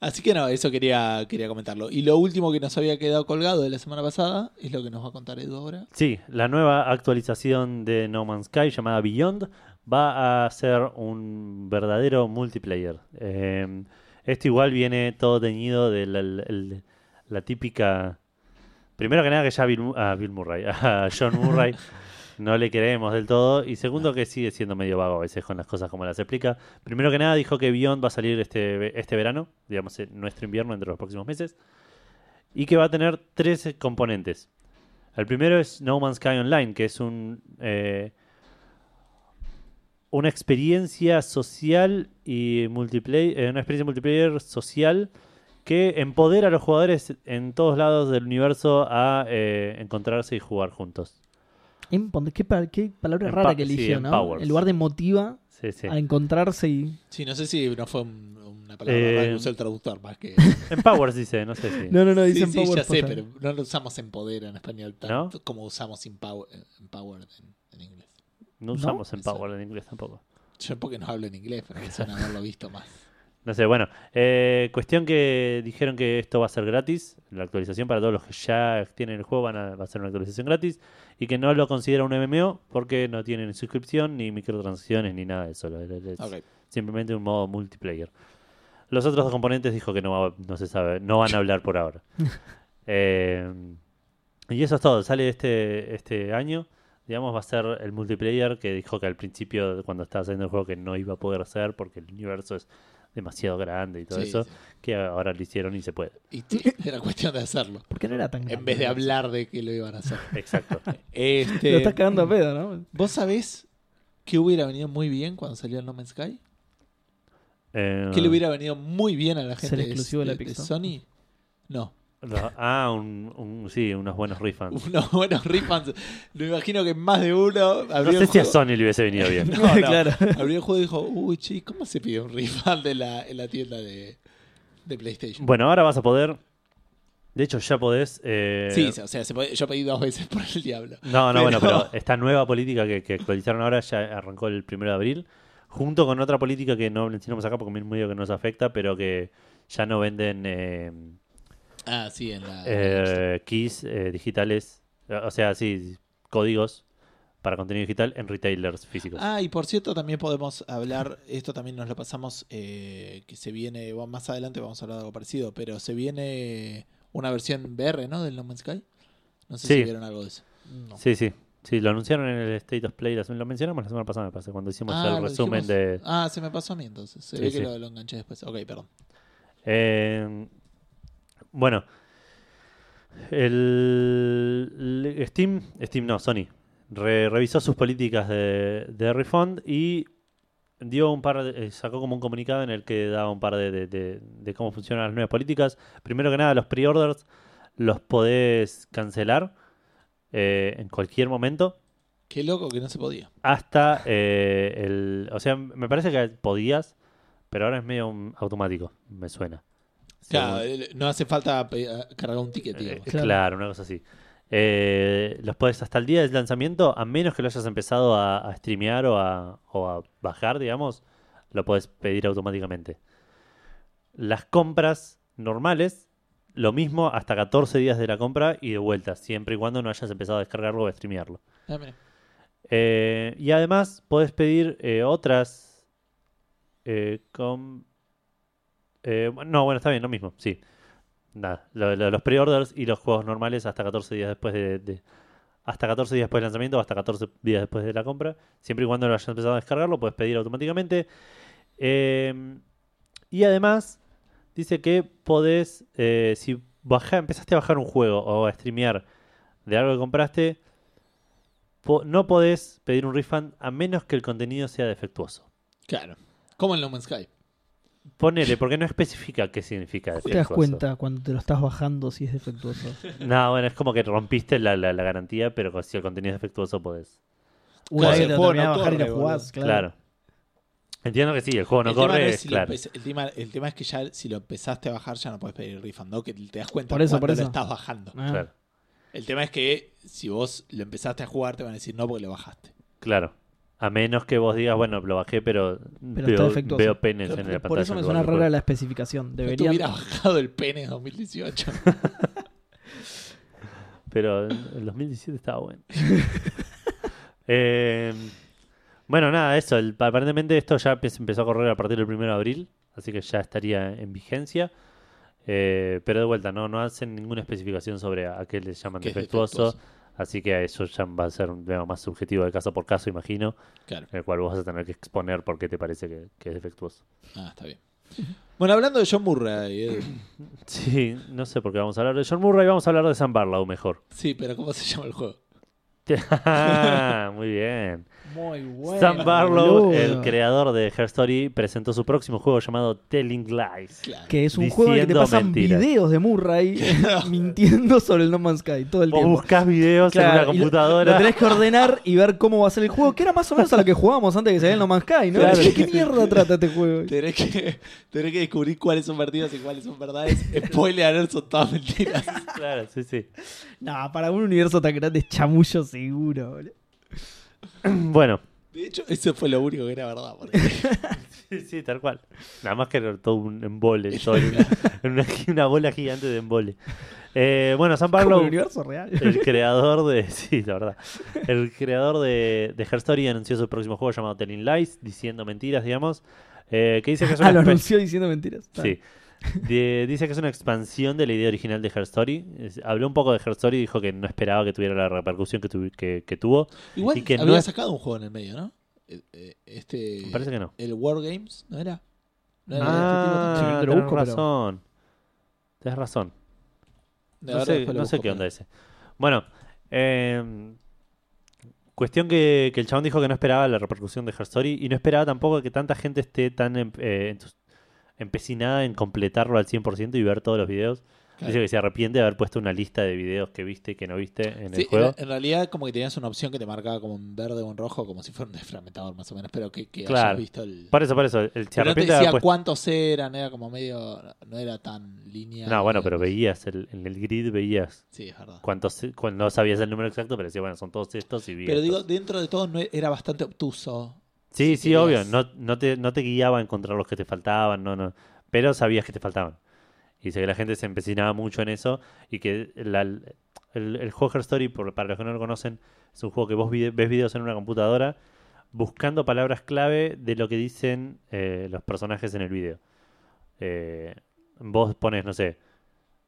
Speaker 2: Así que no, eso quería, quería comentarlo. Y lo último que nos había quedado colgado de la semana pasada es lo que nos va a contar Edu ahora.
Speaker 3: Sí, la nueva actualización de No Man's Sky llamada Beyond va a ser un verdadero multiplayer. Eh, esto igual viene todo teñido de la, el- la típica... Primero que nada que ya Bill, Mu- a Bill Murray, a John Murray no le creemos del todo. Y segundo que sigue siendo medio vago a veces con las cosas como las explica. Primero que nada dijo que Beyond va a salir este, ve- este verano, digamos en nuestro invierno entre los próximos meses. Y que va a tener tres eh, componentes. El primero es No Man's Sky Online, que es un eh, una experiencia social y multiplayer, eh, una experiencia multiplayer social que empodera a los jugadores en todos lados del universo a eh, encontrarse y jugar juntos.
Speaker 1: Empower, Qué, pa- qué palabra
Speaker 3: Empa-
Speaker 1: rara que
Speaker 3: sí,
Speaker 1: eligió, ¿no?
Speaker 3: empowers.
Speaker 1: En lugar de motiva
Speaker 3: Sí, sí.
Speaker 1: a encontrarse y.
Speaker 2: Sí, no sé si no fue un- una palabra
Speaker 3: Eh,
Speaker 2: rara que usó el traductor más que.
Speaker 3: Empowers dice, no sé si.
Speaker 1: No, no, no,
Speaker 2: Sí,
Speaker 1: dicen
Speaker 2: sí,
Speaker 1: power
Speaker 2: ya sé,
Speaker 1: posta.
Speaker 2: pero no lo usamos empoder en español
Speaker 3: ¿No?
Speaker 2: tanto como usamos empower, empowered en, en inglés.
Speaker 3: No usamos empower en inglés tampoco.
Speaker 2: Yo porque no hablo en inglés, pero me suena haberlo visto más.
Speaker 3: No sé, bueno. eh, cuestión que dijeron que esto va a ser gratis. La actualización para todos los que ya tienen el juego van a, va a ser una actualización gratis. Y que no lo considera un MMO porque no tienen suscripción, ni microtransacciones, ni nada de eso. Lo- lo- lo- es
Speaker 2: Ok.
Speaker 3: Simplemente un modo multiplayer. Los otros dos componentes dijo que no, va- no se sabe, no van a hablar por ahora. Eh, y eso es todo. Sale este, este año. Digamos, va a ser el multiplayer que dijo que al principio, cuando estaba haciendo el juego, que no iba a poder ser porque el universo es demasiado grande y todo
Speaker 2: Sí,
Speaker 3: eso.
Speaker 2: sí.
Speaker 3: Que ahora lo hicieron y se puede.
Speaker 2: Y sí, era cuestión de hacerlo.
Speaker 1: ¿Por qué no era tan
Speaker 2: En
Speaker 1: grande?
Speaker 2: vez de hablar de que lo iban a hacer.
Speaker 3: Exacto.
Speaker 2: Este,
Speaker 1: Lo estás cagando a pedo, Mm. ¿no?
Speaker 2: ¿Vos sabés que hubiera venido muy bien cuando salió el No Man's Sky?
Speaker 3: Eh,
Speaker 2: ¿Que le hubiera venido muy bien a la
Speaker 1: Ser
Speaker 2: gente de-
Speaker 1: exclusivo de la
Speaker 2: de- de
Speaker 1: Epic Store.
Speaker 2: Sony? No.
Speaker 3: lo- ah, un, un- sí, unos buenos refunds.
Speaker 2: Unos buenos refunds. Me imagino que más de uno
Speaker 3: No
Speaker 2: abrió
Speaker 3: sé
Speaker 2: el
Speaker 3: si a
Speaker 2: juego.
Speaker 3: Sony le hubiese venido bien.
Speaker 2: No, no.
Speaker 1: Claro.
Speaker 2: Abrió el juego y dijo, uy, che, ¿cómo se pide un refund en la, en la tienda de, de PlayStation?
Speaker 3: Bueno, ahora vas a poder. De hecho, ya podés. eh,
Speaker 2: sí, o sea, se puede- yo pedí dos veces por el diablo.
Speaker 3: No, no, bueno,
Speaker 2: Pero-
Speaker 3: pero esta nueva política que, que actualizaron ahora ya arrancó el primero de abril, junto con otra política que no mencionamos acá porque es medio que nos afecta, pero que ya no venden eh,
Speaker 2: Ah, sí, en la...
Speaker 3: eh, keys eh, digitales, eh, o sea, sí, códigos para contenido digital en retailers físicos.
Speaker 2: Ah, y por cierto, también podemos hablar, esto también nos lo pasamos, eh, que se viene, bueno, más adelante vamos a hablar de algo parecido, pero se viene una versión VR, ¿no? Del No Man's Sky. No sé
Speaker 3: Sí.
Speaker 2: si vieron algo de eso.
Speaker 3: Sí, sí. Sí, lo anunciaron en el State of Play, la- lo mencionamos la semana pasada, me parece, cuando hicimos
Speaker 2: Ah,
Speaker 3: el
Speaker 2: ¿lo
Speaker 3: resumen
Speaker 2: dijimos?
Speaker 3: de,
Speaker 2: Ah, se me pasó a mí entonces. Se
Speaker 3: Sí,
Speaker 2: ve que
Speaker 3: sí.
Speaker 2: lo, lo enganché después. Ok, perdón.
Speaker 3: Eh, bueno, el, el Steam, Steam no, Sony, re- revisó sus políticas de, de refund y dio un par de- eh, sacó como un comunicado en el que daba un par de, de- de- de cómo funcionan las nuevas políticas. Primero que nada, los pre-orders los podés cancelar eh, en cualquier momento
Speaker 2: Qué loco que no se podía.
Speaker 3: hasta eh, el... O sea, me parece que podías, pero ahora es medio un- automático, me suena.
Speaker 2: Claro,
Speaker 3: Según-
Speaker 2: eh, no hace falta pe- a- cargar un ticket,
Speaker 3: eh,
Speaker 2: digamos.
Speaker 3: claro. una cosa así. Eh, los puedes hasta el día del lanzamiento, a menos que lo hayas empezado a, a streamear o a, o a bajar, digamos, lo puedes pedir automáticamente. Las compras normales, lo mismo hasta 14 días de la compra y de vuelta, siempre y cuando no hayas empezado a descargarlo o a streamearlo.
Speaker 2: Ah, mira.
Speaker 3: Eh, y además podés pedir eh, otras... eh, com- eh, bu- no, bueno, está bien, lo mismo, sí. Nada, lo- lo- los pre-orders y los juegos normales hasta 14 días después de, de- Hasta 14 días después del lanzamiento o hasta 14 días después de la compra. Siempre y cuando lo hayas empezado a descargarlo, puedes pedir automáticamente. Eh, y además, dice que podés... eh, si baja, empezaste a bajar un juego o a streamear de algo que compraste po- no podés pedir un refund a menos que el contenido sea defectuoso.
Speaker 2: Claro. Como en No Man's Sky.
Speaker 3: Ponele, porque no especifica qué significa
Speaker 1: Te das
Speaker 3: defectuoso.
Speaker 1: cuenta cuando te lo estás bajando si es defectuoso.
Speaker 3: No, bueno, es como que rompiste la, la- la garantía, pero con- si el contenido es defectuoso podés.
Speaker 1: Una vez
Speaker 2: el
Speaker 1: que lo
Speaker 2: juego no
Speaker 1: terminás de bajar y
Speaker 2: corre,
Speaker 1: lo jugás,
Speaker 2: boludo.
Speaker 1: claro.
Speaker 3: Claro. Entiendo que sí, el juego no
Speaker 2: el, tema
Speaker 3: corre,
Speaker 2: no es
Speaker 3: es
Speaker 2: si lo
Speaker 3: claro.
Speaker 2: empe- el, tema, el tema es que ya si lo empezaste a bajar ya no puedes pedir el refund, ¿no? Que te das cuenta
Speaker 1: Por eso,
Speaker 2: cuando
Speaker 1: por
Speaker 2: lo
Speaker 1: eso.
Speaker 2: estás bajando.
Speaker 1: Ah.
Speaker 3: Claro,
Speaker 2: El tema es que si vos lo empezaste a jugar te van a decir no porque lo bajaste.
Speaker 3: claro. A menos que vos digas, bueno, lo bajé, pero,
Speaker 1: Pero está
Speaker 3: veo,
Speaker 1: defectuoso.
Speaker 3: veo penes en la pantalla.
Speaker 1: Por eso me
Speaker 3: en
Speaker 1: suena
Speaker 3: lugar de
Speaker 1: rara la especificación.
Speaker 2: No te
Speaker 1: Deberían...
Speaker 2: hubiera bajado el pene 2018.
Speaker 3: juego. Pero en el 2017 estaba bueno. Eh, bueno, nada, eso. el- aparentemente esto ya empe- empezó a correr a partir del 1 de abril, así que ya estaría en vigencia. Eh, pero de vuelta, no, no hacen ninguna especificación sobre a, a qué les llaman
Speaker 2: Que es
Speaker 3: defectuoso,
Speaker 2: defectuoso.
Speaker 3: Así que eso ya va a ser un tema más subjetivo de caso por caso, imagino,
Speaker 2: Claro.
Speaker 3: en el cual vos vas a tener que exponer por qué te parece que- que es defectuoso.
Speaker 2: Ah, está bien. Bueno, hablando de John Murray. eh,
Speaker 3: Sí, no sé por qué vamos a hablar de John Murray, vamos a hablar de Sam Barlow mejor.
Speaker 2: sí, pero ¿cómo se llama el juego?
Speaker 3: Ah, Muy bien.
Speaker 1: Muy bueno.
Speaker 3: Sam Barlow,
Speaker 1: boludo.
Speaker 3: el creador de Her Story, presentó su próximo juego llamado Telling Lies.
Speaker 2: Claro.
Speaker 1: Que es un juego en el que te
Speaker 3: Diciendo
Speaker 1: pasan
Speaker 3: mentiras.
Speaker 1: videos de Murray mintiendo sobre el No Man's Sky todo el
Speaker 3: Vos
Speaker 1: tiempo.
Speaker 3: buscás videos en una
Speaker 1: Claro, y lo-
Speaker 3: computadora.
Speaker 1: Lo tenés que ordenar y ver cómo va a ser el juego, que era más o menos a lo que jugábamos antes de que saliera el No Man's Sky, ¿no?
Speaker 2: Claro.
Speaker 1: ¿De qué mierda trata este juego?
Speaker 2: Tenés que, tenés que descubrir cuáles son partidos y cuáles son verdades. Spoiler, son todas mentiras.
Speaker 3: Claro, sí, sí.
Speaker 1: No, para un universo tan grande es chamullo seguro, boludo.
Speaker 3: Bueno,
Speaker 2: De hecho, eso fue lo único que era verdad. porque-
Speaker 3: sí, sí, tal cual. Nada más que era todo un embole, todo en una, en una- una bola gigante de embole. Eh, bueno, Sam
Speaker 1: Como el
Speaker 3: Barlow,
Speaker 1: universo real.
Speaker 3: El creador de. Sí, la verdad. El creador de, de Her Story anunció su próximo juego llamado Telling Lies, diciendo mentiras, digamos. eh, que dice que es una.
Speaker 1: Ah, lo
Speaker 3: espe-
Speaker 1: anunció diciendo mentiras.
Speaker 3: Sí. De- dice que es una expansión de la idea original de Her Story. Es- habló un poco de Her Story y dijo que no esperaba que tuviera la repercusión que, tuvi- que- que tuvo.
Speaker 2: Igual
Speaker 3: Y que
Speaker 2: había
Speaker 3: no es-
Speaker 2: sacado un juego en el medio, ¿no? Eh, eh, Este.
Speaker 3: Me parece que no.
Speaker 2: El War Games, ¿no era? No era este
Speaker 3: Ah,
Speaker 1: tipo- te lo
Speaker 3: tenés
Speaker 1: busco, pero-
Speaker 3: razón. Tenés razón.
Speaker 2: de este tipo. La
Speaker 3: No
Speaker 2: verdad
Speaker 3: sé,
Speaker 2: después lo
Speaker 3: no sé
Speaker 2: busco,
Speaker 3: qué
Speaker 2: pero-
Speaker 3: onda ese. Bueno, eh, cuestión que, que el chabón dijo que no esperaba la repercusión de Her Story y no esperaba tampoco que tanta gente esté tan em- eh, entus- empecinada en completarlo al 100% y ver todos los videos.
Speaker 2: Claro.
Speaker 3: Dice que se arrepiente de haber puesto una lista de videos que viste y que no viste en
Speaker 2: Sí,
Speaker 3: el juego.
Speaker 2: en- en realidad como que tenías una opción que te marcaba como un verde o un rojo, como si fuera un desfragmentador más o menos, pero que, que
Speaker 3: Claro.
Speaker 2: hayas visto el...
Speaker 3: Por eso, por eso. el- Se
Speaker 2: Pero no te
Speaker 3: arrepiente de haber
Speaker 2: decía
Speaker 3: puesto...
Speaker 2: cuántos eran, era como medio... No era tan lineal.
Speaker 3: No, bueno, pero
Speaker 2: digamos.
Speaker 3: veías, el- en el grid veías
Speaker 2: Sí, es verdad.
Speaker 3: cuántos... Cuando no sabías el número exacto, pero decía, bueno, son todos estos y vi
Speaker 2: Pero
Speaker 3: estos.
Speaker 2: digo, dentro de todo no e- era bastante obtuso. si
Speaker 3: Sí, sí,
Speaker 2: querías.
Speaker 3: obvio. No, no, te, no te guiaba a encontrar los que te faltaban, no, no. Pero sabías que te faltaban. Y sé que la gente se empecinaba mucho en eso y que la- el, el juego Her Story, por- para los que no lo conocen, es un juego que vos vide- ves videos en una computadora buscando palabras clave de lo que dicen eh, los personajes en el video. Eh, vos pones, no sé,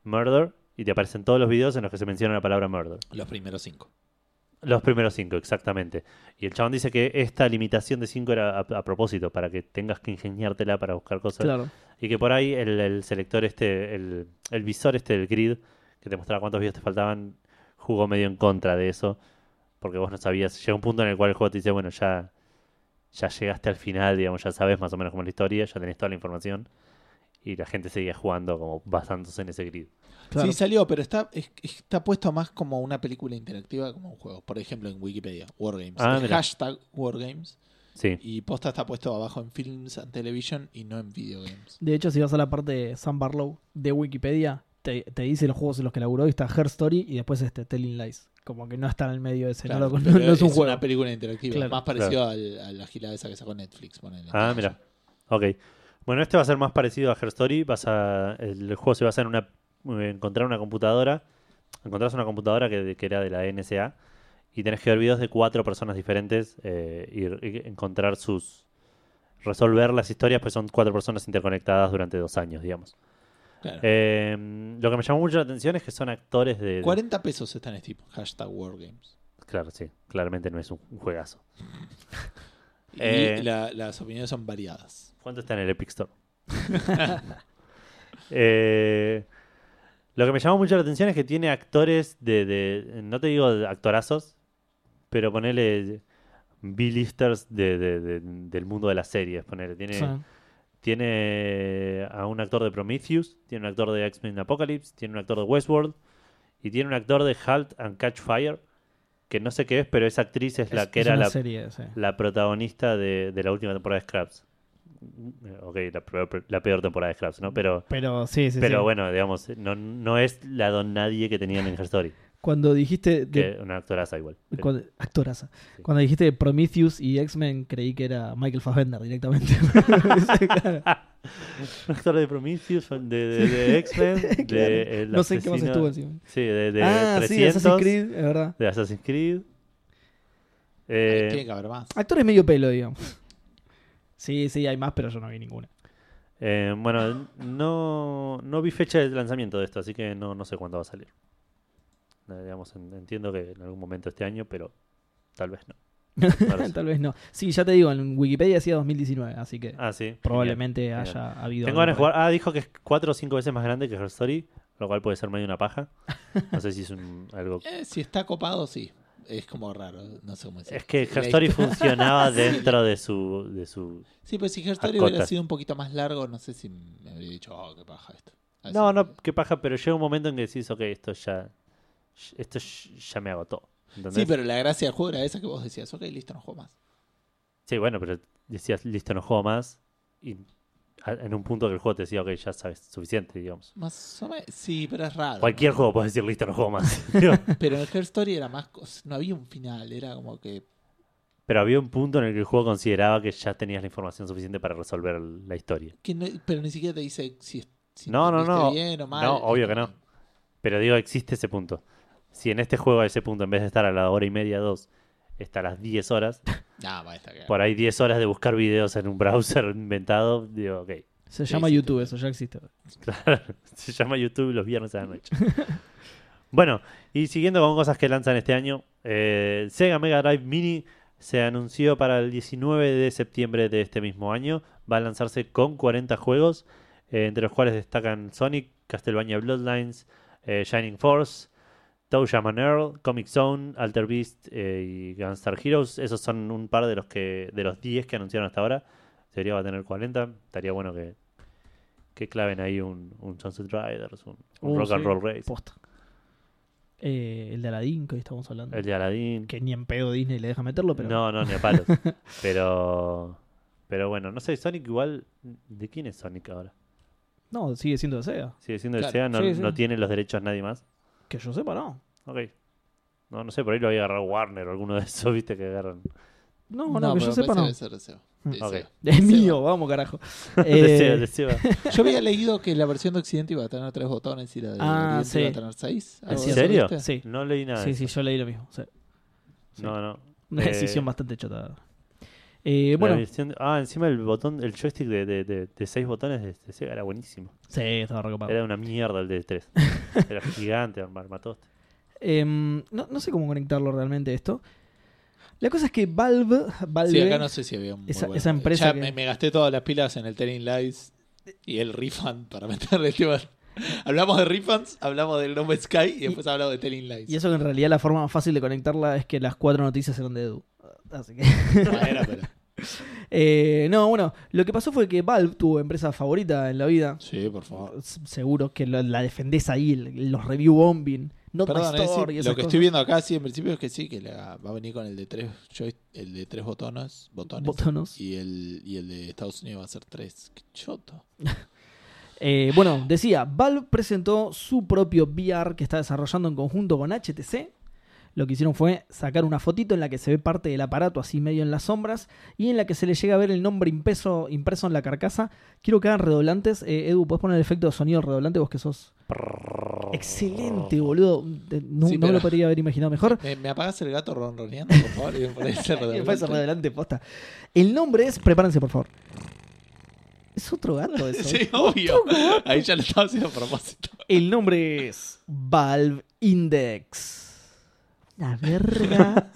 Speaker 3: murder y te aparecen todos los videos en los que se menciona la palabra murder.
Speaker 2: Los primeros cinco.
Speaker 3: Los primeros cinco, exactamente. Y el chabón dice que esta limitación de cinco era a, a propósito, para que tengas que ingeniártela para buscar cosas.
Speaker 1: Claro.
Speaker 3: Y que por ahí el, el selector este, el, el visor este del grid, que te mostraba cuántos videos te faltaban, jugó medio en contra de eso. Porque vos no sabías. Llega un punto en el cual el juego te dice, bueno, ya, ya llegaste al final, digamos, ya sabes más o menos cómo es la historia, ya tenés toda la información. Y la gente seguía jugando como basándose en ese grid.
Speaker 1: claro.
Speaker 2: Sí, salió, pero está, es- está puesto más como una película interactiva que como un juego. Por ejemplo, en Wikipedia, Wargames.
Speaker 3: Ah,
Speaker 2: El
Speaker 3: mira.
Speaker 2: hashtag Wargames.
Speaker 3: Sí.
Speaker 2: Y posta está puesto abajo en Films and Television y no en Video Games.
Speaker 1: De hecho, si vas a la parte de Sam Barlow de Wikipedia, te, te dice los juegos en los que laburó y está Her Story y después este Telling Lies. Como que no está en el medio ese, no,
Speaker 2: Claro,
Speaker 1: lo- no-
Speaker 2: pero
Speaker 1: no es un juego.
Speaker 2: una película interactiva,
Speaker 1: Claro.
Speaker 2: más parecido al- a la gilada esa que sacó Netflix. ponele.
Speaker 3: Ah, mira. Ok. Bueno, este va a ser más parecido a Her Story. Vas a, el juego se basa en una, eh, encontrar una computadora. Encontrás una computadora que, que era de la NSA y tenés que ver videos de cuatro personas diferentes eh, y, re- y encontrar sus... Resolver las historias, pues son cuatro personas interconectadas durante dos años, digamos.
Speaker 2: Claro.
Speaker 3: Eh, lo que me llamó mucho la atención es que son actores de... de-
Speaker 2: 40 pesos está en Steam, hashtag Wargames.
Speaker 3: Claro, sí. Claramente no es un un juegazo.
Speaker 2: Y
Speaker 3: Eh.
Speaker 2: la- las opiniones son variadas.
Speaker 3: ¿Cuánto está en el Epic Store? Eh, lo que me llamó mucho la atención es que tiene actores de, de- no te digo de actorazos, pero ponele B-listers de- de- de- del mundo de las series. Ponele. Tiene,
Speaker 1: Sí.
Speaker 3: tiene a un actor de Prometheus, tiene un actor de X-Men Apocalypse, tiene un actor de Westworld y tiene un actor de Halt and Catch Fire, que no sé qué es, pero esa actriz es la
Speaker 1: Es-
Speaker 3: que
Speaker 1: es
Speaker 3: era
Speaker 1: una
Speaker 3: la,
Speaker 1: serie, sí.
Speaker 3: la protagonista de, de la última temporada de Scraps. Mm, Ok, la peor, la peor temporada de Scraps, ¿no? Pero,
Speaker 1: Pero sí, sí,
Speaker 3: pero
Speaker 1: sí.
Speaker 3: bueno, digamos, no, no es la don nadie que tenían en Her Story.
Speaker 1: Cuando dijiste. de-
Speaker 3: Que una actoraza igual.
Speaker 1: cuando- actoraza.
Speaker 3: Sí.
Speaker 1: Cuando dijiste Prometheus y X-Men, creí que era Michael Fassbender directamente. Sí, claro.
Speaker 3: Un actor de Prometheus, de, de, de X-Men, de el
Speaker 1: no sé en qué más
Speaker 3: asesino-
Speaker 1: estuvo encima.
Speaker 3: Sí, de, de
Speaker 1: ah, sí,
Speaker 3: 300.
Speaker 1: Assassin's Creed, es verdad.
Speaker 3: De Assassin's Creed.
Speaker 2: Ahí
Speaker 3: Eh,
Speaker 2: Tiene que haber más.
Speaker 1: Actores medio pelo, digamos. Sí, sí, hay más, pero yo no vi ninguna.
Speaker 3: eh, bueno, no, no vi fecha de lanzamiento de esto, así que no, no sé cuándo va a salir. Eh, digamos, en- entiendo que en algún momento este año, pero tal vez no. Parece.
Speaker 1: Tal vez no. Sí, ya te digo, en Wikipedia decía 2019, así que
Speaker 3: Ah, sí.
Speaker 1: probablemente
Speaker 3: genial,
Speaker 1: haya habido. algo
Speaker 3: Tengo ganas de
Speaker 1: por ahí.
Speaker 3: jugar. Ah, dijo que es cuatro o cinco veces más grande que Her Story, lo cual puede ser medio una paja. No sé si es un, algo.
Speaker 2: Eh, si está copado, sí. Es como raro, no sé cómo decir.
Speaker 3: Es que Her
Speaker 2: La
Speaker 3: Story
Speaker 2: histo-
Speaker 3: funcionaba dentro de su, de su.
Speaker 2: Sí, pero si Her Story
Speaker 3: acotas.
Speaker 2: hubiera sido un poquito más largo, no sé si me habría dicho, oh, qué paja esto. Así
Speaker 3: No,
Speaker 2: que-
Speaker 3: no, qué paja, pero llega un momento en que decís, ok, esto ya. Esto ya me agotó. ¿entendés?
Speaker 2: Sí, pero la gracia del juego era esa que vos decías, ok, listo, no juego más.
Speaker 3: Sí, bueno, pero decías, listo, no juego más. Y a- en un punto que el juego te decía, ok, ya sabes, suficiente, digamos.
Speaker 2: Más o menos, sí, pero es raro.
Speaker 3: Cualquier juego puedes decir, listo, no juego más. Digo,
Speaker 2: Pero en Her Story era más, cos- no había un final, era como que
Speaker 3: pero había un punto en el que el juego consideraba que ya tenías la información suficiente para resolver la historia.
Speaker 2: Que no- pero ni siquiera te dice si, si
Speaker 3: No, no,
Speaker 2: entendiste
Speaker 3: no.
Speaker 2: bien o mal.
Speaker 3: No, obvio que no. Pero digo, existe ese punto. Si en este juego, a ese punto, en vez de estar a la hora y media, dos, está a las 10 horas,
Speaker 2: No, va, está bien.
Speaker 3: por ahí 10 horas de buscar videos en un browser inventado, digo, ok.
Speaker 1: Se
Speaker 2: Sí,
Speaker 1: llama
Speaker 2: sí,
Speaker 1: YouTube,
Speaker 2: te-
Speaker 1: eso ya existe.
Speaker 3: Claro, se llama YouTube los viernes a la noche. bueno, y siguiendo con cosas que lanzan este año, eh, el Sega Mega Drive Mini se anunció para el 19 de septiembre de este mismo año. Va a lanzarse con 40 juegos, eh, entre los cuales destacan Sonic, Castlevania Bloodlines, eh, Shining Force, Toe Jam and Earl, Comic Zone, Alter Beast eh, y Gunstar Heroes. Esos son un par de los que de los 10 que anunciaron hasta ahora. Sería va a tener 40. Estaría bueno que, que claven ahí un, un Sunset Riders, un, un
Speaker 1: Uh,
Speaker 3: Rock and
Speaker 1: sí.
Speaker 3: Roll Race,
Speaker 1: Posta. Eh, el de Aladdin, que hoy estamos hablando.
Speaker 3: el de Aladdin.
Speaker 1: Que ni en pedo Disney le deja meterlo, pero.
Speaker 3: No, no, ni a palos. pero, pero bueno, no sé, Sonic igual. ¿De quién es Sonic ahora?
Speaker 1: No, sigue siendo de Sega.
Speaker 3: Sigue siendo de
Speaker 2: Claro,
Speaker 3: Sega, no,
Speaker 1: sí, sí.
Speaker 3: no tiene los derechos nadie más.
Speaker 1: Que yo sepa, no.
Speaker 3: Ok. No, no sé, por ahí lo había agarrado Warner o alguno de esos, viste, que agarran.
Speaker 1: No, no, que yo sepa, no.
Speaker 2: parece de Sega, de
Speaker 3: Ok.
Speaker 2: Sega.
Speaker 1: Es
Speaker 2: Seba.
Speaker 1: mío, vamos, carajo.
Speaker 3: De
Speaker 1: Eh,
Speaker 3: Sega, de Sega.
Speaker 2: Yo había leído que la versión de Occidente iba a tener tres botones y la de
Speaker 1: Ah,
Speaker 2: Oriente
Speaker 1: sí.
Speaker 2: iba a tener seis. ¿Algo de eso
Speaker 3: serio?
Speaker 2: viste?
Speaker 1: Sí,
Speaker 3: No leí nada.
Speaker 1: sí,
Speaker 3: de
Speaker 1: sí,
Speaker 3: Ah, eso.
Speaker 1: yo leí lo mismo. sí. sí.
Speaker 3: No, no.
Speaker 1: Una
Speaker 3: Eh,
Speaker 1: decisión bastante chota. Eh,
Speaker 3: La
Speaker 1: bueno,
Speaker 3: versión- Ah, encima el botón, el joystick de, de, de- de seis botones de, de Sega era buenísimo.
Speaker 1: sí, estaba recopado.
Speaker 3: Era una mierda el de tres. Era gigante, armatoste.
Speaker 1: Em, no, no sé cómo conectarlo realmente esto. La cosa es que Valve. Valve
Speaker 2: Sí, acá no sé si había un muy
Speaker 1: Esa-
Speaker 2: bueno.
Speaker 1: esa empresa
Speaker 2: Ya
Speaker 1: que-
Speaker 2: me, me gasté todas las pilas en el Telling Lies y el Refund para meterle el tema. Hablamos de Refunds, hablamos del No Man's Sky y después hablamos de Telling Lies.
Speaker 1: Y eso que en realidad la forma más fácil de conectarla es que las cuatro noticias eran de Edu. Así que.
Speaker 2: Bueno, pero-
Speaker 1: Eh, no, bueno, lo que pasó fue que Valve, tu empresa favorita en la vida,
Speaker 2: Sí, por favor.
Speaker 1: s- seguro que lo- la defendés ahí, el- los review bombing, Not
Speaker 2: Perdón,
Speaker 1: My
Speaker 2: es decir,
Speaker 1: Store y
Speaker 2: lo que
Speaker 1: esas
Speaker 2: estoy
Speaker 1: cosas.
Speaker 2: viendo acá sí en principio es que sí, que la- va a venir con el de tres joy- el de tres botones, botones,
Speaker 1: Botonos.
Speaker 2: y el y el de Estados Unidos va a ser tres. Qué choto.
Speaker 1: Eh, bueno, decía, Valve presentó su propio VR que está desarrollando en conjunto con HTC. Lo que hicieron fue sacar una fotito en la que se ve parte del aparato así medio en las sombras y en la que se le llega a ver el nombre impreso, impreso en la carcasa. Quiero que hagan redoblantes. Eh, Edu, ¿podés poner el efecto de sonido redoblante vos que sos? Excelente, boludo. De- No,
Speaker 2: Sí,
Speaker 1: no me lo
Speaker 2: pero-
Speaker 1: podría haber imaginado mejor.
Speaker 2: Eh, ¿Me, me apagas el gato ronroneando, por favor? Y me pones ese
Speaker 1: Me
Speaker 2: redoblante.
Speaker 1: parece redoblante, posta. El nombre es, prepárense por favor. Es otro gato eso. ¿eh?
Speaker 2: Sí, obvio. Ahí ya lo estaba haciendo a propósito.
Speaker 1: El nombre es Valve Index. La verga.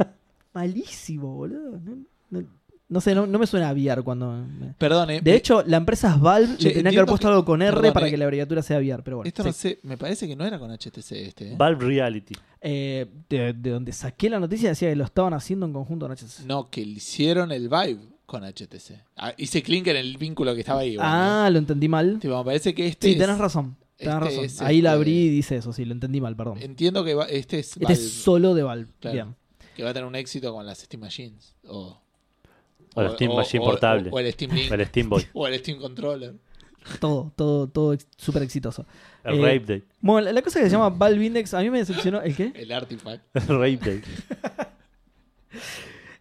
Speaker 1: Malísimo, boludo. No, no- no sé, no, no me suena a VR cuando. me-
Speaker 2: Perdón, eh,
Speaker 1: De
Speaker 2: me-
Speaker 1: hecho, la empresa es Valve
Speaker 2: Che,
Speaker 1: le tenía que haber
Speaker 2: entiendo
Speaker 1: puesto
Speaker 2: que-
Speaker 1: algo con R
Speaker 2: perdón,
Speaker 1: para
Speaker 2: eh.
Speaker 1: que la abreviatura sea VR, pero bueno.
Speaker 2: esto
Speaker 1: sí.
Speaker 2: no sé, me parece que no era con HTC este. ¿eh?
Speaker 3: Valve Reality.
Speaker 1: Eh, de, de donde saqué la noticia decía que lo estaban haciendo en conjunto con HTC.
Speaker 2: No, que le hicieron el Vive con HTC. Ah, hice clic en el vínculo que estaba ahí. bueno,
Speaker 1: ah, lo entendí
Speaker 2: eh.
Speaker 1: mal.
Speaker 2: Tipo, me parece que este
Speaker 1: Sí,
Speaker 2: es-
Speaker 1: tenés razón. tenés
Speaker 2: este
Speaker 1: razón.
Speaker 2: es,
Speaker 1: Ahí la
Speaker 2: este-
Speaker 1: abrí y dice eso, sí, lo entendí mal, perdón.
Speaker 2: Entiendo que va- este es
Speaker 1: Este
Speaker 2: Valve,
Speaker 1: es solo de Valve.
Speaker 2: Claro.
Speaker 1: Bien.
Speaker 2: que va a tener un éxito con las Steam Machines. O,
Speaker 3: O la Steam Machine
Speaker 2: o-
Speaker 3: portable.
Speaker 2: O, el Steam Link.
Speaker 3: El Steam Boy.
Speaker 2: O el Steam Controller.
Speaker 1: Todo, todo, todo ex- súper exitoso. Eh,
Speaker 3: El Rape Day.
Speaker 1: Bueno, la- la cosa que se llama Valve Index, a mí me decepcionó. ¿El qué?
Speaker 2: El artifact.
Speaker 3: El Rape Day.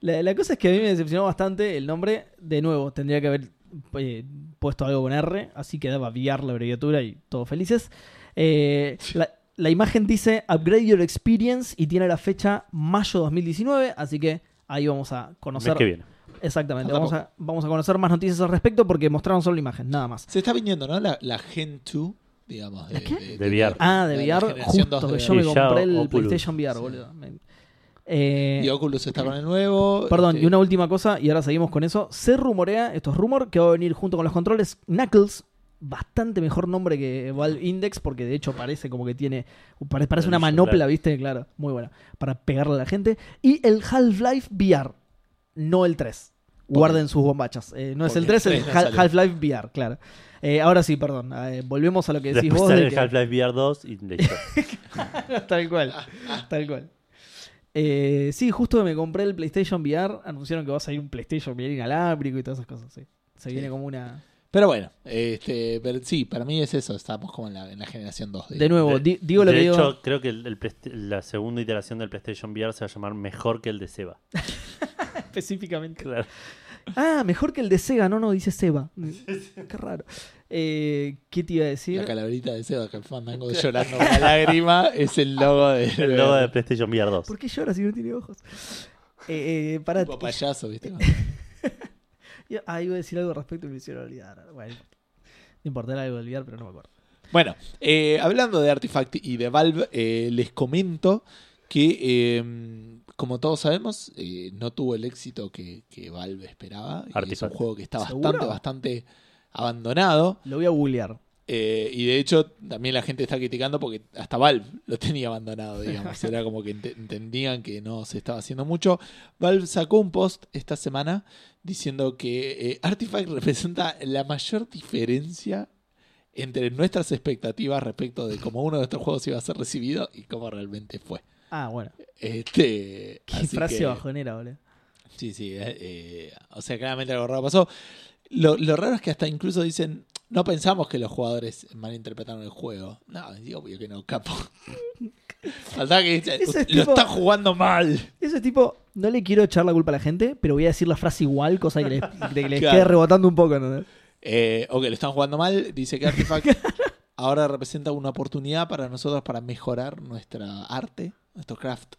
Speaker 1: La, la cosa es que a mí me decepcionó bastante el nombre. De nuevo, tendría que haber eh, puesto algo con R, así quedaba VR la abreviatura y todos felices. Eh, la, la imagen dice Upgrade Your Experience y tiene la fecha mayo 2019, así que ahí vamos a
Speaker 3: Mes
Speaker 1: conocer.
Speaker 3: que viene.
Speaker 1: Exactamente,
Speaker 2: Falta
Speaker 1: vamos a, vamos a conocer más noticias al respecto porque mostraron solo la imagen, nada más.
Speaker 2: Se está viniendo, ¿no? La, la Gen 2, digamos.
Speaker 1: ¿La qué?
Speaker 3: De VR.
Speaker 1: Ah, de
Speaker 2: la- la
Speaker 1: VR,
Speaker 2: generación
Speaker 1: justo,
Speaker 2: 2
Speaker 1: que
Speaker 2: de
Speaker 1: yo
Speaker 2: VR.
Speaker 1: me
Speaker 3: Y ya
Speaker 1: compré el
Speaker 3: Oculus.
Speaker 1: PlayStation VR,
Speaker 2: Sí.
Speaker 1: boludo. Me- Eh,
Speaker 2: Y Oculus está con el nuevo.
Speaker 1: Perdón,
Speaker 2: este,
Speaker 1: y una última cosa, y ahora seguimos con eso. Se rumorea, esto es rumor, que va a venir junto con los controles Knuckles. Bastante mejor nombre que Valve Index, porque de hecho parece como que tiene. pare- Parece una
Speaker 3: Clarísimo,
Speaker 1: manopla,
Speaker 3: claro.
Speaker 1: ¿viste? Claro, muy buena. Para pegarle a la gente. Y el Half-Life VR, no el 3. Guarden sus bombachas. Eh, no es
Speaker 2: porque
Speaker 1: el 3,
Speaker 2: el
Speaker 1: el
Speaker 2: 3 no
Speaker 1: Hal-
Speaker 2: salió.
Speaker 1: Half-Life VR, claro. Eh, ahora sí, perdón. eh, volvemos a lo que decís
Speaker 3: Después
Speaker 1: vos.
Speaker 3: sale
Speaker 1: de
Speaker 3: el
Speaker 1: que-
Speaker 3: Half-Life VR 2 y listo.
Speaker 1: tal cual, tal cual. Eh, sí, justo que me compré el PlayStation VR, anunciaron que va a salir un PlayStation VR inalámbrico y todas esas cosas, sí. Se
Speaker 2: Sí.
Speaker 1: viene como una...
Speaker 2: Pero bueno, este, pero sí, para mí es eso. Estamos como en la, en la generación 2.
Speaker 1: De nuevo,
Speaker 3: De-
Speaker 1: di- digo lo
Speaker 3: de
Speaker 1: que
Speaker 3: hecho,
Speaker 1: digo...
Speaker 3: creo que el- el Playst- la segunda iteración del PlayStation VR se va a llamar mejor que el de Seba.
Speaker 1: Específicamente.
Speaker 3: Claro.
Speaker 1: Ah, mejor que el de Sega, no, no, dice Seba. Qué raro. Eh, ¿Qué te iba a decir?
Speaker 2: La calaverita de Seba, que el fandango llorando con la lágrima, es el logo de.
Speaker 3: El logo de PlayStation VR 2.
Speaker 1: ¿Por qué llora si no tiene ojos? Eh, eh, pará,
Speaker 2: Tipo payaso, ¿viste?
Speaker 1: yo- ah, iba a decir algo al respecto y me hicieron olvidar. Bueno, no importa, era algo de olvidar, pero no me acuerdo.
Speaker 2: Bueno, eh, hablando de Artifact y de Valve, eh, les comento que, eh, como todos sabemos, eh, no tuvo el éxito que, que Valve esperaba. Y es un
Speaker 3: Artifact.
Speaker 2: juego que está bastante,
Speaker 1: ¿Seguro?
Speaker 2: bastante abandonado.
Speaker 1: Lo voy a googlear.
Speaker 2: Eh, y de hecho, también la gente está criticando porque hasta Valve lo tenía abandonado, digamos. Era como que ent- entendían que no se estaba haciendo mucho. Valve sacó un post esta semana diciendo que eh, Artifact representa la mayor diferencia entre nuestras expectativas respecto de cómo uno de estos juegos iba a ser recibido y cómo realmente fue.
Speaker 1: Ah, bueno.
Speaker 2: Este,
Speaker 1: Qué
Speaker 2: así
Speaker 1: frase
Speaker 2: que-
Speaker 1: bajonera, boludo.
Speaker 2: Sí, sí. eh, eh, o sea, claramente algo raro pasó. Lo, lo raro es que hasta incluso dicen, no pensamos que los jugadores malinterpretaron el juego. No, digo obvio que no, capo. Faltaba que dice,
Speaker 1: Eso es
Speaker 2: lo
Speaker 1: tipo-
Speaker 2: está jugando mal.
Speaker 1: Eso es tipo, no le quiero echar la culpa a la gente, pero voy a decir la frase igual, cosa que les, de que les
Speaker 2: Claro.
Speaker 1: quede rebotando un poco. ¿entendés?
Speaker 2: Eh, ok, lo están jugando mal. Dice que Artifact ahora representa una oportunidad para nosotros para mejorar nuestra arte, nuestro craft.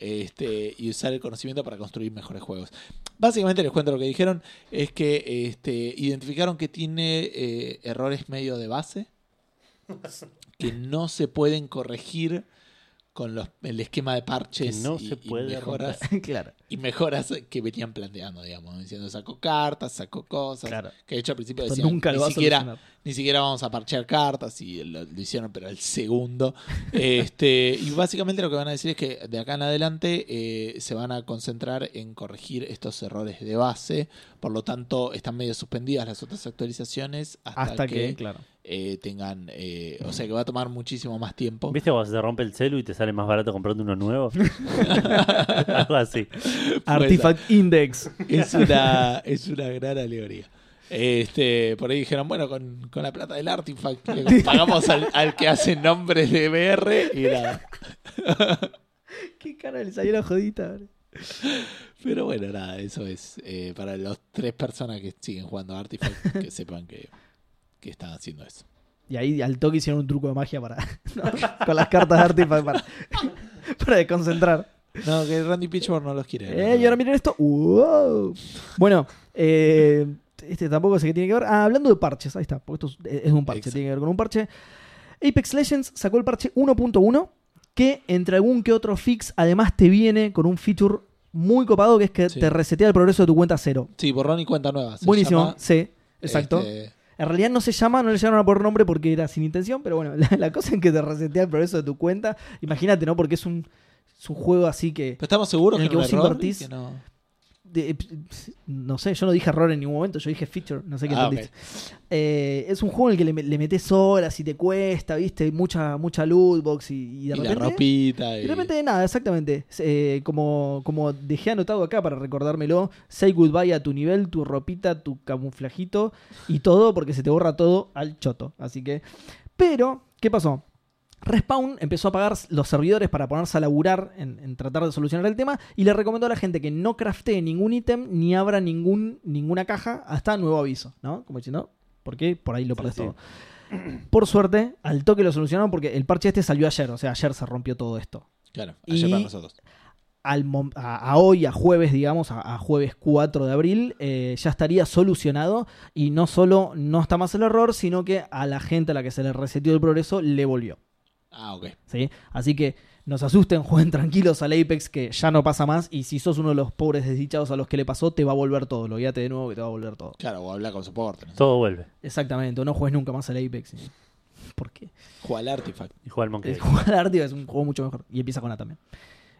Speaker 2: Este, y usar el conocimiento para construir mejores juegos. Básicamente les cuento lo que dijeron, es que este, identificaron que tiene eh, errores medio de base, que no se pueden corregir con los, el esquema de parches
Speaker 3: Que no
Speaker 2: y,
Speaker 3: se
Speaker 2: y
Speaker 3: puede
Speaker 2: mejoras,
Speaker 1: claro,
Speaker 2: y mejoras que venían planteando, digamos, diciendo sacó cartas, sacó cosas,
Speaker 1: claro.
Speaker 2: que de hecho al principio
Speaker 1: Esto
Speaker 2: decían,
Speaker 1: nunca lo
Speaker 2: ni,
Speaker 1: va a
Speaker 2: siquiera,
Speaker 1: solucionar.
Speaker 2: ni siquiera vamos a parchear cartas, y lo, lo hicieron, pero al segundo. este Y básicamente lo que van a decir es que de acá en adelante eh, se van a concentrar en corregir estos errores de base, por lo tanto están medio suspendidas las otras actualizaciones hasta,
Speaker 1: Hasta que,
Speaker 2: que,
Speaker 1: claro.
Speaker 2: eh, tengan, eh, o sea que va a tomar muchísimo más tiempo.
Speaker 3: ¿Viste cuando se te rompe el celu y te sale más barato comprando uno nuevo? Algo así.
Speaker 1: Artifact Index.
Speaker 2: es una, es una gran alegoría. Este, por ahí dijeron, bueno, con, con la plata del Artifact le pagamos al, al que hace nombres de BR y nada.
Speaker 1: Qué cara le salió la jodita. boludo.
Speaker 2: Pero bueno, nada, eso es eh, para las tres personas que siguen jugando a Artifact que sepan que, que están haciendo eso.
Speaker 1: Y ahí al toque hicieron un truco de magia para. no, con las cartas de Artifact para, para desconcentrar.
Speaker 2: No, que Randy Pitchford no los quiere.
Speaker 1: Eh, y ahora miren esto. ¡Wow! Bueno, eh, este tampoco sé qué tiene que ver. Ah, hablando de parches, ahí está, porque esto es, es un parche,
Speaker 2: Exacto.
Speaker 1: tiene que ver con un parche. Apex Legends sacó el parche 1.1, que entre algún que otro fix, además te viene con un feature muy copado que es que
Speaker 2: Sí.
Speaker 1: te resetea el progreso de tu cuenta a cero.
Speaker 2: Sí, borrón y cuenta nueva. se
Speaker 1: Buenísimo,
Speaker 2: llama,
Speaker 1: sí, exacto.
Speaker 2: este,
Speaker 1: En realidad no se llama, no le llegaron a poner nombre porque era sin intención, pero bueno, la, la cosa es que te resetea el progreso de tu cuenta. Imagínate, ¿no? Porque es un, es un juego así que.
Speaker 2: pero estamos seguros
Speaker 1: En
Speaker 2: que,
Speaker 1: el que
Speaker 2: no
Speaker 1: vos
Speaker 2: error y
Speaker 1: invertís.
Speaker 2: que no-
Speaker 1: de- eh, no sé, yo no dije error en ningún momento, yo dije feature, no sé qué
Speaker 2: Ah, ok.
Speaker 1: entendiste. Eh, es un juego en el que le, me- le metes horas y te cuesta, viste, mucha, mucha loot box y, y de
Speaker 2: Y la
Speaker 1: repente.
Speaker 2: ropita.
Speaker 1: y
Speaker 2: Y...
Speaker 1: de repente nada, exactamente. Eh, como, como dejé anotado acá para recordármelo, say goodbye a tu nivel, tu ropita, tu camuflajito y todo, porque se te borra todo al choto. Así que. Pero, ¿qué pasó? Respawn empezó a pagar los servidores para ponerse a laburar en, en tratar de solucionar el tema y le recomendó a la gente que no craftee ningún ítem ni abra ningún, ninguna caja hasta nuevo aviso, ¿no? Como diciendo, porque por ahí lo perdés
Speaker 3: sí.
Speaker 1: todo. Por suerte, al toque lo solucionaron porque el parche este salió ayer, o sea, ayer se rompió todo esto
Speaker 2: Claro, ayer
Speaker 1: Y-
Speaker 2: para nosotros.
Speaker 1: al mom- a, a hoy, a jueves, digamos, a, a jueves 4 de abril, eh, ya estaría solucionado y no solo no está más el error, sino que a la gente a la que se le reseteó el progreso le volvió.
Speaker 2: Ah, ok.
Speaker 1: ¿sí? Así que no se asusten, jueguen tranquilos al Apex que ya no pasa más y si sos uno de los pobres desdichados a los que le pasó, te va a volver todo. Lo guíate de nuevo que te va a volver todo.
Speaker 2: Claro, o hablar con soporte. ¿no?
Speaker 3: Todo vuelve.
Speaker 1: Exactamente, o no juegues nunca más al Apex. ¿sí? ¿Por qué?
Speaker 2: Jugar al Artifact.
Speaker 3: Y juega al Monkey.
Speaker 1: El juego al Artigas es un juego mucho mejor y empieza con A también.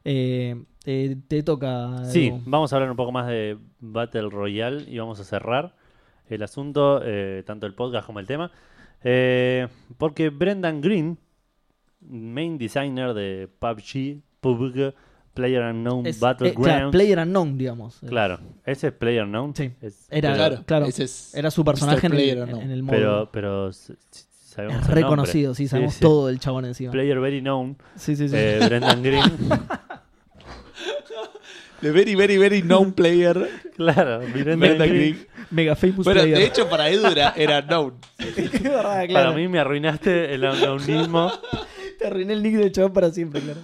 Speaker 1: Eh, eh, te toca.
Speaker 3: Sí,
Speaker 1: Edu.
Speaker 3: vamos a hablar un poco más de Battle Royale y vamos a cerrar el asunto, eh, tanto el podcast como el tema. Eh, porque Brendan Green, main designer de PUBG, PUBG, Player Unknown
Speaker 1: Es- eh, claro,
Speaker 3: Battlegrounds.
Speaker 1: Player Unknown, digamos.
Speaker 3: claro, ese es Player Unknown.
Speaker 1: Sí.
Speaker 3: Es-
Speaker 1: Era,
Speaker 3: pero,
Speaker 1: claro, claro.
Speaker 2: Ese es
Speaker 1: Era su personaje en
Speaker 2: Mr.
Speaker 1: el,
Speaker 2: Player Unknown.
Speaker 1: en el móvil.
Speaker 3: pero, pero s- s- sabemos
Speaker 1: es
Speaker 3: el nombre.
Speaker 1: reconocido, sí, sabemos
Speaker 3: sí.
Speaker 1: todo del chabón encima.
Speaker 3: Player Very Known,
Speaker 1: sí, sí, sí.
Speaker 3: eh, Brendan Green.
Speaker 2: The very, very, very known player.
Speaker 3: claro, Brendan,
Speaker 2: Brendan
Speaker 3: Green.
Speaker 2: Green.
Speaker 1: Mega famous
Speaker 2: Bueno,
Speaker 1: player.
Speaker 2: de hecho, para Edu era, era known.
Speaker 1: Es verdad, claro.
Speaker 3: Para mí me arruinaste el unknownismo.
Speaker 1: Te arruiné el nick del chabón para siempre, claro.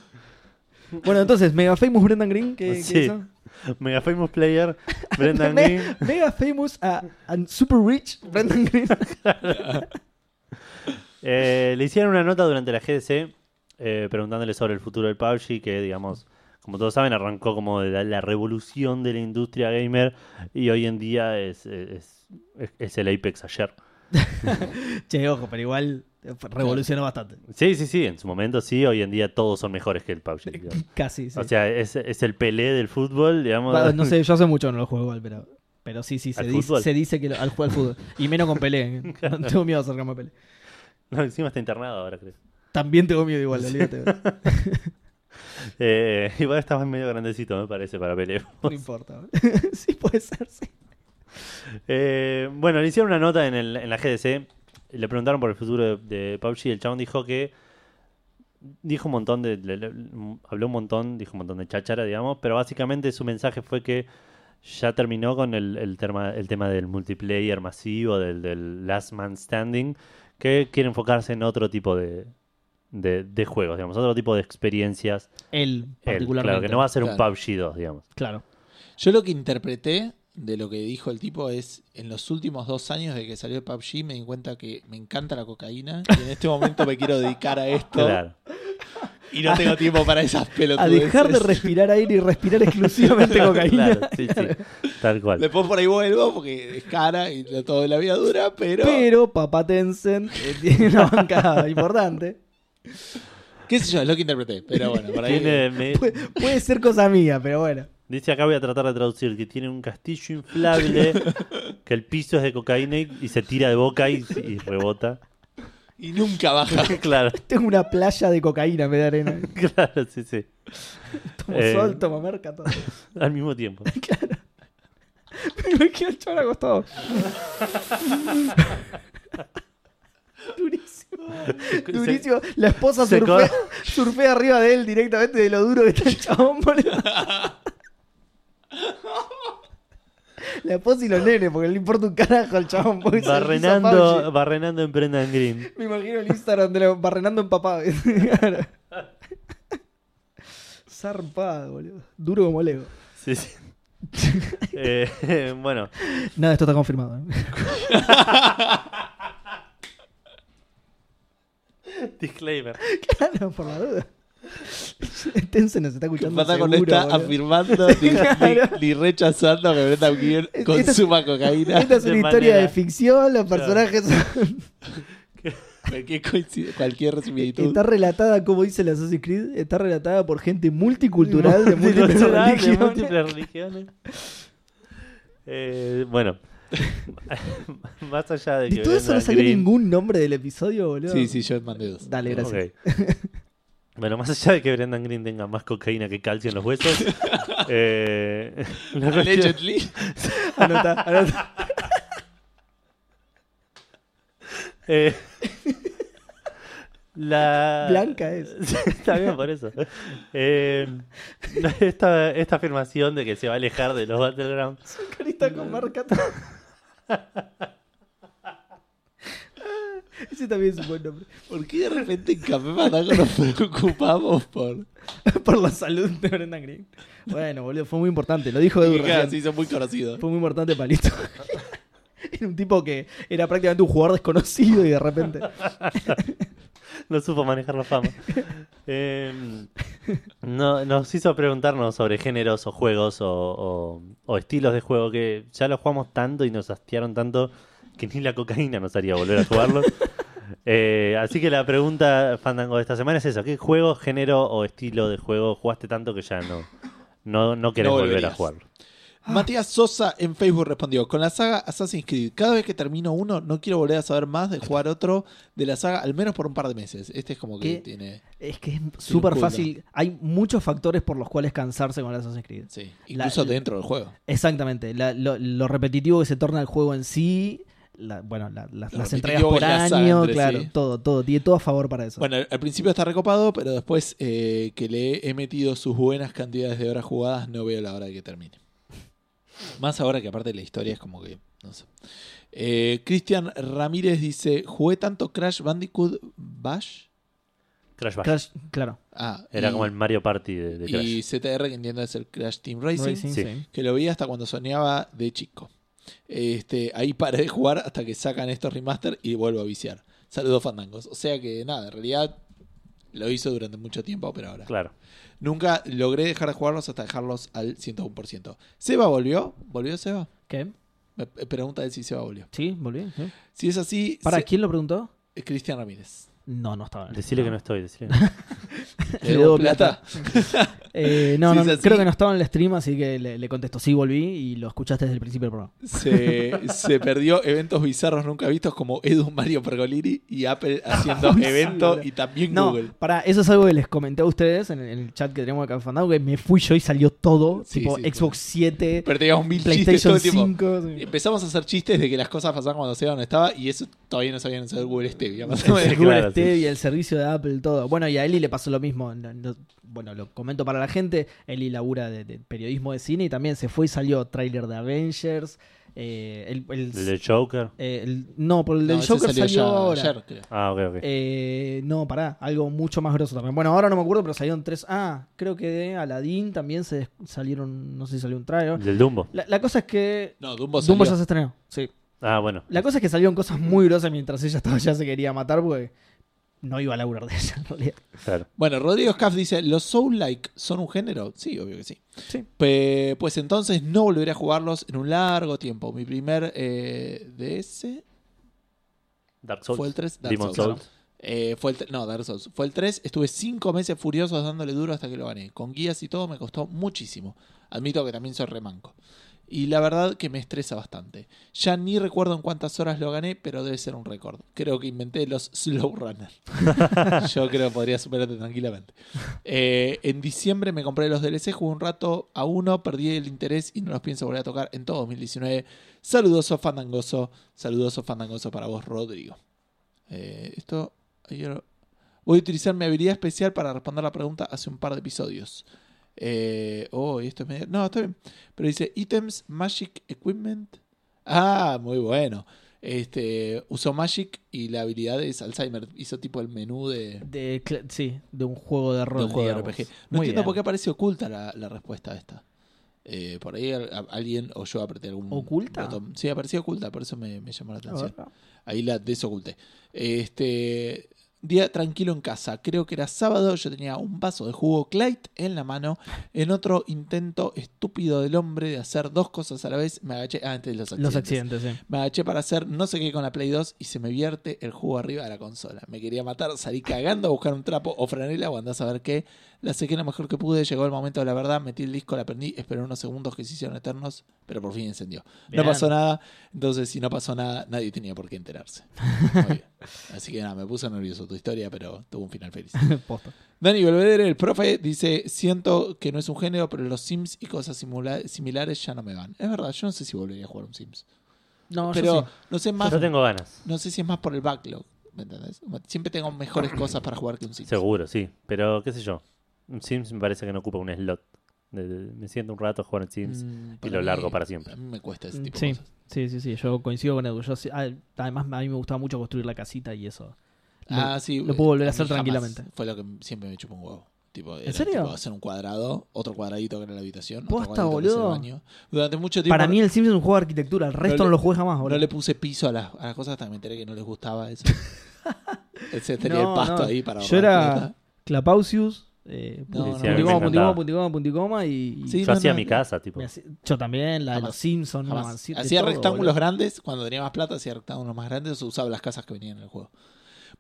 Speaker 1: Bueno, entonces, Mega Famous Brendan Green, ¿qué, qué
Speaker 3: Sí.
Speaker 1: hizo?
Speaker 3: Mega Famous Player, Brendan
Speaker 1: Me-
Speaker 3: Green.
Speaker 1: Mega Famous a- and Super Rich Brendan Green.
Speaker 3: Eh, le hicieron una nota durante la GDC eh, preguntándole sobre el futuro del PUBG, que digamos, como todos saben, arrancó como de la, la revolución de la industria gamer y hoy en día es, es- es- es el Apex ayer.
Speaker 1: che, ojo, pero igual eh, fue- revolucionó bastante.
Speaker 3: Sí, sí, sí, en su momento sí, hoy en día todos son mejores que el PUBG. digamos.
Speaker 1: Casi, sí.
Speaker 3: O sea, es, es el Pelé del fútbol, digamos.
Speaker 1: Va, no sé, yo hace mucho no lo juego igual, pero, pero sí, sí, se
Speaker 3: ¿Al
Speaker 1: dice,
Speaker 3: fútbol?
Speaker 1: se dice que lo- al jugar al fútbol. Y menos con Pelé. ¿eh? No tengo miedo a acercarme a Pelé.
Speaker 3: No, encima está internado ahora, creo.
Speaker 1: También tengo miedo igual, olvídate. No
Speaker 3: Eh, igual estabas medio grandecito, me parece, para Pelé.
Speaker 1: importa. ¿eh? sí, puede ser, sí.
Speaker 3: Eh, bueno, le hicieron una nota en, el- en la GDC. Le preguntaron por el futuro de, de PUBG. El chabón dijo que. Dijo un montón de. le- le- m- habló un montón, dijo un montón de cháchara, digamos. Pero básicamente su mensaje fue que ya terminó con el, el tema, el tema del multiplayer masivo, del, del Last Man Standing. Que quiere enfocarse en otro tipo de, de, de juegos, digamos. Otro tipo de experiencias.
Speaker 1: Él,
Speaker 3: Él,
Speaker 1: particularmente.
Speaker 3: claro, que no va a ser
Speaker 2: Claro.
Speaker 3: un PUBG 2, digamos.
Speaker 1: Claro.
Speaker 2: Yo lo que interpreté de lo que dijo el tipo es, en los últimos dos años de que salió el PUBG me di cuenta que me encanta la cocaína y en este momento me quiero dedicar a esto
Speaker 3: Claro.
Speaker 2: y no tengo tiempo para esas
Speaker 1: A
Speaker 2: pelotudeces.
Speaker 1: dejar de respirar aire y respirar exclusivamente cocaína.
Speaker 3: Claro, sí, sí. Tal cual.
Speaker 2: Después por ahí vuelvo porque es cara y lo- todo de la vida dura, pero...
Speaker 1: Pero papá Tencent eh, tiene una bancada importante.
Speaker 2: ¿Qué sé yo? Es lo que interpreté, pero bueno, por ahí...
Speaker 3: Tiene- me-
Speaker 1: Pu- puede ser cosa mía, pero bueno.
Speaker 3: Dice acá voy a tratar de traducir que tiene un castillo inflable, que el piso es de cocaína y, y se tira de boca y, y rebota.
Speaker 2: Y nunca baja.
Speaker 3: Claro,
Speaker 1: Tengo una playa de cocaína, me da arena.
Speaker 3: Eh, claro, sí, sí.
Speaker 1: Tomo
Speaker 3: Eh.
Speaker 1: sol, tomo merca, todo.
Speaker 3: Al mismo tiempo.
Speaker 1: Me queda el chaval acostado. Durísimo. Durísimo. La esposa
Speaker 3: se
Speaker 1: surfea,
Speaker 3: co-
Speaker 1: surfea arriba de él directamente de lo duro que está el chabón, boludo. La esposa y los nenes, porque le importa un carajo al chabón. porque se hizo
Speaker 3: Barrenando,
Speaker 1: Fauci.
Speaker 3: barrenando en Brendan Green.
Speaker 1: Me imagino el Instagram de la barrenando en papá. Claro. Zarpado, boludo. Duro como Lego.
Speaker 3: Sí, sí. Eh, bueno,
Speaker 1: Nada, esto está confirmado. ¿eh?
Speaker 3: disclaimer.
Speaker 1: Claro, por la duda. Tense nos está
Speaker 2: ¿Qué
Speaker 1: escuchando.
Speaker 2: pasa con
Speaker 1: seguro,
Speaker 2: esta
Speaker 1: boludo.
Speaker 2: afirmando ni,
Speaker 1: Claro.
Speaker 2: ni- ni rechazando que Brendan Green
Speaker 1: Esta-
Speaker 2: consuma cocaína?
Speaker 1: Esta es
Speaker 3: de
Speaker 1: una historia
Speaker 3: manera-
Speaker 1: de ficción, los personajes son-
Speaker 2: Cualquier, coincide- cualquier similitud.
Speaker 1: está relatada como dice el Assassin's Creed, está relatada por gente multicultural de múltiples
Speaker 3: Multicultural, de
Speaker 1: religiones.
Speaker 3: múltiples religiones. Eh, bueno, más allá de que.
Speaker 1: De todo eso
Speaker 3: Brendan
Speaker 1: no salió
Speaker 3: Green-
Speaker 1: ningún nombre del episodio, boludo.
Speaker 2: Sí, sí, yo mandé dos.
Speaker 1: Dale, gracias.
Speaker 3: Ok. Bueno, más allá de que Brendan Green tenga más cocaína que calcio en los huesos, eh, la cuestión-
Speaker 2: Allegedly.
Speaker 1: Anota, anota.
Speaker 3: eh, la...
Speaker 1: Blanca es.
Speaker 3: Está bien, por eso. Eh, esta, esta afirmación de que se va a alejar de los Battlegrounds
Speaker 1: Su carita con marca. Ese también es un buen nombre.
Speaker 2: ¿Por qué de repente en Café Fandango nos preocupamos por...?
Speaker 1: Por la salud de Brendan Green. Bueno, boludo, fue muy importante. Lo dijo Edu
Speaker 2: Claro,
Speaker 1: recién.
Speaker 2: sí, son muy conocidos.
Speaker 1: Fue muy importante Palito. Era un tipo que era prácticamente un jugador desconocido y de repente.
Speaker 3: no supo manejar la fama. Eh, no- nos hizo preguntarnos sobre géneros o juegos o, o- o estilos de juego que ya los jugamos tanto y nos hastiaron tanto que ni la cocaína nos haría volver a jugarlos. Eh, así que la pregunta, Fandango, de esta semana es eso. ¿Qué juego, género o estilo de juego jugaste tanto que ya no, no, no querés
Speaker 2: No
Speaker 3: volver a
Speaker 2: volverías.
Speaker 3: jugarlo?
Speaker 1: Ah.
Speaker 2: Matías Sosa en Facebook respondió, con la saga Assassin's Creed, cada vez que termino uno, no quiero volver a saber más de jugar otro de la saga, al menos por un par de meses. Este es como que
Speaker 1: ¿Qué?
Speaker 2: tiene...
Speaker 1: Es que es súper
Speaker 2: culo.
Speaker 1: fácil. Hay muchos factores por los cuales cansarse con el Assassin's Creed.
Speaker 2: Sí,
Speaker 1: La-
Speaker 2: incluso
Speaker 1: la-
Speaker 2: dentro del juego.
Speaker 1: Exactamente. La- lo, lo repetitivo que se torna el juego en sí. la- bueno, la- la-
Speaker 2: Lo
Speaker 1: las
Speaker 2: repetitivo
Speaker 1: entregas por
Speaker 2: es la saga
Speaker 1: año,
Speaker 2: entre
Speaker 1: claro,
Speaker 2: sí.
Speaker 1: todo, todo, tiene todo a favor para eso.
Speaker 2: Bueno, al- al principio está recopado, pero después eh, que le he metido sus buenas cantidades de horas jugadas, no veo la hora de que termine. Más ahora que aparte la historia es como que, no sé. Eh, Cristian Ramírez dice, jugué tanto Crash Bandicoot Bash.
Speaker 3: Crash Bash.
Speaker 1: Crash, claro.
Speaker 2: Ah,
Speaker 3: Era
Speaker 2: y-
Speaker 3: como el Mario Party de, de Crash.
Speaker 2: Y ZR, que entiendo es el Crash Team Racing,
Speaker 1: Racing,
Speaker 3: Sí.
Speaker 1: sí.
Speaker 2: que lo vi hasta cuando soñaba de chico. Este, ahí paré de jugar hasta que sacan estos remaster y vuelvo a viciar. Saludos fandangos. O sea que nada, en realidad lo hizo durante mucho tiempo, pero ahora.
Speaker 3: Claro.
Speaker 2: Nunca logré dejar de jugarlos hasta dejarlos al 101%. ¿Seba volvió? ¿Volvió Seba?
Speaker 1: ¿Qué?
Speaker 2: Me me pregunta él si Seba volvió.
Speaker 1: Sí, volví. sí.
Speaker 2: Si es así,
Speaker 1: ¿Para
Speaker 2: Se-
Speaker 1: quién lo preguntó?
Speaker 2: eh, Cristian Ramírez.
Speaker 1: No, no estaba.
Speaker 3: Decirle que no estoy. decile que no.
Speaker 1: Le
Speaker 2: ¿Le
Speaker 1: debo
Speaker 2: debo plata?
Speaker 1: Eh, no,
Speaker 2: Si
Speaker 1: no,
Speaker 2: es así-
Speaker 1: creo que no estaba en el stream, así que le, le contesto, sí, volví y lo escuchaste desde el principio del programa.
Speaker 2: Se, se perdió eventos bizarros nunca vistos como Edu Mario Pergolini y Apple haciendo
Speaker 1: Sí,
Speaker 2: evento
Speaker 1: boludo.
Speaker 2: y también
Speaker 1: No,
Speaker 2: Google.
Speaker 1: para eso es algo que les comenté a ustedes en el, en el chat que tenemos acá en Fandango, que me fui yo y salió todo,
Speaker 2: Sí,
Speaker 1: tipo
Speaker 2: sí,
Speaker 1: Xbox 7,
Speaker 2: Pero teníamos mil chistes todo
Speaker 1: PlayStation
Speaker 2: el tiempo.
Speaker 1: 5. sí.
Speaker 2: Empezamos a hacer chistes de que las cosas pasaban cuando Seba no estaba y eso todavía no sabían usar Google Stevia. más o menos.
Speaker 1: El Google
Speaker 3: Claro, sí.
Speaker 1: Stevia, el servicio de Apple, todo. Bueno, y a Eli le pasó lo mismo. No- no- bueno, lo comento para la gente. Eli labura de, de periodismo de cine y también se fue y salió tráiler de Avengers. eh, el, el-
Speaker 3: El de Joker.
Speaker 1: eh, el- no, por el
Speaker 2: No,
Speaker 1: del
Speaker 2: ese
Speaker 1: Joker salió,
Speaker 2: ya
Speaker 1: ahora.
Speaker 2: ayer, creo.
Speaker 3: Ah, ok, ok.
Speaker 1: Eh, no, pará, algo mucho más grosso también. Bueno, ahora no me acuerdo, pero salieron tres. Ah, creo que de Aladdin también se des- salieron, no sé si salió un tráiler.
Speaker 3: Del Dumbo.
Speaker 1: La, la cosa es que...
Speaker 2: No, Dumbo salió.
Speaker 1: Dumbo ya se estrenó, sí.
Speaker 3: Ah, bueno.
Speaker 1: La cosa es que salieron cosas muy grosas mientras ella estaba, ya se quería matar porque no iba a laburar de ella en realidad.
Speaker 3: Claro.
Speaker 2: Bueno, Rodrigo Scaff dice, ¿los Soul-like son un género? Sí, obvio que sí.
Speaker 1: Sí.
Speaker 2: Pe- pues entonces no volveré a jugarlos en un largo tiempo. Mi primer eh, DS
Speaker 3: Dark Souls.
Speaker 2: fue el 3.
Speaker 3: Demon Souls.
Speaker 2: Eh, fue el tre- no, Dark Souls. Fue el 3. Estuve 5 meses furiosos dándole duro hasta que lo gané. Con guías y todo me costó muchísimo. Admito que también soy remanco. Y la verdad que me estresa bastante. Ya ni recuerdo en cuántas horas lo gané, pero debe ser un récord. Creo que inventé los slow runner. Yo creo que podría superarte tranquilamente. Eh, en diciembre me compré los DLC, jugué un rato a uno, perdí el interés y no los pienso volver a tocar en todo 2019. Saludoso fandangoso, saludoso fandangoso para vos, Rodrigo. Eh, esto. yo no- Voy a utilizar mi habilidad especial para responder la pregunta hace un par de episodios. Eh, oh, y esto es medio. No, está bien. Pero dice: ítems, Magic Equipment. Ah, muy bueno. Este, usó Magic y la habilidad es Alzheimer. Hizo tipo el menú de,
Speaker 1: De, cl- sí, de un juego de
Speaker 2: de
Speaker 1: rol.
Speaker 2: un juego de
Speaker 1: digamos.
Speaker 2: RPG.
Speaker 1: Muy
Speaker 2: No entiendo
Speaker 1: bien.
Speaker 2: por qué aparece oculta la, la respuesta a esta. Eh, por ahí al- a- alguien o yo apreté algún.
Speaker 1: ¿Oculta?
Speaker 2: botón. Sí, aparecía oculta, por eso me, me llamó la
Speaker 1: A ver.
Speaker 2: atención. Ahí la desoculté. Este, Día tranquilo en casa. Creo que era sábado. Yo tenía un vaso de jugo Clyde en la mano. En otro intento estúpido del hombre de hacer dos cosas a la vez, me agaché. Ah, antes de los accidentes.
Speaker 4: Los accidentes, sí.
Speaker 2: Me agaché para hacer no sé qué con la Play 2 y se me vierte el jugo arriba de la consola. Me quería matar, salí cagando a buscar un trapo o franela o andá a saber qué. La sequé lo mejor que pude, llegó el momento de la verdad, metí el disco, la prendí, esperé unos segundos que se hicieron eternos, pero por fin encendió.
Speaker 4: Bien.
Speaker 2: No pasó nada, entonces si no pasó nada, nadie tenía por qué enterarse. Muy bien. Así que nada, me puso nervioso tu historia, pero tuvo un final feliz.
Speaker 4: Posta.
Speaker 2: Dani Belvedere, el profe, dice: Siento que no es un género, pero los Sims y cosas simula- similares ya no me van. Es verdad, yo no sé si volvería a jugar un Sims.
Speaker 1: No,
Speaker 2: pero
Speaker 1: yo sí.
Speaker 2: no sé más
Speaker 3: Yo tengo ganas.
Speaker 2: no sé si es más por el backlog, ¿me entendés? Como Siempre tengo mejores cosas para jugar que un Sims.
Speaker 3: Seguro, sí. Pero qué sé yo. Un Sims me parece que no ocupa un slot. De- de- me siento un rato a jugar en Sims.
Speaker 2: Mm,
Speaker 3: lo
Speaker 2: mí-
Speaker 3: largo para siempre.
Speaker 2: A mí me cuesta ese
Speaker 4: Mm,
Speaker 2: tipo
Speaker 4: sí.
Speaker 2: de cosas.
Speaker 4: Sí, sí, sí, yo coincido con Edu. Yo sí- ah, además, a mí me gustaba mucho construir la casita y eso.
Speaker 2: Ah, sí.
Speaker 4: lo puedo volver a
Speaker 2: mí
Speaker 4: hacer
Speaker 2: jamás
Speaker 4: tranquilamente.
Speaker 2: Fue lo que siempre me chupó un huevo. Tipo, era,
Speaker 4: serio?
Speaker 2: tipo, hacer un cuadrado, otro cuadradito que era la habitación, otro
Speaker 1: Posta,
Speaker 2: cuadradito que es el
Speaker 1: boludo.
Speaker 2: baño. Durante mucho tiempo
Speaker 4: Para
Speaker 2: no-
Speaker 4: mí el Sims es un juego de arquitectura, el resto no,
Speaker 2: le-
Speaker 4: lo jugué jamás,
Speaker 2: no
Speaker 4: boludo.
Speaker 2: le puse piso a las, a las cosas hasta que me enteré que no les gustaba eso. Ese tenía
Speaker 4: No,
Speaker 2: el pasto
Speaker 4: no.
Speaker 2: ahí para
Speaker 4: Yo
Speaker 2: ahorrar
Speaker 4: era-
Speaker 2: plata.
Speaker 4: Clapausius, eh,
Speaker 2: No,
Speaker 4: punti-
Speaker 2: no,
Speaker 4: punticoma,
Speaker 2: a mí me
Speaker 4: punticoma,
Speaker 3: encantaba.
Speaker 4: punticoma, punticoma, y... y
Speaker 2: Sí,
Speaker 3: Yo
Speaker 2: no,
Speaker 3: hacía
Speaker 2: no,
Speaker 3: mi
Speaker 2: no.
Speaker 3: casa, tipo.
Speaker 4: me hacía- yo también, la de
Speaker 2: Jamás.
Speaker 4: los Simpsons, la
Speaker 2: Jamás.
Speaker 4: mansión, de
Speaker 2: Hacía
Speaker 4: todo,
Speaker 2: rectángulos
Speaker 4: boludo.
Speaker 2: grandes, cuando tenía más plata hacía rectángulos más grandes o usaba las casas que venían en el juego.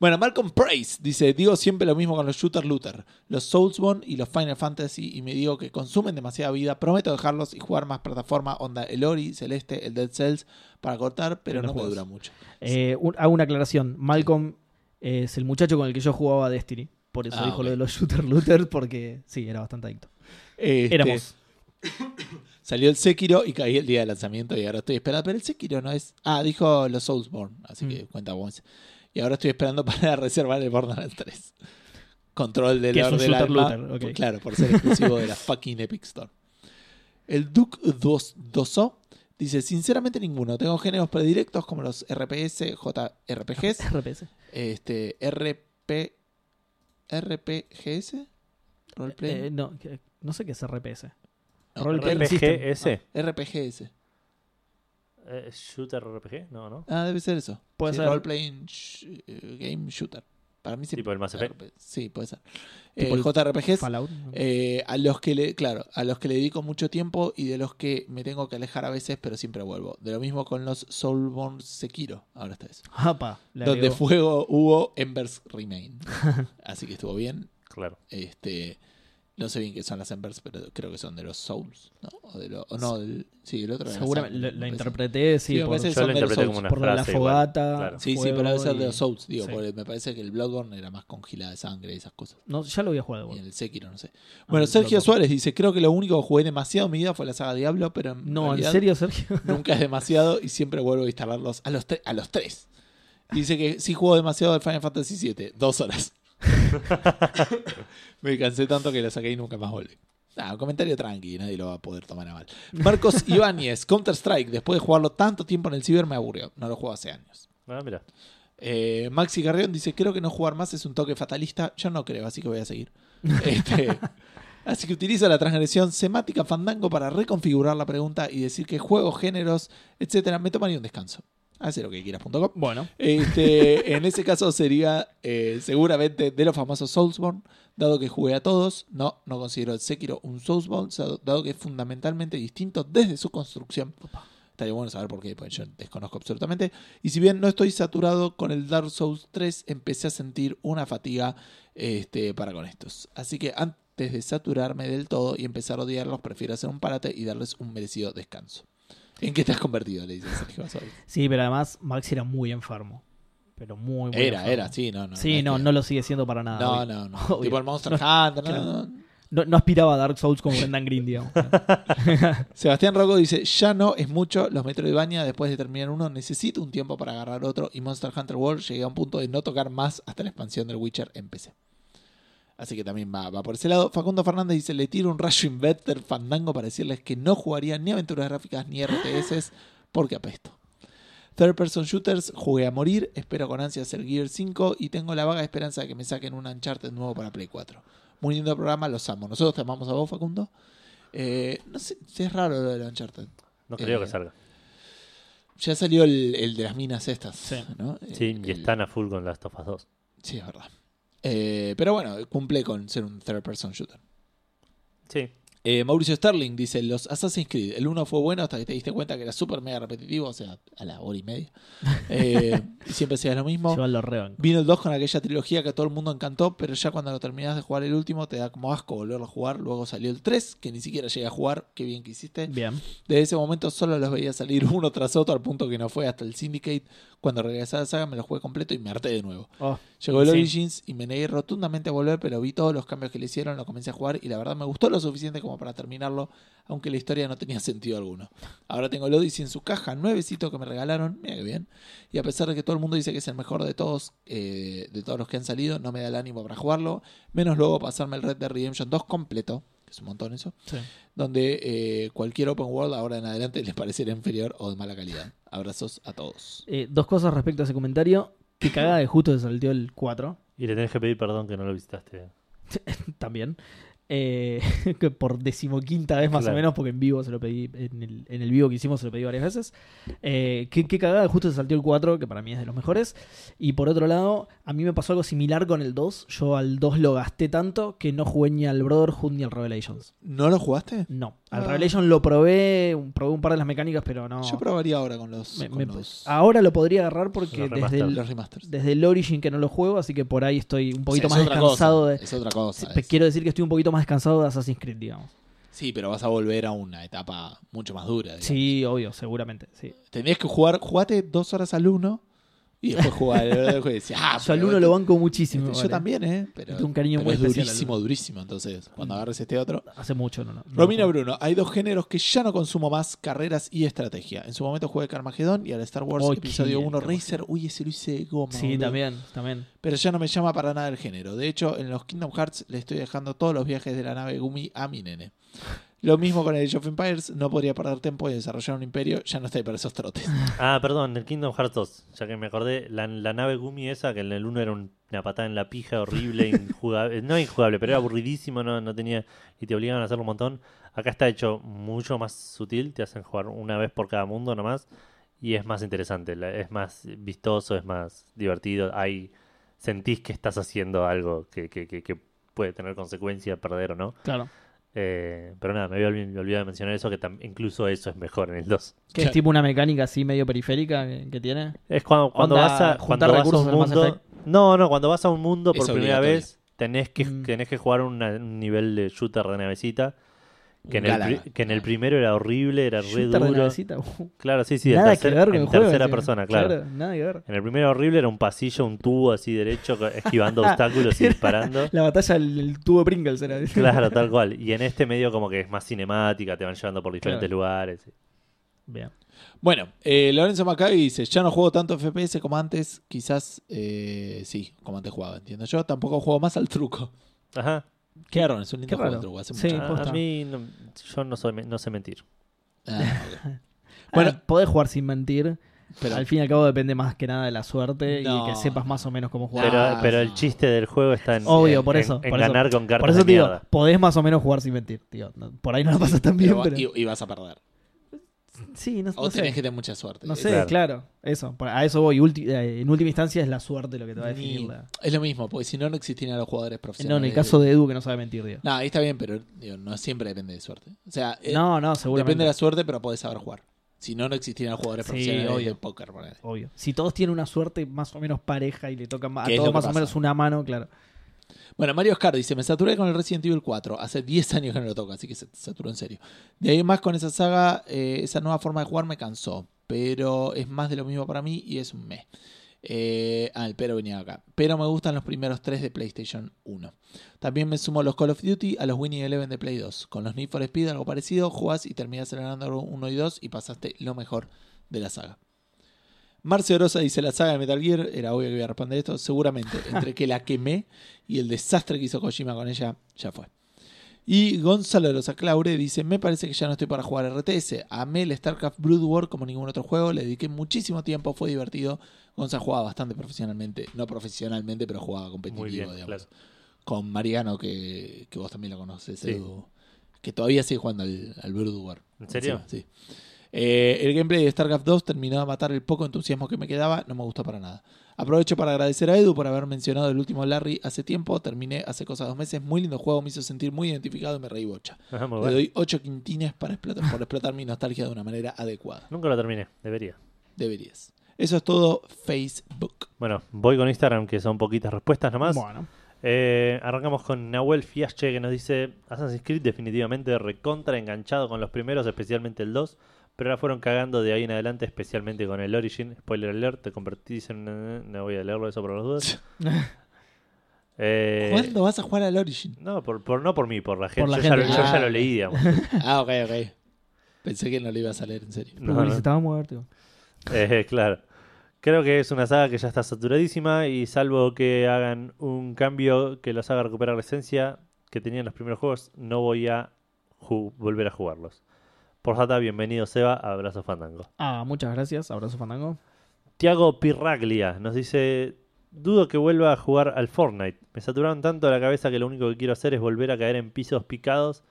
Speaker 2: Bueno, Malcolm Price dice, digo siempre lo mismo con los Shooter Looter, los Soulsborne y los Final Fantasy y me digo que consumen demasiada vida, prometo dejarlos y jugar más plataforma onda el Ori, Celeste, el Dead Cells para cortar, pero
Speaker 4: Buenos
Speaker 2: no me
Speaker 4: juegos.
Speaker 2: dura mucho.
Speaker 4: Eh, un- hago una aclaración. Malcolm es el muchacho con el que yo jugaba Destiny. Por eso
Speaker 2: Ah,
Speaker 4: dijo
Speaker 2: ok.
Speaker 4: lo de los shooter looters, porque sí, era bastante adicto.
Speaker 2: Este,
Speaker 4: Éramos.
Speaker 2: Salió el Sekiro y caí el día de lanzamiento y ahora estoy esperando. Pero el Sekiro no es. Ah, dijo los Soulsborne, así que
Speaker 4: Mm.
Speaker 2: cuenta vos. Y ahora estoy esperando para reservar el Borderlands 3. Control del
Speaker 4: Que es
Speaker 2: orden
Speaker 4: un
Speaker 2: del
Speaker 4: shooter
Speaker 2: alma.
Speaker 4: looter, ok.
Speaker 2: Por- Claro, por ser exclusivo de la fucking Epic Store. El Duke Dos- Doso dice: Sinceramente ninguno. Tengo géneros predilectos como los RPS, JRPGs,
Speaker 4: RPS.
Speaker 2: este, RP, RPGS, Roleplay.
Speaker 4: Eh, no, que- no sé qué es RPS.
Speaker 2: No,
Speaker 4: role playing
Speaker 2: RPGS.
Speaker 3: RPGS.
Speaker 2: RPGS.
Speaker 3: Eh, ¿Shooter RPG? No, ¿no?
Speaker 2: Ah, debe ser eso.
Speaker 4: Puede
Speaker 2: Sí,
Speaker 4: ser.
Speaker 2: Role playing sh- eh, game shooter. Para mí sí.
Speaker 3: Tipo el Mass Effect.
Speaker 2: Sí, puede ser. Eh,
Speaker 4: Tipo el
Speaker 2: JRPGs.
Speaker 4: Fallout. ¿no?
Speaker 2: eh, a los que le, claro, a los que le dedico mucho tiempo y de los que me tengo que alejar a veces, pero siempre vuelvo. De lo mismo con los Soulborne Sekiro. Ahora está eso.
Speaker 4: Apa, le
Speaker 2: Donde
Speaker 4: agregó.
Speaker 2: fuego hubo Embers Remain. Así que estuvo bien.
Speaker 3: Claro.
Speaker 2: Este, no sé bien qué son las Embers, pero creo que son de los Souls, ¿no? O de los. no, del- sí, el otro. era
Speaker 4: Seguramente
Speaker 2: Souls,
Speaker 4: lo,
Speaker 2: me
Speaker 4: lo
Speaker 2: parece.
Speaker 4: interpreté, sí,
Speaker 2: Sí, me
Speaker 4: por,
Speaker 2: parece-
Speaker 3: Yo
Speaker 2: son
Speaker 3: lo
Speaker 2: de los
Speaker 3: interpreté
Speaker 2: Souls.
Speaker 3: como una
Speaker 4: por lo de la
Speaker 3: frase igual,
Speaker 4: fogata.
Speaker 3: claro.
Speaker 2: Sí, sí,
Speaker 4: fuego
Speaker 2: pero debe ser
Speaker 4: y-
Speaker 2: de los Souls, digo,
Speaker 4: sí.
Speaker 2: porque me parece que el Bloodborne era más con gilada de sangre y esas cosas.
Speaker 4: No, ya lo había jugado.
Speaker 2: Y
Speaker 4: boludo.
Speaker 2: en el Sekiro, no sé.
Speaker 4: Ah,
Speaker 2: Bueno,
Speaker 4: el
Speaker 2: Sergio
Speaker 4: Bloodborne.
Speaker 2: Suárez dice, creo que lo único que jugué demasiado en mi vida fue la saga Diablo, pero en
Speaker 4: No, en
Speaker 2: realidad
Speaker 4: serio, Sergio.
Speaker 2: nunca es demasiado y siempre vuelvo a instalarlos a los, tre- a los tres. Dice que sí jugó demasiado al Final Fantasy VII, dos horas. me cansé tanto que lo saqué y nunca más volví. Ah, un comentario tranqui, nadie lo va a poder tomar a mal. Marcos Ibáñez, Counter-Strike, después de jugarlo tanto tiempo en el ciber me aburrió, no lo juego hace años.
Speaker 3: Ah, mira.
Speaker 2: Eh, Maxi Carrión dice, creo que no jugar más es un toque fatalista. Yo no creo, así que voy a seguir. Este, así que utiliza la transgresión semática fandango para reconfigurar la pregunta y decir que juegos, géneros, etcétera, me tomaría un descanso. Hace lo que quieras.com.
Speaker 4: Bueno,
Speaker 2: Este, en ese caso sería eh, seguramente de los famosos Soulsborne, dado que jugué a todos. No, no considero el Sekiro un Soulsborne, sa- dado que es fundamentalmente distinto desde su construcción. Estaría bueno saber por qué, pues yo desconozco absolutamente. Y si bien no estoy saturado con el Dark Souls 3, empecé a sentir una fatiga este, para con estos. Así que antes de saturarme del todo y empezar a odiarlos, prefiero hacer un parate y darles un merecido descanso. ¿En qué te has convertido? Le dice Sergio Basoy.
Speaker 4: sí, pero además Max era muy enfermo. Pero muy, muy
Speaker 2: Era,
Speaker 4: enfermo.
Speaker 2: era, sí, no, no.
Speaker 4: Sí,
Speaker 2: es
Speaker 4: no,
Speaker 2: que-
Speaker 4: no lo sigue siendo para nada.
Speaker 2: No,
Speaker 4: obvio.
Speaker 2: no, no.
Speaker 4: Obvio.
Speaker 2: Tipo el Monster
Speaker 4: No,
Speaker 2: Hunter. no,
Speaker 4: claro.
Speaker 2: no, no.
Speaker 4: No, no aspiraba a Dark Souls como Brendan Green, digamos.
Speaker 2: Sebastián Rocco dice: Ya no es mucho. Los Metroidvania, después de terminar uno, necesito un tiempo para agarrar otro. Y Monster Hunter World llegué a un punto de no tocar más hasta la expansión del Witcher en PC. Así que también va, va por ese lado. Facundo Fernández dice: Le tiro un rayo inverter fandango para decirles que no jugaría ni aventuras gráficas ni RTS porque apesto. Third Person Shooters, jugué a morir, espero con ansias el Gear 5 y tengo la vaga esperanza de que me saquen un Uncharted nuevo para Play 4. Muy lindo programa, los amo. Nosotros te amamos a vos, Facundo. Eh, no sé, si es raro lo del Uncharted.
Speaker 3: No creo
Speaker 2: Eh,
Speaker 3: que salga.
Speaker 2: Ya salió el, el de las minas estas,
Speaker 4: Sí.
Speaker 2: ¿no?
Speaker 3: Sí,
Speaker 2: El-
Speaker 3: y están a full con Last of Us 2.
Speaker 2: Sí, es verdad. Eh, pero bueno, cumple con ser un third person shooter.
Speaker 3: Sí.
Speaker 2: Eh, Mauricio Sterling dice: Los Assassin's Creed, el uno fue bueno hasta que te diste cuenta que era súper mega repetitivo, o sea, a la hora y media. Eh, y siempre hacías lo mismo.
Speaker 1: Llevan los reban.
Speaker 2: Vino el 2 con aquella trilogía que a todo el mundo encantó, pero ya cuando lo terminas de jugar el último te da como asco volverlo a jugar. Luego salió el 3, que ni siquiera llegué a jugar, qué bien que hiciste.
Speaker 1: Bien.
Speaker 2: Desde ese momento solo los veía salir uno tras otro, al punto que no fue hasta el Syndicate. Cuando regresé a la saga me lo jugué completo y me harté de nuevo.
Speaker 1: Oh,
Speaker 2: Llegó el
Speaker 1: Sí.
Speaker 2: Origins y me negué rotundamente a volver, pero vi todos los cambios que le hicieron, lo comencé a jugar y la verdad me gustó lo suficiente como para terminarlo, aunque la historia no tenía sentido alguno. Ahora tengo el Odyssey en su caja, nuevecito que me regalaron, mira que bien. Y a pesar de que todo el mundo dice que es el mejor de todos, eh, de todos los que han salido, no me da el ánimo para jugarlo, menos luego pasarme el Red Dead Redemption 2 completo, que es un montón eso,
Speaker 1: sí.
Speaker 2: donde eh, cualquier open world ahora en adelante les parecerá inferior o de mala calidad. Abrazos a todos.
Speaker 1: Eh, dos cosas respecto a ese comentario. Que cagada de justo se salteó el 4.
Speaker 3: Y le tenés que pedir perdón que no lo visitaste.
Speaker 1: También. Eh, que por decimoquinta vez más o
Speaker 3: Claro.
Speaker 1: menos, porque en vivo se lo pedí, en el, en el vivo que hicimos se lo pedí varias veces. Eh, qué, qué cagada, justo se salteó el 4, que para mí es de los mejores. Y por otro lado, a mí me pasó algo similar con el 2. Yo al 2 lo gasté tanto que no jugué ni al Brotherhood ni al Revelations.
Speaker 2: ¿No lo jugaste?
Speaker 1: No, al
Speaker 2: Ah.
Speaker 1: Revelation lo probé, un- probé un par de las mecánicas, pero no.
Speaker 2: Yo probaría ahora con los,
Speaker 1: Me- ah,
Speaker 2: con
Speaker 1: me-
Speaker 2: los,
Speaker 1: Ahora lo podría agarrar porque
Speaker 3: Los
Speaker 1: desde el,
Speaker 2: los remasters.
Speaker 1: desde el Origin que no lo juego, así que por ahí estoy un poquito
Speaker 2: O sea,
Speaker 1: más
Speaker 2: es otra
Speaker 1: descansado
Speaker 2: cosa,
Speaker 1: de.
Speaker 2: Es otra cosa.
Speaker 1: Pe-
Speaker 2: es-
Speaker 1: Quiero decir que estoy un poquito más descansado de Assassin's Creed, digamos.
Speaker 2: Sí, pero vas a volver a una etapa mucho más dura. digamos.
Speaker 1: Sí, obvio, seguramente. Sí.
Speaker 2: Tenías que jugar, jugate dos horas al uno y después jugar al verdadero juego y decís, ah,
Speaker 1: Yo al
Speaker 2: pero
Speaker 1: uno lo
Speaker 2: este-
Speaker 1: banco muchísimo.
Speaker 2: este- Yo
Speaker 1: vale.
Speaker 2: también, ¿eh? Pero,
Speaker 1: Tengo un cariño
Speaker 2: pero
Speaker 1: muy
Speaker 2: es
Speaker 1: especial al Mm.
Speaker 2: durísimo, durísimo. Entonces, cuando agarres este otro.
Speaker 1: Hace mucho, no, no. no
Speaker 2: Romina
Speaker 1: lo juego.
Speaker 2: Bruno, hay dos géneros que ya no consumo más, carreras y estrategia. En su momento jugué Carmageddon y al Star Wars
Speaker 1: Oh, qué
Speaker 2: Episodio
Speaker 1: bien,
Speaker 2: 1
Speaker 1: Carmageddon.
Speaker 2: Racer. Uy, ese lo hice goma.
Speaker 1: Sí,
Speaker 2: boludo.
Speaker 1: también, también.
Speaker 2: pero ya no me llama para nada el género. De hecho, en los Kingdom Hearts le estoy dejando todos los viajes de la nave Gumi a mi nene. Lo mismo con el Age of Empires, no podría perder tiempo en desarrollar un imperio, ya no estoy para esos trotes.
Speaker 3: Ah, perdón, el Kingdom Hearts 2. Ya que me acordé, la, la nave Gumi esa, que en el 1 era un- una patada en la pija horrible, injugable. No injugable, pero era aburridísimo, no, no tenía. Y te obligaban a hacerlo un montón. Acá está hecho mucho más sutil, te hacen jugar una vez por cada mundo nomás. Y es más interesante, la- es más vistoso, es más divertido. Hay, sentís que estás haciendo algo que, que- que- que puede tener consecuencia, perder o no.
Speaker 1: Claro.
Speaker 3: Eh, pero nada, me había olvi- olvidado de mencionar eso, que tam- incluso eso es mejor en el 2.
Speaker 1: Que
Speaker 2: Claro.
Speaker 1: es tipo una mecánica así medio periférica que, que tiene.
Speaker 3: Es cuando, cuando
Speaker 1: Onda,
Speaker 3: vas a cuando
Speaker 1: juntar
Speaker 3: vas a
Speaker 1: recursos
Speaker 3: un
Speaker 1: al Mass
Speaker 3: mundo. No, no, cuando vas a un mundo por
Speaker 2: Es
Speaker 3: primera
Speaker 2: obligatorio.
Speaker 3: vez, tenés que,
Speaker 1: Mm.
Speaker 3: tenés que jugar una- un nivel de shooter de navecita. Que en, el,
Speaker 2: Galaga.
Speaker 3: pri- que en el primero era horrible, era re
Speaker 1: Shooter de
Speaker 3: duro.
Speaker 1: navecita, uh,
Speaker 3: Claro, sí, sí, en,
Speaker 1: nada
Speaker 3: tercer-
Speaker 1: que ver con
Speaker 3: en
Speaker 1: el juego.
Speaker 3: tercera
Speaker 1: encima.
Speaker 3: persona, claro.
Speaker 1: Nada que ver.
Speaker 3: En el primero horrible era un pasillo, un tubo así derecho, co- esquivando obstáculos y disparando.
Speaker 1: La batalla del del tubo de Pringles era.
Speaker 3: Claro, tal cual. Y en este medio como que es más cinemática, te van llevando por diferentes
Speaker 1: Claro.
Speaker 3: lugares.
Speaker 1: Bien.
Speaker 2: Bueno, eh, Lorenzo Maccabi dice, ya no juego tanto FPS como antes, quizás eh, sí, como antes jugaba, entiendo yo, tampoco juego más al truco.
Speaker 3: Ajá.
Speaker 2: Qué raro, es un lindo
Speaker 1: Qué
Speaker 2: juego el
Speaker 1: raro.
Speaker 2: truco, hace
Speaker 1: Sí.
Speaker 2: mucho.
Speaker 3: A- a
Speaker 1: posta.
Speaker 3: mí no- yo no, soy, no sé mentir.
Speaker 2: Ah, ok. Bueno.
Speaker 1: Bueno, Ah, podés jugar sin mentir.
Speaker 2: pero
Speaker 1: al fin y al cabo depende más que nada de la suerte
Speaker 2: No.
Speaker 1: y que sepas más o menos cómo jugar.
Speaker 3: Pero,
Speaker 2: Ah,
Speaker 3: pero
Speaker 2: no.
Speaker 3: el chiste del juego está en,
Speaker 1: Obvio,
Speaker 3: en-
Speaker 1: por
Speaker 3: en-
Speaker 1: eso,
Speaker 3: en
Speaker 1: por eso.
Speaker 3: ganar con cartas
Speaker 1: por eso,
Speaker 3: de
Speaker 1: tío,
Speaker 3: mierda.
Speaker 1: podés más o menos jugar sin mentir, tío. No- por ahí no lo pasas tan bien, pero...
Speaker 2: pero- y, y vas a perder.
Speaker 1: Sí, no,
Speaker 2: O
Speaker 1: no
Speaker 2: tenés
Speaker 1: sé.
Speaker 2: que tener mucha suerte. Eh,
Speaker 1: No
Speaker 2: Es-
Speaker 1: sé,
Speaker 3: Claro.
Speaker 1: claro. Eso, por- a eso voy. Ulti- eh, en última instancia es la suerte lo que te va a
Speaker 2: ni- eh,
Speaker 1: definir. la-
Speaker 2: Es lo mismo, porque si no, no existirían los jugadores
Speaker 1: No,
Speaker 2: profesionales.
Speaker 1: en el caso de Edu que no sabe mentir, tío.
Speaker 2: No, ahí está bien, pero digo, no siempre depende de suerte. O sea, eh,
Speaker 1: No, no, seguramente.
Speaker 2: depende de la suerte, pero podés saber jugar. Si no, no existirían jugadores
Speaker 1: Sí,
Speaker 2: profesionales
Speaker 1: obvio.
Speaker 2: de póker. ponele.
Speaker 1: Obvio. Si todos tienen una suerte más o menos pareja y le tocan ma- a
Speaker 2: ¿Qué es lo
Speaker 1: todos
Speaker 2: que
Speaker 1: más o
Speaker 2: pasa?
Speaker 1: menos una mano, claro.
Speaker 2: Bueno, Mario Oscar dice, me saturé con el Resident Evil 4. Hace 10 años que no lo toco, así que se saturó en serio. De ahí en más con esa saga, eh, esa nueva forma de jugar me cansó. Pero es más de lo mismo para mí y es un mes. ah, el pero venía acá. Pero me gustan los primeros tres de PlayStation 1. También me sumo a los Call of Duty, a los Winnie Eleven de Play 2. Con los Need for Speed, algo parecido, jugás y terminás ganando 1 y 2 y pasaste lo mejor de la saga. Marcio Rosa dice la saga de Metal Gear, era obvio que iba a responder esto, seguramente, entre que la quemé y el desastre que hizo Kojima con ella, ya fue. Y Gonzalo Rosa Claure dice, me parece que ya no estoy para jugar RTS, amé el StarCraft Brood War como ningún otro juego, le dediqué muchísimo tiempo, fue divertido, Gonza jugaba bastante profesionalmente, no profesionalmente, pero jugaba competitivo,
Speaker 3: Muy bien,
Speaker 2: digamos
Speaker 3: claro.
Speaker 2: con Mariano, que, que vos también lo conoces,
Speaker 3: Sí.
Speaker 2: Edu, que todavía sigue jugando al, al Brood War.
Speaker 3: ¿En serio?
Speaker 2: Encima, sí. Eh, el gameplay de StarCraft 2 terminó de matar el poco entusiasmo que me quedaba, no me gustó para nada. Aprovecho para agradecer a Edu por haber mencionado el último Larry hace tiempo, terminé hace cosa dos meses, muy lindo juego, me hizo sentir muy identificado y me reí bocha.
Speaker 3: Ajá, muy
Speaker 2: Le
Speaker 3: bueno.
Speaker 2: doy 8 quintines para explotar, por explotar mi nostalgia de una manera adecuada.
Speaker 3: Nunca lo terminé, debería.
Speaker 2: Deberías. Eso es todo Facebook.
Speaker 3: Bueno, voy con Instagram, que son poquitas respuestas nomás.
Speaker 1: Bueno,
Speaker 3: Eh, arrancamos con Nahuel Fiasche que nos dice Assassin's Creed definitivamente recontra enganchado con los primeros, especialmente el 2, pero ahora fueron cagando de ahí en adelante, especialmente con el Origin. Spoiler alert, te convertís en... una- No voy a leerlo eso por los dudas. Eh,
Speaker 2: ¿Cuándo vas a jugar al Origin?
Speaker 3: No, por, por- no por mí, por la gente.
Speaker 1: la
Speaker 3: yo,
Speaker 1: gente.
Speaker 3: Ya, lo, yo ya
Speaker 2: Ah.
Speaker 3: lo leí, digamos.
Speaker 2: Ah, ok, ok. Pensé que no lo ibas a leer en serio.
Speaker 3: No,
Speaker 1: Publicis
Speaker 3: no.
Speaker 1: estaba muerto.
Speaker 3: Eh, claro. Creo que es una saga que ya está saturadísima y salvo que hagan un cambio que los haga recuperar la esencia que tenían los primeros juegos, no voy a ju- volver a jugarlos. Por Data, bienvenido Seba, abrazo Fandango.
Speaker 1: Ah, muchas gracias. Abrazo, Fandango.
Speaker 3: Tiago Pirraglia nos dice, dudo que vuelva a jugar al Fortnite. Me saturaron tanto la cabeza que lo único que quiero hacer es volver a caer en pisos picados.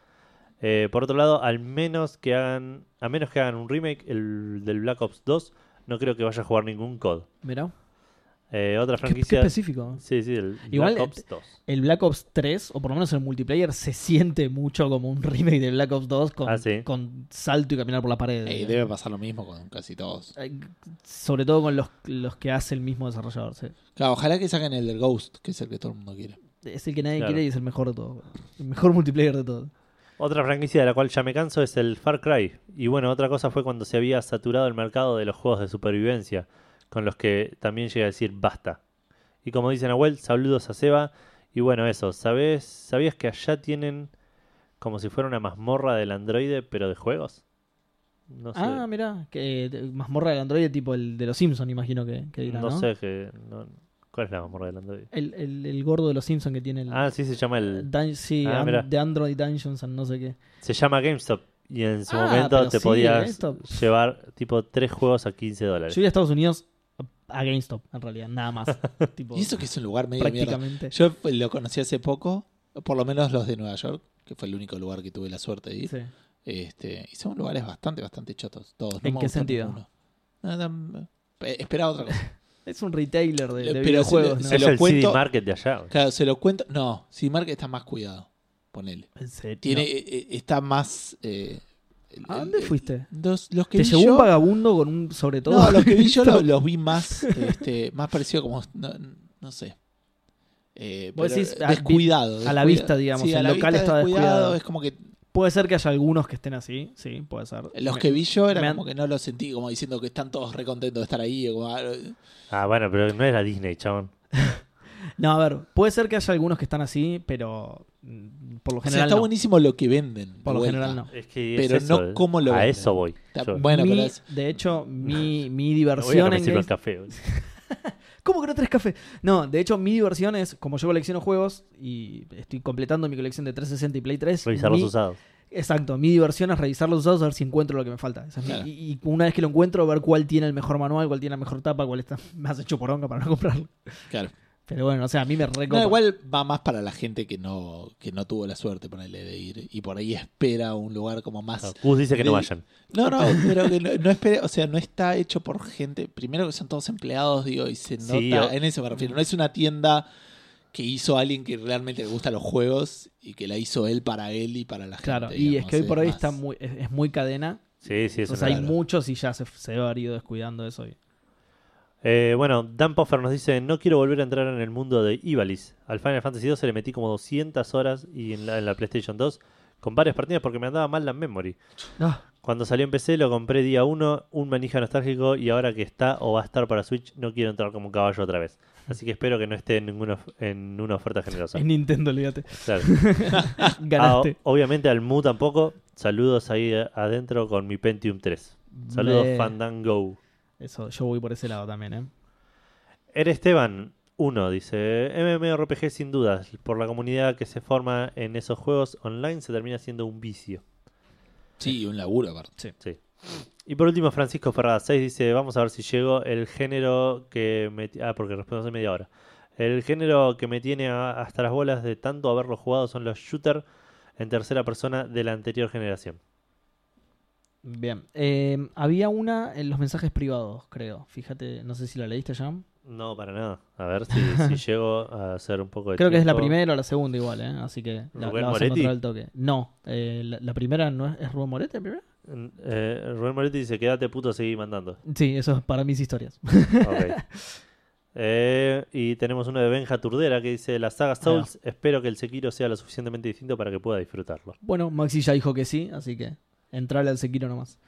Speaker 3: Eh, por otro lado, al menos que hagan, a menos que hagan un remake el del Black Ops 2, no creo que vaya a jugar ningún COD.
Speaker 1: Mirá.
Speaker 3: Eh, otra
Speaker 1: Qué, qué
Speaker 3: franquicia.
Speaker 1: específico.
Speaker 3: sí, sí, el
Speaker 1: Igual, eh,
Speaker 3: Black Ops 2.
Speaker 1: El Black Ops 3, o por lo menos el multiplayer, se siente mucho como un remake de Black Ops 2 con,
Speaker 3: Ah, sí.
Speaker 1: con salto y caminar por la pared.
Speaker 2: Ey, debe pasar lo mismo con casi todos.
Speaker 1: Eh, Sobre todo con los, los que hace el mismo desarrollador. sí.
Speaker 2: Claro, ojalá que saquen el del Ghost, que es el que todo el mundo quiere.
Speaker 1: Es el que nadie
Speaker 3: Claro.
Speaker 1: quiere y es el mejor de todos. El mejor multiplayer de todos.
Speaker 3: Otra franquicia de la cual ya me canso es el Far Cry. Y bueno, otra cosa fue cuando se había saturado el mercado de los juegos de supervivencia, con los que también llega a decir basta. Y como dice Nahuel, saludos a Seba. Y bueno, eso, ¿sabes, ¿sabías que allá tienen como si fuera una mazmorra del androide, pero de juegos? No sé,
Speaker 1: Ah, mirá. Que, eh, mazmorra del androide tipo el de los Simpsons, imagino que, que dirá,
Speaker 3: no
Speaker 1: ¿no?
Speaker 3: sé que, no- ¿Cuál es la mazmorra del androide?
Speaker 1: El, el- el gordo de los Simpsons que tiene el...
Speaker 3: Ah, sí, se llama el...
Speaker 1: Dun- sí,
Speaker 3: Ah,
Speaker 1: An-
Speaker 3: mirá.
Speaker 1: de Android Dungeons and no sé qué.
Speaker 3: Se llama GameStop y en su
Speaker 1: Ah,
Speaker 3: momento
Speaker 1: pero
Speaker 3: te
Speaker 1: sí,
Speaker 3: podías
Speaker 1: GameStop.
Speaker 3: llevar tipo tres juegos a 15
Speaker 1: Yo
Speaker 3: dólares.
Speaker 1: iría a Estados Unidos a a GameStop, en realidad, nada más. tipo,
Speaker 2: Y eso que es un lugar medio de mierda.
Speaker 1: prácticamente.
Speaker 2: Yo lo conocí hace poco, por lo menos los de Nueva York, que fue el único lugar que tuve la suerte de ir.
Speaker 1: Sí.
Speaker 2: Este, y son lugares bastante, bastante chotos, todos. No
Speaker 1: ¿En
Speaker 2: me
Speaker 1: qué
Speaker 2: gustó
Speaker 1: sentido?
Speaker 2: ninguno. Nada, mm, eh, esperaba otra cosa.
Speaker 1: Es un retailer de, de
Speaker 2: Pero si
Speaker 1: videojuegos,
Speaker 2: le-
Speaker 1: ¿no?
Speaker 2: se
Speaker 3: es
Speaker 2: lo
Speaker 3: el CD
Speaker 2: cuento-
Speaker 3: Market de allá. güey.
Speaker 2: Claro, se lo cuento. No, Simark está más cuidado. Ponele.
Speaker 1: ¿En serio?
Speaker 2: Tiene, eh, eh, está más. eh, el-
Speaker 1: ¿A
Speaker 2: el-
Speaker 1: dónde
Speaker 2: el-
Speaker 1: fuiste?
Speaker 2: Los, los que
Speaker 1: ¿Te
Speaker 2: vi
Speaker 1: llevó
Speaker 2: yo-
Speaker 1: un vagabundo con un sobre todo?
Speaker 2: No, los que vi yo lo- los, vi más, este, más parecido como, no, no sé. Eh,
Speaker 1: Vos
Speaker 2: pero
Speaker 1: decís, a-
Speaker 2: descuidado,
Speaker 1: vi- a la
Speaker 2: descuidado.
Speaker 1: vista, digamos,
Speaker 2: a
Speaker 1: el
Speaker 2: la
Speaker 1: local
Speaker 2: vista
Speaker 1: está descuidado.
Speaker 2: Es como que
Speaker 1: Puede ser que haya algunos que estén así, sí, puede ser.
Speaker 2: los
Speaker 1: Me-
Speaker 2: que vi yo era
Speaker 1: me han-
Speaker 2: como que no los sentí como diciendo que están todos recontentos de estar ahí. o como, ah,
Speaker 3: Ah, bueno, pero no era Disney, chabón.
Speaker 1: No, a ver, puede ser que haya algunos que están así, pero mm, por lo
Speaker 2: o sea,
Speaker 1: general
Speaker 2: está
Speaker 1: no.
Speaker 2: buenísimo lo que venden. de
Speaker 1: Por lo
Speaker 2: vuelta.
Speaker 1: general no.
Speaker 3: Es que
Speaker 2: Pero
Speaker 3: es
Speaker 2: no
Speaker 3: eso, eh.
Speaker 2: cómo lo
Speaker 3: A
Speaker 2: venden.
Speaker 3: eso voy.
Speaker 2: Está
Speaker 3: Yo-
Speaker 2: bueno,
Speaker 1: Mi-
Speaker 2: pero es-
Speaker 1: De hecho, mi, mi
Speaker 3: no voy a que
Speaker 1: diversión
Speaker 3: me
Speaker 1: en
Speaker 3: sirvan
Speaker 1: Games-
Speaker 3: café. güey.
Speaker 1: ¿Cómo que no traes café? No, de hecho, mi diversión es, como yo colecciono juegos y estoy completando mi colección de 360 y Play 3.
Speaker 3: Revisar
Speaker 1: mi-
Speaker 3: los usados.
Speaker 1: Exacto, mi diversión es revisar los usados a ver si encuentro lo que me falta. Esa es mi-
Speaker 2: Claro.
Speaker 1: y, y una vez que lo encuentro, ver cuál tiene el mejor manual, cuál tiene la mejor tapa, cuál está más hecho poronga para no comprarlo.
Speaker 2: claro.
Speaker 1: Pero bueno, o sea, a mí me
Speaker 2: No,
Speaker 1: recopa.
Speaker 2: igual va más para la gente que no, que no tuvo la suerte ponerle de ir y por ahí espera un lugar como más
Speaker 3: No, Gus dice que no
Speaker 2: de-
Speaker 3: vayan.
Speaker 2: No, no, pero que no, no espere, o sea, no está hecho por gente. Primero que son todos empleados, digo, y se nota.
Speaker 3: Sí, o-
Speaker 2: En eso me refiero. No es una tienda que hizo alguien que realmente le gusta los juegos y que la hizo él para él y para la
Speaker 1: Claro,
Speaker 2: gente.
Speaker 1: y es
Speaker 2: digamos,
Speaker 1: que hoy por hoy
Speaker 2: más-
Speaker 1: está muy, es, es muy cadena.
Speaker 3: Sí, sí, eso
Speaker 1: o sea, Pues hay
Speaker 2: claro.
Speaker 1: muchos y ya se, se debe haber ido descuidando eso. y-
Speaker 3: Eh, bueno, Dan Poffer nos dice: No quiero volver a entrar en el mundo de Ivalis. Al Final Fantasy II se le metí como 200 horas y en la, en la PlayStation 2 con varias partidas porque me andaba mal la memory.
Speaker 1: Ah,
Speaker 3: Cuando salió en PC lo compré día 1, un manija nostálgico y ahora que está o va a estar para Switch no quiero entrar como un caballo otra vez. Así que espero que no esté en, ninguna, of- en una oferta generosa.
Speaker 1: en Nintendo, olvídate.
Speaker 3: Claro. Ah,
Speaker 1: Ganaste.
Speaker 3: o- obviamente al Mu tampoco. Saludos ahí a- adentro con mi Pentium 3. Saludos
Speaker 1: Me-
Speaker 3: Fandango.
Speaker 1: Eso, yo voy por ese lado también, ¿eh?
Speaker 3: Er Esteban 1 dice, MMORPG sin dudas, por la comunidad que se forma en esos juegos online se termina siendo un vicio.
Speaker 2: Sí, un laburo aparte.
Speaker 3: Sí. Y por último Francisco Ferrada 6 dice, vamos a ver si llego el género que me... ti- Ah, porque respondo hace media hora. El género que me tiene a- hasta las bolas de tanto haberlo jugado son los shooters en tercera persona de la anterior generación.
Speaker 1: Bien. Eh, había una en los mensajes privados, creo. Fíjate, no sé si la leíste, Jam.
Speaker 3: No, para nada. A ver si, si llego a hacer un poco de
Speaker 1: Creo que es la
Speaker 3: tiempo.
Speaker 1: primera o la segunda igual, ¿eh? Así que la,
Speaker 3: ¿Rubén
Speaker 1: la vas a
Speaker 3: Moretti?
Speaker 1: encontrar al toque. No, eh, la, la primera no es... ¿Es Rubén Moretti la primera?
Speaker 3: Eh, Rubén Moretti dice, quédate puto, seguí mandando.
Speaker 1: Sí, eso es para mis historias.
Speaker 3: Ok. Eh, y tenemos uno de Benja Turdera que dice, la saga Souls, espero que el Sekiro sea lo suficientemente distinto para que pueda disfrutarlo.
Speaker 1: Bueno, Maxi ya dijo que sí, así que entrarle al Sekiro nomás.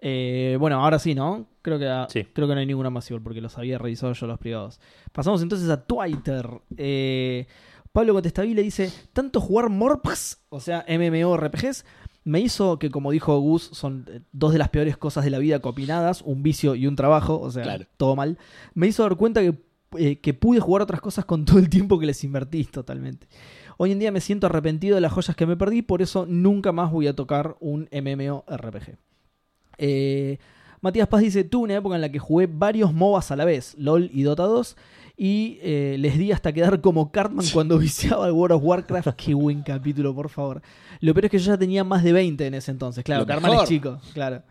Speaker 1: Eh, bueno, ahora sí, ¿no? Creo que,
Speaker 3: Sí.
Speaker 1: creo que no hay ninguna más igual porque los había revisado yo los privados. Pasamos entonces a Twitter. Eh, Pablo Cotestavile dice: Tanto jugar Morps, o sea, MMORPGs, me hizo que, como dijo Gus, son eh, dos de las peores cosas de la vida combinadas, un vicio y un trabajo, o sea,
Speaker 2: Claro.
Speaker 1: todo mal. Me hizo dar cuenta que, eh, que pude jugar otras cosas con todo el tiempo que les invertís totalmente. Hoy en día me siento arrepentido de las joyas que me perdí, por eso nunca más voy a tocar un MMORPG. Eh, Matías Paz dice, tuve una época en la que jugué varios MOBAs a la vez, LOL y Dota 2, y eh, les di hasta quedar como Cartman cuando viciaba al World of Warcraft. Qué buen capítulo, por favor. Lo peor es que yo ya tenía más de 20 en ese entonces, claro,
Speaker 2: Lo
Speaker 1: Cartman
Speaker 2: mejor.
Speaker 1: es chico, claro.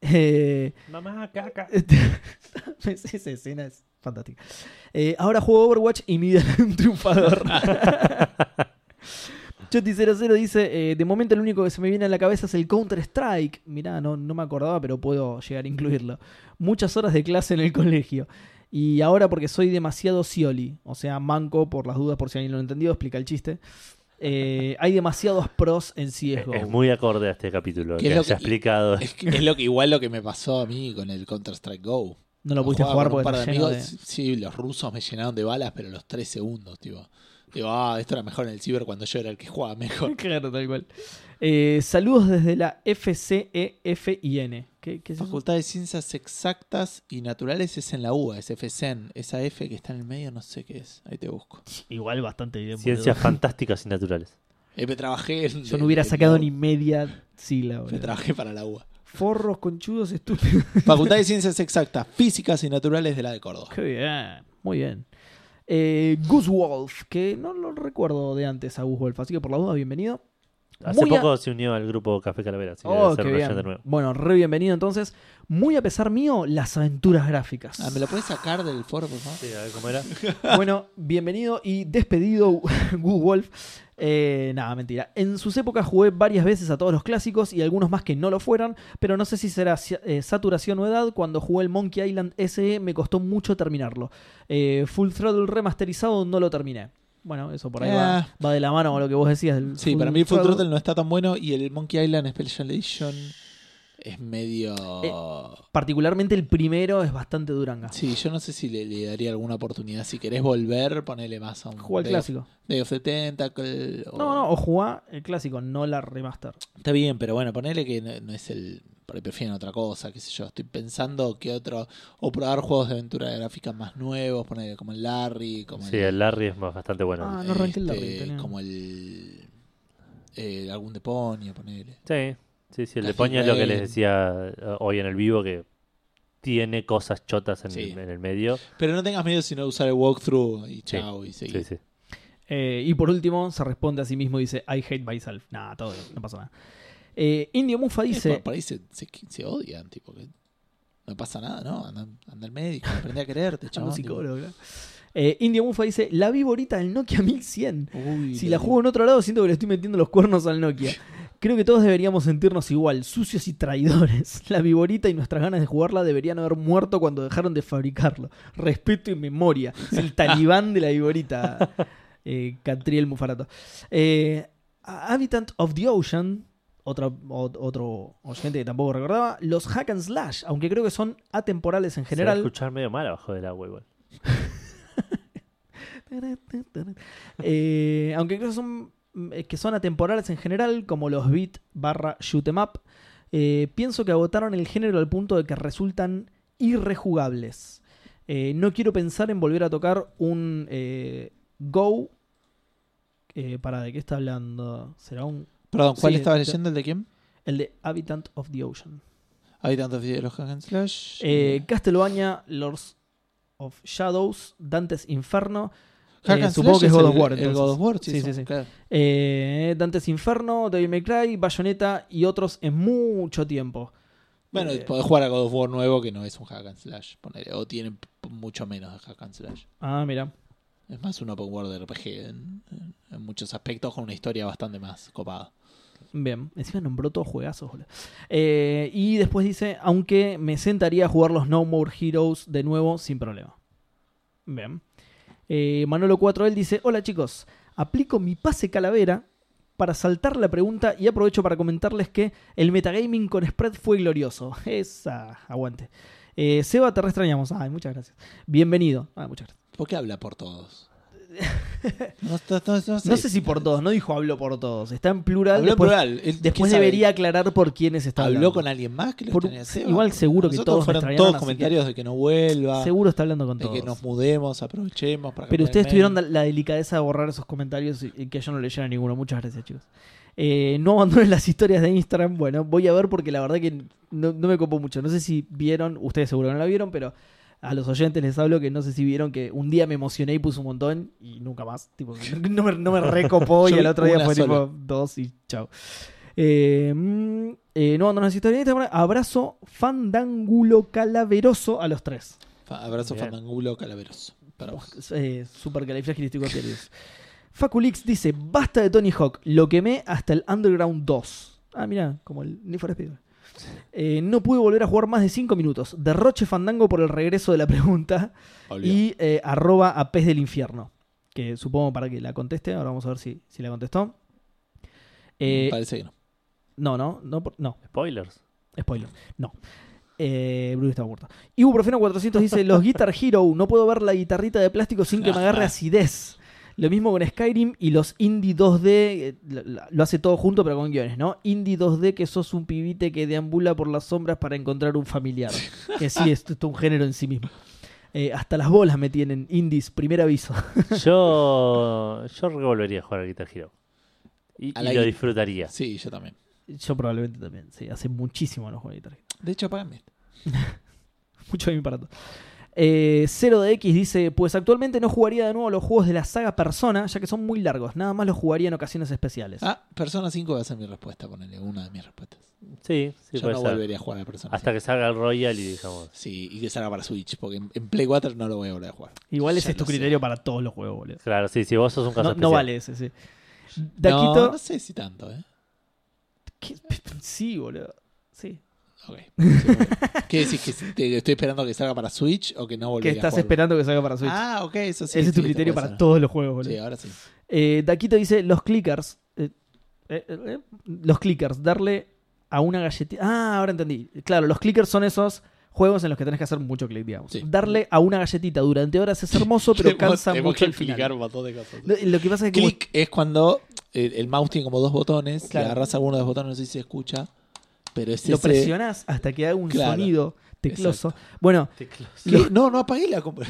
Speaker 1: Eh,
Speaker 3: Mamá, caca.
Speaker 1: Este, esa escena es fantástica. Eh, ahora juego Overwatch y mi vida es un triunfador. Choti00 dice: eh, De momento, lo único que se me viene a la cabeza es el Counter-Strike. Mirá, no, no me acordaba, pero puedo llegar a incluirlo. Muchas horas de clase en el colegio. Y ahora, porque soy demasiado Cioli, o sea, manco por las dudas, por si alguien lo entendió, explica el chiste. eh, hay demasiados pros en
Speaker 3: Es,
Speaker 1: CSGO.
Speaker 3: es muy acorde a este capítulo
Speaker 2: ¿Qué
Speaker 3: que
Speaker 2: es lo
Speaker 3: haya
Speaker 2: que-
Speaker 3: explicado.
Speaker 2: Es, que- es lo que igual lo que me pasó a mí con el Counter-Strike Go.
Speaker 1: no lo pudiste jugar
Speaker 2: Jugaba con un
Speaker 1: porque
Speaker 2: par de
Speaker 1: está lleno
Speaker 2: amigos.
Speaker 1: de-
Speaker 2: Sí, los rusos me llenaron de balas, pero los tres segundos, tío. Digo, ah, esto era mejor en el ciber cuando yo era el que jugaba mejor.
Speaker 1: Claro, tal cual. Eh, saludos desde la E FCEFIN. ¿Qué, qué es eso?
Speaker 2: Facultad de Ciencias Exactas y Naturales es en la UBA, es FCN. Esa F que está en el medio, no sé qué es. Ahí te busco.
Speaker 1: Igual bastante bien. boludo.
Speaker 3: Ciencias fantásticas y naturales.
Speaker 2: Eh, me trabajé en-
Speaker 1: Yo
Speaker 2: en-
Speaker 1: no hubiera
Speaker 2: en
Speaker 1: sacado
Speaker 2: la
Speaker 1: ni media sílaba.
Speaker 2: Me
Speaker 1: boludo.
Speaker 2: trabajé para la UBA.
Speaker 1: Forros conchudos estúpidos.
Speaker 2: Facultad de Ciencias Exactas, Físicas y Naturales de la de Córdoba.
Speaker 1: Qué bien. Ah, Muy bien. Eh, Goose Wolf, que no lo recuerdo de antes a Goose Wolf, así que por la duda, bienvenido.
Speaker 3: Hace
Speaker 1: Muy a-
Speaker 3: poco se unió al grupo Café Calavera, así que
Speaker 1: Oh,
Speaker 3: debe ser
Speaker 1: qué
Speaker 3: una
Speaker 1: bien.
Speaker 3: ya de nuevo.
Speaker 1: Bueno, re bienvenido entonces. Muy a pesar mío, las aventuras gráficas.
Speaker 2: Ah, ¿Me lo puedes sacar del foro, por favor?
Speaker 3: Sí, a ver cómo era.
Speaker 1: Bueno, bienvenido y despedido, Gu Wolf. Eh, nada, mentira. En sus épocas jugué varias veces a todos los clásicos y algunos más que no lo fueran, pero no sé si será si- eh, saturación o edad. Cuando jugué el Monkey Island SE me costó mucho terminarlo. Eh, Full Throttle remasterizado no lo terminé. Bueno, eso por ahí
Speaker 2: Ah.
Speaker 1: va, va de la mano con lo que vos decías. del
Speaker 2: Sí,
Speaker 1: Full
Speaker 2: para mí el Full
Speaker 1: Throttle.
Speaker 2: Throttle no está tan bueno y el Monkey Island Special Edition es medio...
Speaker 1: Eh. Particularmente el primero es bastante duranga.
Speaker 2: Sí, yo no sé si le, le daría alguna oportunidad. Si querés volver, ponele más a un.
Speaker 1: Juega el
Speaker 2: Day of-
Speaker 1: clásico.
Speaker 2: Day of the Tentacle. o-
Speaker 1: No, no, o jugá el clásico, no la remaster.
Speaker 2: Está bien, pero bueno, ponele que no, no es el. Por ahí prefieren otra cosa, qué sé yo. Estoy pensando que otro. O probar juegos de aventura gráfica más nuevos, ponele como el Larry, como
Speaker 3: Sí,
Speaker 2: el.
Speaker 3: el Larry es más- bastante bueno.
Speaker 1: Ah, no arranqué el Larry,
Speaker 2: este,
Speaker 1: tenía.
Speaker 2: Como el. eh, algún deponio, ponele.
Speaker 3: Sí, sí, sí. El de
Speaker 2: Casi
Speaker 3: Poña es lo que les
Speaker 2: Raven.
Speaker 3: decía eh, hoy en el vivo, que tiene cosas chotas en,
Speaker 2: Sí.
Speaker 3: en el medio.
Speaker 2: Pero no tengas miedo si no usar el walkthrough y chao y seguir.
Speaker 3: Sí, sí.
Speaker 1: Eh, y por último, se responde a sí mismo y dice, I hate myself. Nah, todo bien, no pasa nada. Eh, Indio Mufa dice,
Speaker 2: Por ahí se, se, se odian, tipo. que no pasa nada, ¿no? Anda, anda al médico, aprende a quererte,
Speaker 1: Ando
Speaker 2: chabón. tipo.
Speaker 1: psicólogo, claro. Eh, Indio Mufa dice, la viborita del Nokia 1100.
Speaker 2: Uy,
Speaker 1: Si
Speaker 2: lo
Speaker 1: la
Speaker 2: digo.
Speaker 1: juego en otro lado, siento que le estoy metiendo los cuernos al Nokia. Creo que todos deberíamos sentirnos igual, sucios y traidores. La viborita y nuestras ganas de jugarla deberían haber muerto cuando dejaron de fabricarlo. Respeto y memoria. Es el talibán de la viborita, eh, Catriel Mufarato. Eh, Habitant of the Ocean, otra- o- otro oyente que tampoco recordaba, los hack and slash, aunque creo que son atemporales en
Speaker 3: Se va a
Speaker 1: general.
Speaker 3: escuchar medio mal abajo del agua igual.
Speaker 1: Eh, aunque creo que son, eh, que son atemporales en general, como los beat barra shoot em up, eh, pienso que agotaron el género al punto de que resultan irrejugables. Eh, no quiero pensar en volver a tocar un eh, Go. Eh, para, ¿de qué está hablando? ¿Será un.
Speaker 2: Perdón, ¿cuál
Speaker 1: Sí,
Speaker 2: estabas
Speaker 1: de-
Speaker 2: leyendo? ¿El de quién?
Speaker 1: El de Habitant of the Ocean.
Speaker 2: Hay tantos videos de los Hack and Slash.
Speaker 1: Eh, Castlevania, Lords of Shadows, Dante's Inferno.
Speaker 2: Hack
Speaker 1: Eh,
Speaker 2: and
Speaker 1: supongo
Speaker 2: Slash
Speaker 1: que es God
Speaker 2: el-
Speaker 1: of War.
Speaker 2: El
Speaker 1: entonces.
Speaker 2: God of War, sí,
Speaker 1: sí,
Speaker 2: son,
Speaker 1: sí, sí.
Speaker 2: claro.
Speaker 1: Eh, Dante's Inferno, Devil May Cry, Bayonetta y otros en mucho tiempo.
Speaker 2: Bueno,
Speaker 1: Eh,
Speaker 2: podés jugar a God of War nuevo que no es un hack and slash. ponele, o tiene p- mucho menos de hack and slash.
Speaker 1: Ah, mira.
Speaker 2: Es más un open world RPG en, en- en muchos aspectos con una historia bastante más copada.
Speaker 1: Bien. Encima nombró todos juegazos, boludo. Eh, y después dice, aunque me sentaría a jugar los No More Heroes de nuevo sin problema. Bien. Eh, Manolo 4 él dice, hola chicos, aplico mi pase calavera para saltar la pregunta y aprovecho para comentarles que el metagaming con spread fue glorioso. Esa, aguante. Eh, Seba, te restrañamos. Ay, muchas gracias. Bienvenido. Ah, muchas gracias.
Speaker 2: ¿Por qué habla por todos? No, no- no- no sé.
Speaker 1: No sé si por todos, no dijo hablo por todos. Está en plural.
Speaker 2: Habló en
Speaker 1: después
Speaker 2: plural. Él- ¿quién
Speaker 1: después
Speaker 2: sabe?
Speaker 1: debería aclarar por quiénes está
Speaker 2: ¿Habló
Speaker 1: hablando.
Speaker 2: con alguien más que lo
Speaker 1: Por-
Speaker 2: tenía Seba?
Speaker 1: igual seguro
Speaker 2: A
Speaker 1: que
Speaker 2: nosotros
Speaker 1: todos
Speaker 2: fueron
Speaker 1: extrañaron,
Speaker 2: todos
Speaker 1: así que-
Speaker 2: comentarios de que no vuelva,
Speaker 1: Seguro está hablando con
Speaker 2: de
Speaker 1: todos.
Speaker 2: que nos mudemos, aprovechemos para
Speaker 1: Pero
Speaker 2: comprar
Speaker 1: ustedes
Speaker 2: el
Speaker 1: tuvieron
Speaker 2: mail.
Speaker 1: la delicadeza de borrar esos comentarios y y que yo no leyera ninguno. Muchas gracias, chicos. Eh, no abandonen las historias de Instagram. Bueno, voy a ver porque la verdad que no, no me copó mucho. No sé si vieron, ustedes seguro no la vieron, pero a los oyentes les hablo que no sé si vieron que un día me emocioné y puse un montón y nunca más. Tipo, no, me, no me recopó y
Speaker 2: Yo
Speaker 1: el
Speaker 2: vi
Speaker 1: otro día
Speaker 2: una
Speaker 1: fue
Speaker 2: sola.
Speaker 1: tipo dos y chao. Eh, mm, eh, no abandonen las historias de Instagram. Abrazo fandangulo calaveroso a los tres.
Speaker 2: Fa- Abrazo
Speaker 3: Bien.
Speaker 2: fandangulo calaveroso. Para vos.
Speaker 1: Eh, Supercalifragilisticoapiales. Faculix dice, basta de Tony Hawk, lo quemé hasta el Underground 2. Ah, mira, como el Need for Speed. Eh, no pude volver a jugar más de 5 minutos. Derroche fandango por el regreso de la pregunta.
Speaker 2: Olió.
Speaker 1: Y eh, arroba a pez del infierno. Que supongo para que la conteste. Ahora vamos a ver si, si la contestó. Eh,
Speaker 2: Parece que no.
Speaker 1: no, no, no, por- no.
Speaker 3: Spoilers.
Speaker 1: Spoiler, no. Eh, Bruno está muerto. Ibuprofeno 400 dice: Los Guitar Hero, no puedo ver la guitarrita de plástico sin que me agarre acidez. Lo mismo con Skyrim y los indie 2D, eh, lo, lo hace todo junto pero con guiones, ¿no? Indie 2D que sos un pibite que deambula por las sombras para encontrar un familiar. Que sí, es, es un género en sí mismo. Eh, hasta las bolas me tienen, indies, primer aviso.
Speaker 3: Yo, yo volvería a jugar al Guitar Hero. Y,
Speaker 2: A
Speaker 3: y
Speaker 2: la
Speaker 3: lo
Speaker 2: gui-
Speaker 3: disfrutaría.
Speaker 2: Sí, yo también.
Speaker 1: Yo probablemente también, sí, hace muchísimo no juego a guitarra.
Speaker 2: De hecho, págame.
Speaker 1: Mucho de mi para todo. Eh, Cero de X dice: Pues actualmente no jugaría de nuevo los juegos de la saga Persona, ya que son muy largos. Nada más los jugaría en ocasiones especiales.
Speaker 2: Ah, Persona 5 va a ser mi respuesta, ponele una de mis respuestas.
Speaker 3: Sí, sí,
Speaker 2: yo
Speaker 3: puede
Speaker 2: no
Speaker 3: ser.
Speaker 2: volvería a jugar a Persona
Speaker 3: Hasta que salga el Royal y digamos.
Speaker 2: 5. Sí, y que salga para Switch, porque en, en Play 4 no lo voy a volver a jugar.
Speaker 1: Igual
Speaker 2: Ya
Speaker 1: ese es tu
Speaker 2: lo sé.
Speaker 1: criterio para todos los juegos, boludo.
Speaker 3: Claro, sí, si vos sos un caso
Speaker 1: No, no
Speaker 3: especial.
Speaker 1: vale ese, sí.
Speaker 2: No,
Speaker 1: Daquito.
Speaker 2: no sé si tanto, ¿eh?
Speaker 1: ¿qué? P- p- Sí, boludo. Sí.
Speaker 2: Ok. sí, bueno. ¿Qué decís? ¿Que si te- estoy esperando que salga para Switch o que no
Speaker 1: Que
Speaker 2: volvería a
Speaker 1: estás
Speaker 2: jugar?
Speaker 1: esperando que salga para Switch.
Speaker 2: Ah, ok, eso sí.
Speaker 1: ese es tu
Speaker 2: sí,
Speaker 1: criterio
Speaker 2: te puede
Speaker 1: para
Speaker 2: ser.
Speaker 1: todos los juegos, boludo.
Speaker 2: Sí, ahora sí.
Speaker 1: Eh, Daquito dice: Los clickers. eh, eh, eh, eh, los clickers, darle a una galletita. Ah, ahora entendí. Claro, los clickers son esos juegos en los que tenés que hacer mucho click, digamos.
Speaker 2: Sí.
Speaker 1: Darle a una galletita durante horas es hermoso, pero cansa
Speaker 2: Tenemos
Speaker 1: mucho
Speaker 2: que
Speaker 1: el
Speaker 2: explicar
Speaker 1: final.
Speaker 2: un montón de cosas.
Speaker 1: Lo, lo que pasa es que.
Speaker 2: Click es cuando eh, el, el mouse tiene como dos botones,
Speaker 1: Claro.
Speaker 2: le agarras alguno de los botones, no sé si se escucha, pero es
Speaker 1: Lo
Speaker 2: ese-
Speaker 1: presionás hasta que haga un
Speaker 2: Claro.
Speaker 1: sonido tecloso. Bueno,
Speaker 2: ¿Qué? No, no apagué la... compu-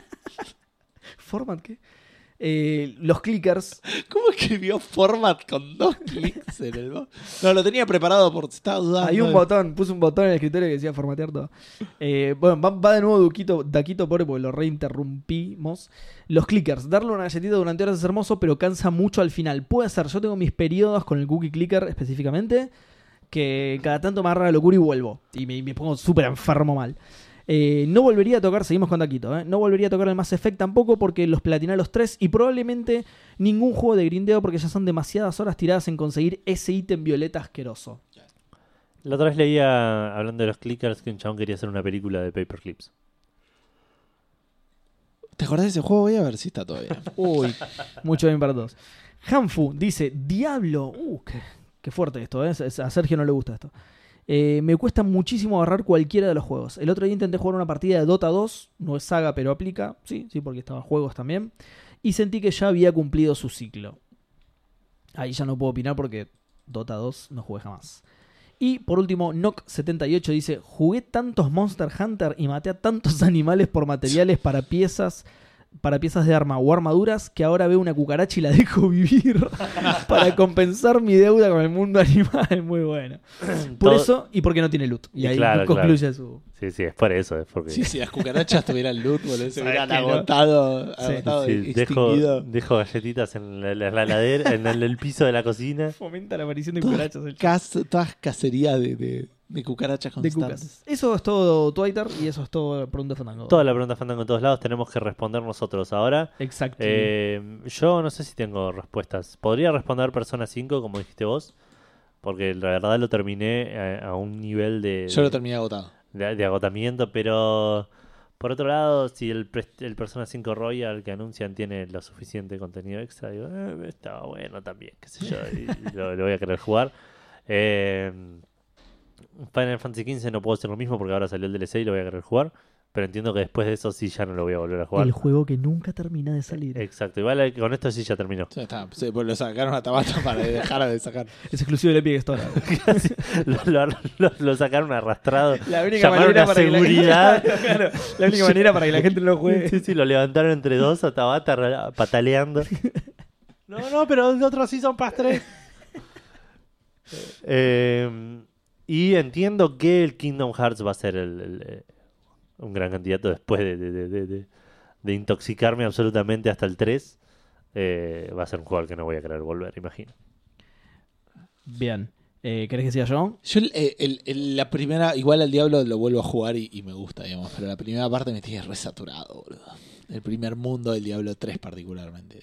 Speaker 1: ¿format qué? Eh, los clickers.
Speaker 2: ¿Cómo escribió format con dos clics en el bo- No, lo tenía preparado por estaba dudando.
Speaker 1: Hay un botón, puse un botón en el escritorio que decía formatear todo. Eh, bueno, va, va de nuevo Duquito, Daquito pobre porque lo reinterrumpimos. Los clickers, darle una galletita durante horas es hermoso, pero cansa mucho al final. Puede ser, yo tengo mis periodos con el cookie clicker específicamente, que cada tanto me agarra la locura y vuelvo. Y me, me pongo súper enfermo mal. Eh, no volvería a tocar, seguimos con Daquito, eh, no volvería a tocar el Mass Effect tampoco porque los platiné a los tres y probablemente ningún juego de grindeo porque ya son demasiadas horas tiradas en conseguir ese ítem violeta asqueroso.
Speaker 3: La otra vez leía, hablando de los clickers, que un chabón quería hacer una película de paperclips.
Speaker 2: ¿Te acordás de ese juego? Voy a ver si está todavía.
Speaker 1: Uy, mucho bien para todos. Hanfu dice, diablo, uh, qué, qué fuerte esto, ¿eh? a Sergio no le gusta esto. Eh, me cuesta muchísimo agarrar cualquiera de los juegos. El otro día intenté jugar una partida de Dota 2, no es saga pero aplica, sí, sí, porque estaba juegos también, y sentí que ya había cumplido su ciclo. Ahí ya no puedo opinar porque Dota 2 no jugué jamás. Y por último, Nock78 dice, jugué tantos Monster Hunter y maté a tantos animales por materiales para piezas para piezas de arma o armaduras que ahora veo una cucaracha y la dejo vivir para compensar mi deuda con el mundo animal. Muy bueno. Por
Speaker 3: Todo-
Speaker 1: eso y porque no tiene loot. Y
Speaker 3: Y
Speaker 1: ahí
Speaker 3: claro,
Speaker 1: concluye su...
Speaker 3: Sí, sí, es por eso. Es porque...
Speaker 2: Sí, si las cucarachas tuvieran luz, boludo, se hubieran
Speaker 1: que no.
Speaker 2: agotado,
Speaker 1: Sí.
Speaker 2: agotado
Speaker 3: Sí,
Speaker 2: y
Speaker 3: dejo,
Speaker 2: extinguido.
Speaker 3: dejo galletitas en la, la- la heladera, en el, el piso de la cocina.
Speaker 1: Fomenta la aparición de
Speaker 2: Todas,
Speaker 1: cucarachas. el-
Speaker 2: cas- todas cacerías de, de- de cucarachas
Speaker 1: De
Speaker 2: constantes.
Speaker 1: cucas. Eso es todo Twitter y eso es todo Pregunta Fandango.
Speaker 3: Toda la pregunta fandango en todos lados tenemos que responder nosotros ahora.
Speaker 1: Exacto.
Speaker 3: Eh, yo no sé si tengo respuestas. Podría responder Persona 5, como dijiste vos, porque la verdad lo terminé eh, a, un nivel de,
Speaker 2: Yo lo terminé agotado.
Speaker 3: de- de agotamiento, pero por otro lado, si el, pres- el Persona 5 Royal que anuncian tiene lo suficiente contenido extra, digo, "Eh, está bueno también, qué sé yo, y lo, lo voy a querer jugar. Eh, Final Fantasy XV no puedo hacer lo mismo porque ahora salió el DLC y lo voy a querer jugar. Pero entiendo que después de eso sí ya no lo voy a volver a jugar.
Speaker 5: El juego que nunca termina de salir.
Speaker 3: Exacto, igual eh, con esto sí ya terminó.
Speaker 2: Ya está, sí, pues lo sacaron a Tabata para dejar de sacar.
Speaker 1: Es exclusivo de la Epic Store.
Speaker 3: Casi lo, lo- lo- lo sacaron arrastrado.
Speaker 1: La única
Speaker 3: Llamaron
Speaker 1: manera
Speaker 3: a
Speaker 1: para que la-
Speaker 3: seguridad.
Speaker 1: Claro, la única manera para que la gente no lo juegue.
Speaker 3: Sí, sí, lo levantaron entre dos a Tabata ra- pataleando. No, no, pero el otro sí son pastres. Eh, y entiendo que el Kingdom Hearts va a ser el, el, eh, un gran candidato después de, de- de- de- de- de intoxicarme absolutamente hasta el 3. Eh, va a ser un juego al que no voy a querer volver, imagino.
Speaker 1: Bien. Eh, ¿Querés que siga yo?
Speaker 2: Yo el- el- el- la primera, igual al diablo lo vuelvo a jugar y, y me gusta, digamos, pero la primera parte me tiene resaturado, boludo. El primer mundo del Diablo 3 particularmente.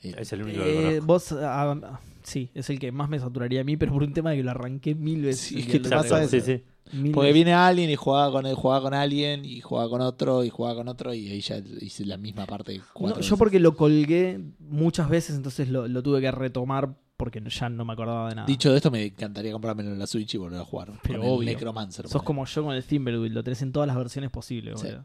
Speaker 2: El-
Speaker 3: Es el único que
Speaker 1: Eh,
Speaker 3: conozco.
Speaker 1: vos, ah, sí, es el que más me saturaría a mí, pero por un tema de que lo arranqué mil veces.
Speaker 2: Sí,
Speaker 1: el
Speaker 2: es que
Speaker 1: día
Speaker 2: te
Speaker 1: del
Speaker 2: pasa
Speaker 1: otro.
Speaker 2: eso.
Speaker 3: Sí, sí.
Speaker 1: Mil
Speaker 2: Porque
Speaker 1: veces.
Speaker 2: viene alguien y jugaba con él, jugaba con alguien, y jugaba con otro, y jugaba con otro, y ahí ya hice la misma parte
Speaker 1: No, yo
Speaker 2: cuatro veces.
Speaker 1: porque lo colgué muchas veces, entonces lo, lo tuve que retomar porque ya no me acordaba de nada.
Speaker 2: Dicho esto, me encantaría comprármelo en la Switch y volver a jugar.
Speaker 1: Pero
Speaker 2: con el
Speaker 1: obvio.
Speaker 2: Necromancer.
Speaker 1: Sos
Speaker 2: ponele.
Speaker 1: como yo con el Thimbleweed, lo tenés en todas las versiones posibles.
Speaker 2: Sí.
Speaker 1: boludo.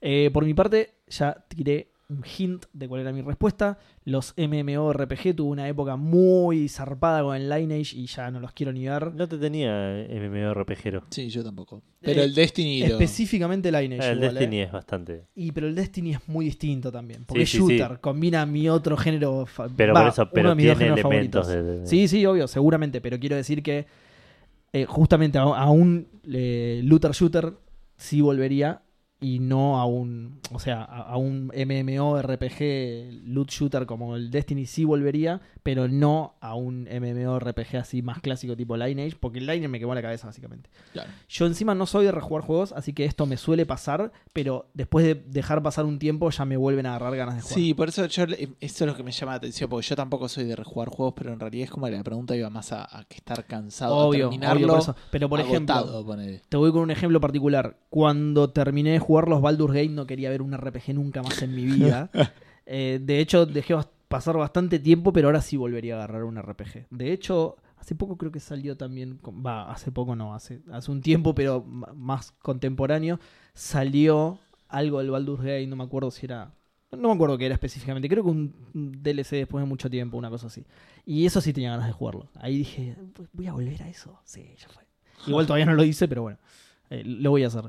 Speaker 1: Eh, por mi parte, ya tiré un hint de cuál era mi respuesta. Los MMORPG tuvo una época muy zarpada con el Lineage y ya no los quiero ni ver.
Speaker 3: No te tenía eh, MMORPG.
Speaker 2: Sí, yo tampoco. Pero
Speaker 1: Eh,
Speaker 2: el Destiny. lo- Ah,
Speaker 1: Específicamente Lineage.
Speaker 3: Ah, El
Speaker 1: igual,
Speaker 3: Destiny
Speaker 1: eh.
Speaker 3: es bastante.
Speaker 1: Y, pero el Destiny es muy distinto también. Porque
Speaker 3: sí,
Speaker 1: es
Speaker 3: sí.
Speaker 1: shooter, combina mi otro género. fa-
Speaker 3: Pero
Speaker 1: va,
Speaker 3: por eso,
Speaker 1: uno de
Speaker 3: pero
Speaker 1: mis dos
Speaker 3: tiene
Speaker 1: géneros
Speaker 3: elementos
Speaker 1: favoritos.
Speaker 3: de, de- de-
Speaker 1: Sí, sí, obvio, seguramente, pero quiero decir que eh, justamente a, a un eh, looter shooter sí volvería y no a un, o sea, a, a un MMORPG loot shooter como el Destiny sí volvería, pero no a un MMORPG así más clásico tipo Lineage, porque el Lineage me quemó la cabeza básicamente.
Speaker 2: Claro.
Speaker 1: Yo encima no soy de rejugar juegos, así que esto me suele pasar, pero después de dejar pasar un tiempo ya me vuelven a agarrar ganas de jugar.
Speaker 2: Sí, por eso yo, eh, eso es lo que me llama la atención, porque yo tampoco soy de rejugar juegos, pero en realidad es como que la pregunta iba más a, a que estar cansado, a
Speaker 1: obvio, obvio,
Speaker 2: terminarlo
Speaker 1: por eso. Pero por ejemplo,
Speaker 2: agotado, ponele.
Speaker 1: Te voy con un ejemplo particular. Cuando terminé de jugar los Baldur's Gate no quería ver un RPG nunca más en mi vida. Eh, de hecho, dejé bas- pasar bastante tiempo, pero ahora sí volvería a agarrar un RPG. De hecho, hace poco creo que salió también, con- va, hace poco no, hace, hace un tiempo, pero m- más contemporáneo, salió algo del Baldur's Gate, no me acuerdo si era... No me acuerdo qué era específicamente, creo que un un DLC después de mucho tiempo, una cosa así. Y eso sí tenía ganas de jugarlo. Ahí dije, voy a volver a eso. Sí, ya fue. Igual todavía no lo hice, pero bueno. Eh, lo voy a hacer.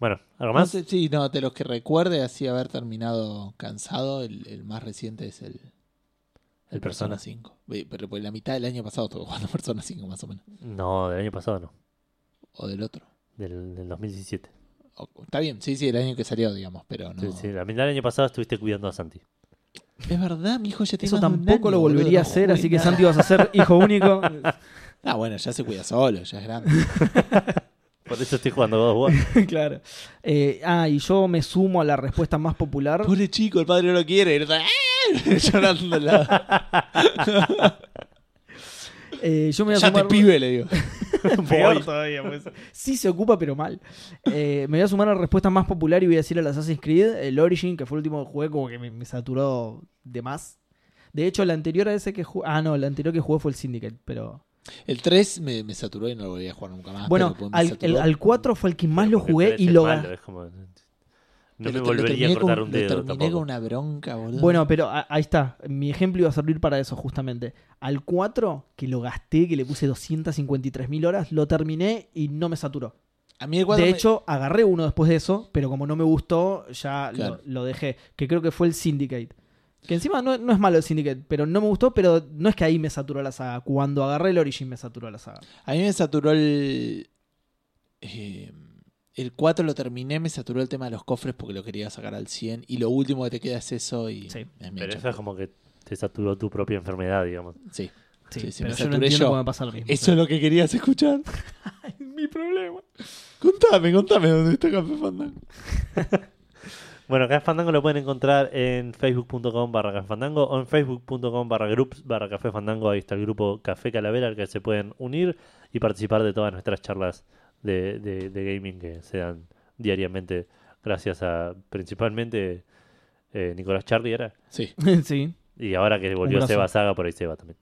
Speaker 3: Bueno, ¿algo
Speaker 2: No
Speaker 3: más?
Speaker 2: sé, sí, no, de los que recuerde así haber terminado cansado, el, el más reciente es el, el Persona 5. Ve, Pero pues la mitad del año pasado estuve jugando Persona 5 más o menos,
Speaker 3: No, del año pasado no.
Speaker 2: o del otro.
Speaker 3: Del, del 2017.
Speaker 2: O- está bien, sí, sí, el año que salió, digamos, pero no.
Speaker 3: Sí, sí, a mitad del año pasado estuviste cuidando a Santi.
Speaker 2: Es verdad, mi hijo ya tiene
Speaker 1: Eso
Speaker 2: más de un
Speaker 1: tampoco
Speaker 2: año,
Speaker 1: lo
Speaker 2: boludo,
Speaker 1: volvería a
Speaker 2: no
Speaker 1: hacer,
Speaker 2: jugué
Speaker 1: así que
Speaker 2: nada.
Speaker 1: Santi vas a ser hijo único.
Speaker 2: Ah, bueno, ya se cuida solo, ya es grande.
Speaker 3: Por eso estoy jugando God of War.
Speaker 1: claro. Eh, ah, y yo me sumo a la respuesta más popular.
Speaker 2: Pobre chico, el padre no lo quiere. y está, ¡ah! Llorando al lado.
Speaker 1: Eh, yo me voy a
Speaker 2: Ya te
Speaker 1: sumar.
Speaker 2: pibe, le digo.
Speaker 1: Peor
Speaker 3: Voy.
Speaker 1: todavía, pues. Sí se ocupa, pero mal. Eh, me voy a sumar a la respuesta más popular y voy a decir el Assassin's Creed, el Origin, que fue el último que jugué, como que me, me saturó de más. De hecho, la anterior a ese que jugué. Ah, no, la anterior que jugué fue el Syndicate, pero.
Speaker 2: El 3 me, me saturó y no lo volví a jugar nunca
Speaker 3: Ah,
Speaker 2: más.
Speaker 1: Bueno,
Speaker 2: pero me
Speaker 1: al,
Speaker 2: saturó.
Speaker 1: el- al 4 fue el que más lo
Speaker 3: Porque
Speaker 1: jugué
Speaker 3: parece
Speaker 1: y lo
Speaker 3: malo,
Speaker 1: gané.
Speaker 3: es como- No
Speaker 2: Pero
Speaker 3: me
Speaker 2: te-
Speaker 3: volvería
Speaker 2: lo
Speaker 3: a
Speaker 2: terminé
Speaker 3: cortar
Speaker 2: con-
Speaker 3: un
Speaker 2: Lo
Speaker 3: dedo
Speaker 2: terminé
Speaker 3: tampoco.
Speaker 2: con una bronca, boludo.
Speaker 1: Bueno, pero a- ahí está. Mi ejemplo iba a servir para eso, justamente. Al 4, que lo gasté, que le puse 253.000 horas, lo terminé y no me saturó.
Speaker 2: A mí el 4
Speaker 1: de
Speaker 2: me-
Speaker 1: hecho, agarré uno después de eso, pero como no me gustó, ya lo-
Speaker 2: Claro.
Speaker 1: lo, dejé. Que creo que fue el Syndicate. Que encima no, no es malo el Syndicate, pero no me gustó, pero no es que ahí me saturó la saga. Cuando agarré el Origin me saturó la saga.
Speaker 2: a mí me saturó el. eh, el 4 lo terminé, me saturó el tema de los cofres porque lo quería sacar al 100. Y lo último que te queda es eso y.
Speaker 1: Sí.
Speaker 2: es medio
Speaker 3: Pero
Speaker 2: chapa.
Speaker 3: eso es como que te saturó tu propia enfermedad, digamos.
Speaker 2: Sí.
Speaker 1: Sí,
Speaker 2: Sí, sí, me
Speaker 1: pero yo no
Speaker 2: saturé
Speaker 1: entiendo
Speaker 2: yo.
Speaker 1: cómo me pasa lo mismo.
Speaker 2: Eso es lo que querías escuchar. mi problema. Contame, contame dónde está Café Fandango.
Speaker 3: Bueno, Café Fandango lo pueden encontrar en facebook.com barra Café Fandango o en facebook.com barra groups barra Café Fandango. Ahí está el grupo Café Calavera al que se pueden unir y participar de todas nuestras charlas de, de- de gaming que se dan diariamente gracias a principalmente eh, Nicolás Charlie era.
Speaker 2: Sí.
Speaker 1: sí.
Speaker 3: Y ahora que volvió
Speaker 1: brazo.
Speaker 3: Seba Saga, por ahí Seba también.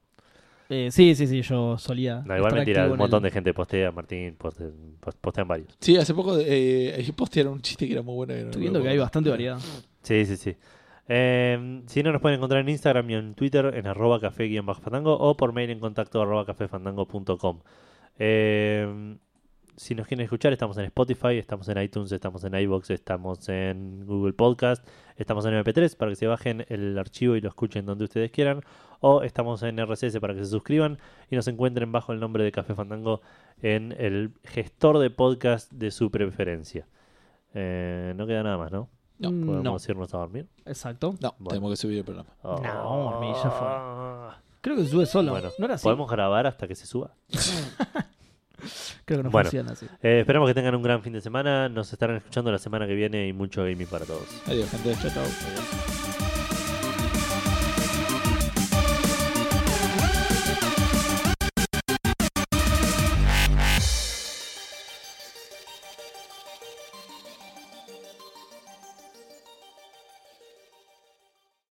Speaker 1: Eh, sí, sí, sí, yo solía.
Speaker 3: No, igual
Speaker 1: estar
Speaker 3: mentira,
Speaker 1: activo en
Speaker 3: un montón
Speaker 1: el-
Speaker 3: de gente postea, Martín, poste- post- postean varios.
Speaker 2: Sí, hace poco eh, postearon un chiste que era muy bueno. que no
Speaker 1: Estoy
Speaker 2: me
Speaker 1: viendo que hay
Speaker 2: acuerdo.
Speaker 1: bastante variedad.
Speaker 3: Sí, sí, sí. Eh, si no, nos pueden encontrar en Instagram y en Twitter en arroba café-fandango o por mail en contacto arroba cafefandango.com. Eh, si nos quieren escuchar, estamos en Spotify, estamos en iTunes, estamos en iBox, estamos en Google Podcast, estamos en MP3 para que se bajen el archivo y lo escuchen donde ustedes quieran, o estamos en RSS para que se suscriban y nos encuentren bajo el nombre de Café Fandango en el gestor de podcast de su preferencia. Eh, no queda nada más, ¿no?
Speaker 2: No,
Speaker 1: Mm, No,
Speaker 3: Podemos irnos a dormir.
Speaker 1: exacto.
Speaker 2: No,
Speaker 3: Bueno.
Speaker 2: tenemos que subir el programa.
Speaker 1: No, dormí, ya Creo que sube solo.
Speaker 3: Bueno,
Speaker 1: no era así.
Speaker 3: Podemos grabar hasta que se suba.
Speaker 1: Creo que no
Speaker 3: Bueno.
Speaker 1: funciona así.
Speaker 3: Eh, esperamos que tengan un gran fin de semana. Nos estarán escuchando la semana que viene y mucho gaming para todos.
Speaker 2: Adiós, gente. Chao, chao.
Speaker 3: Adiós.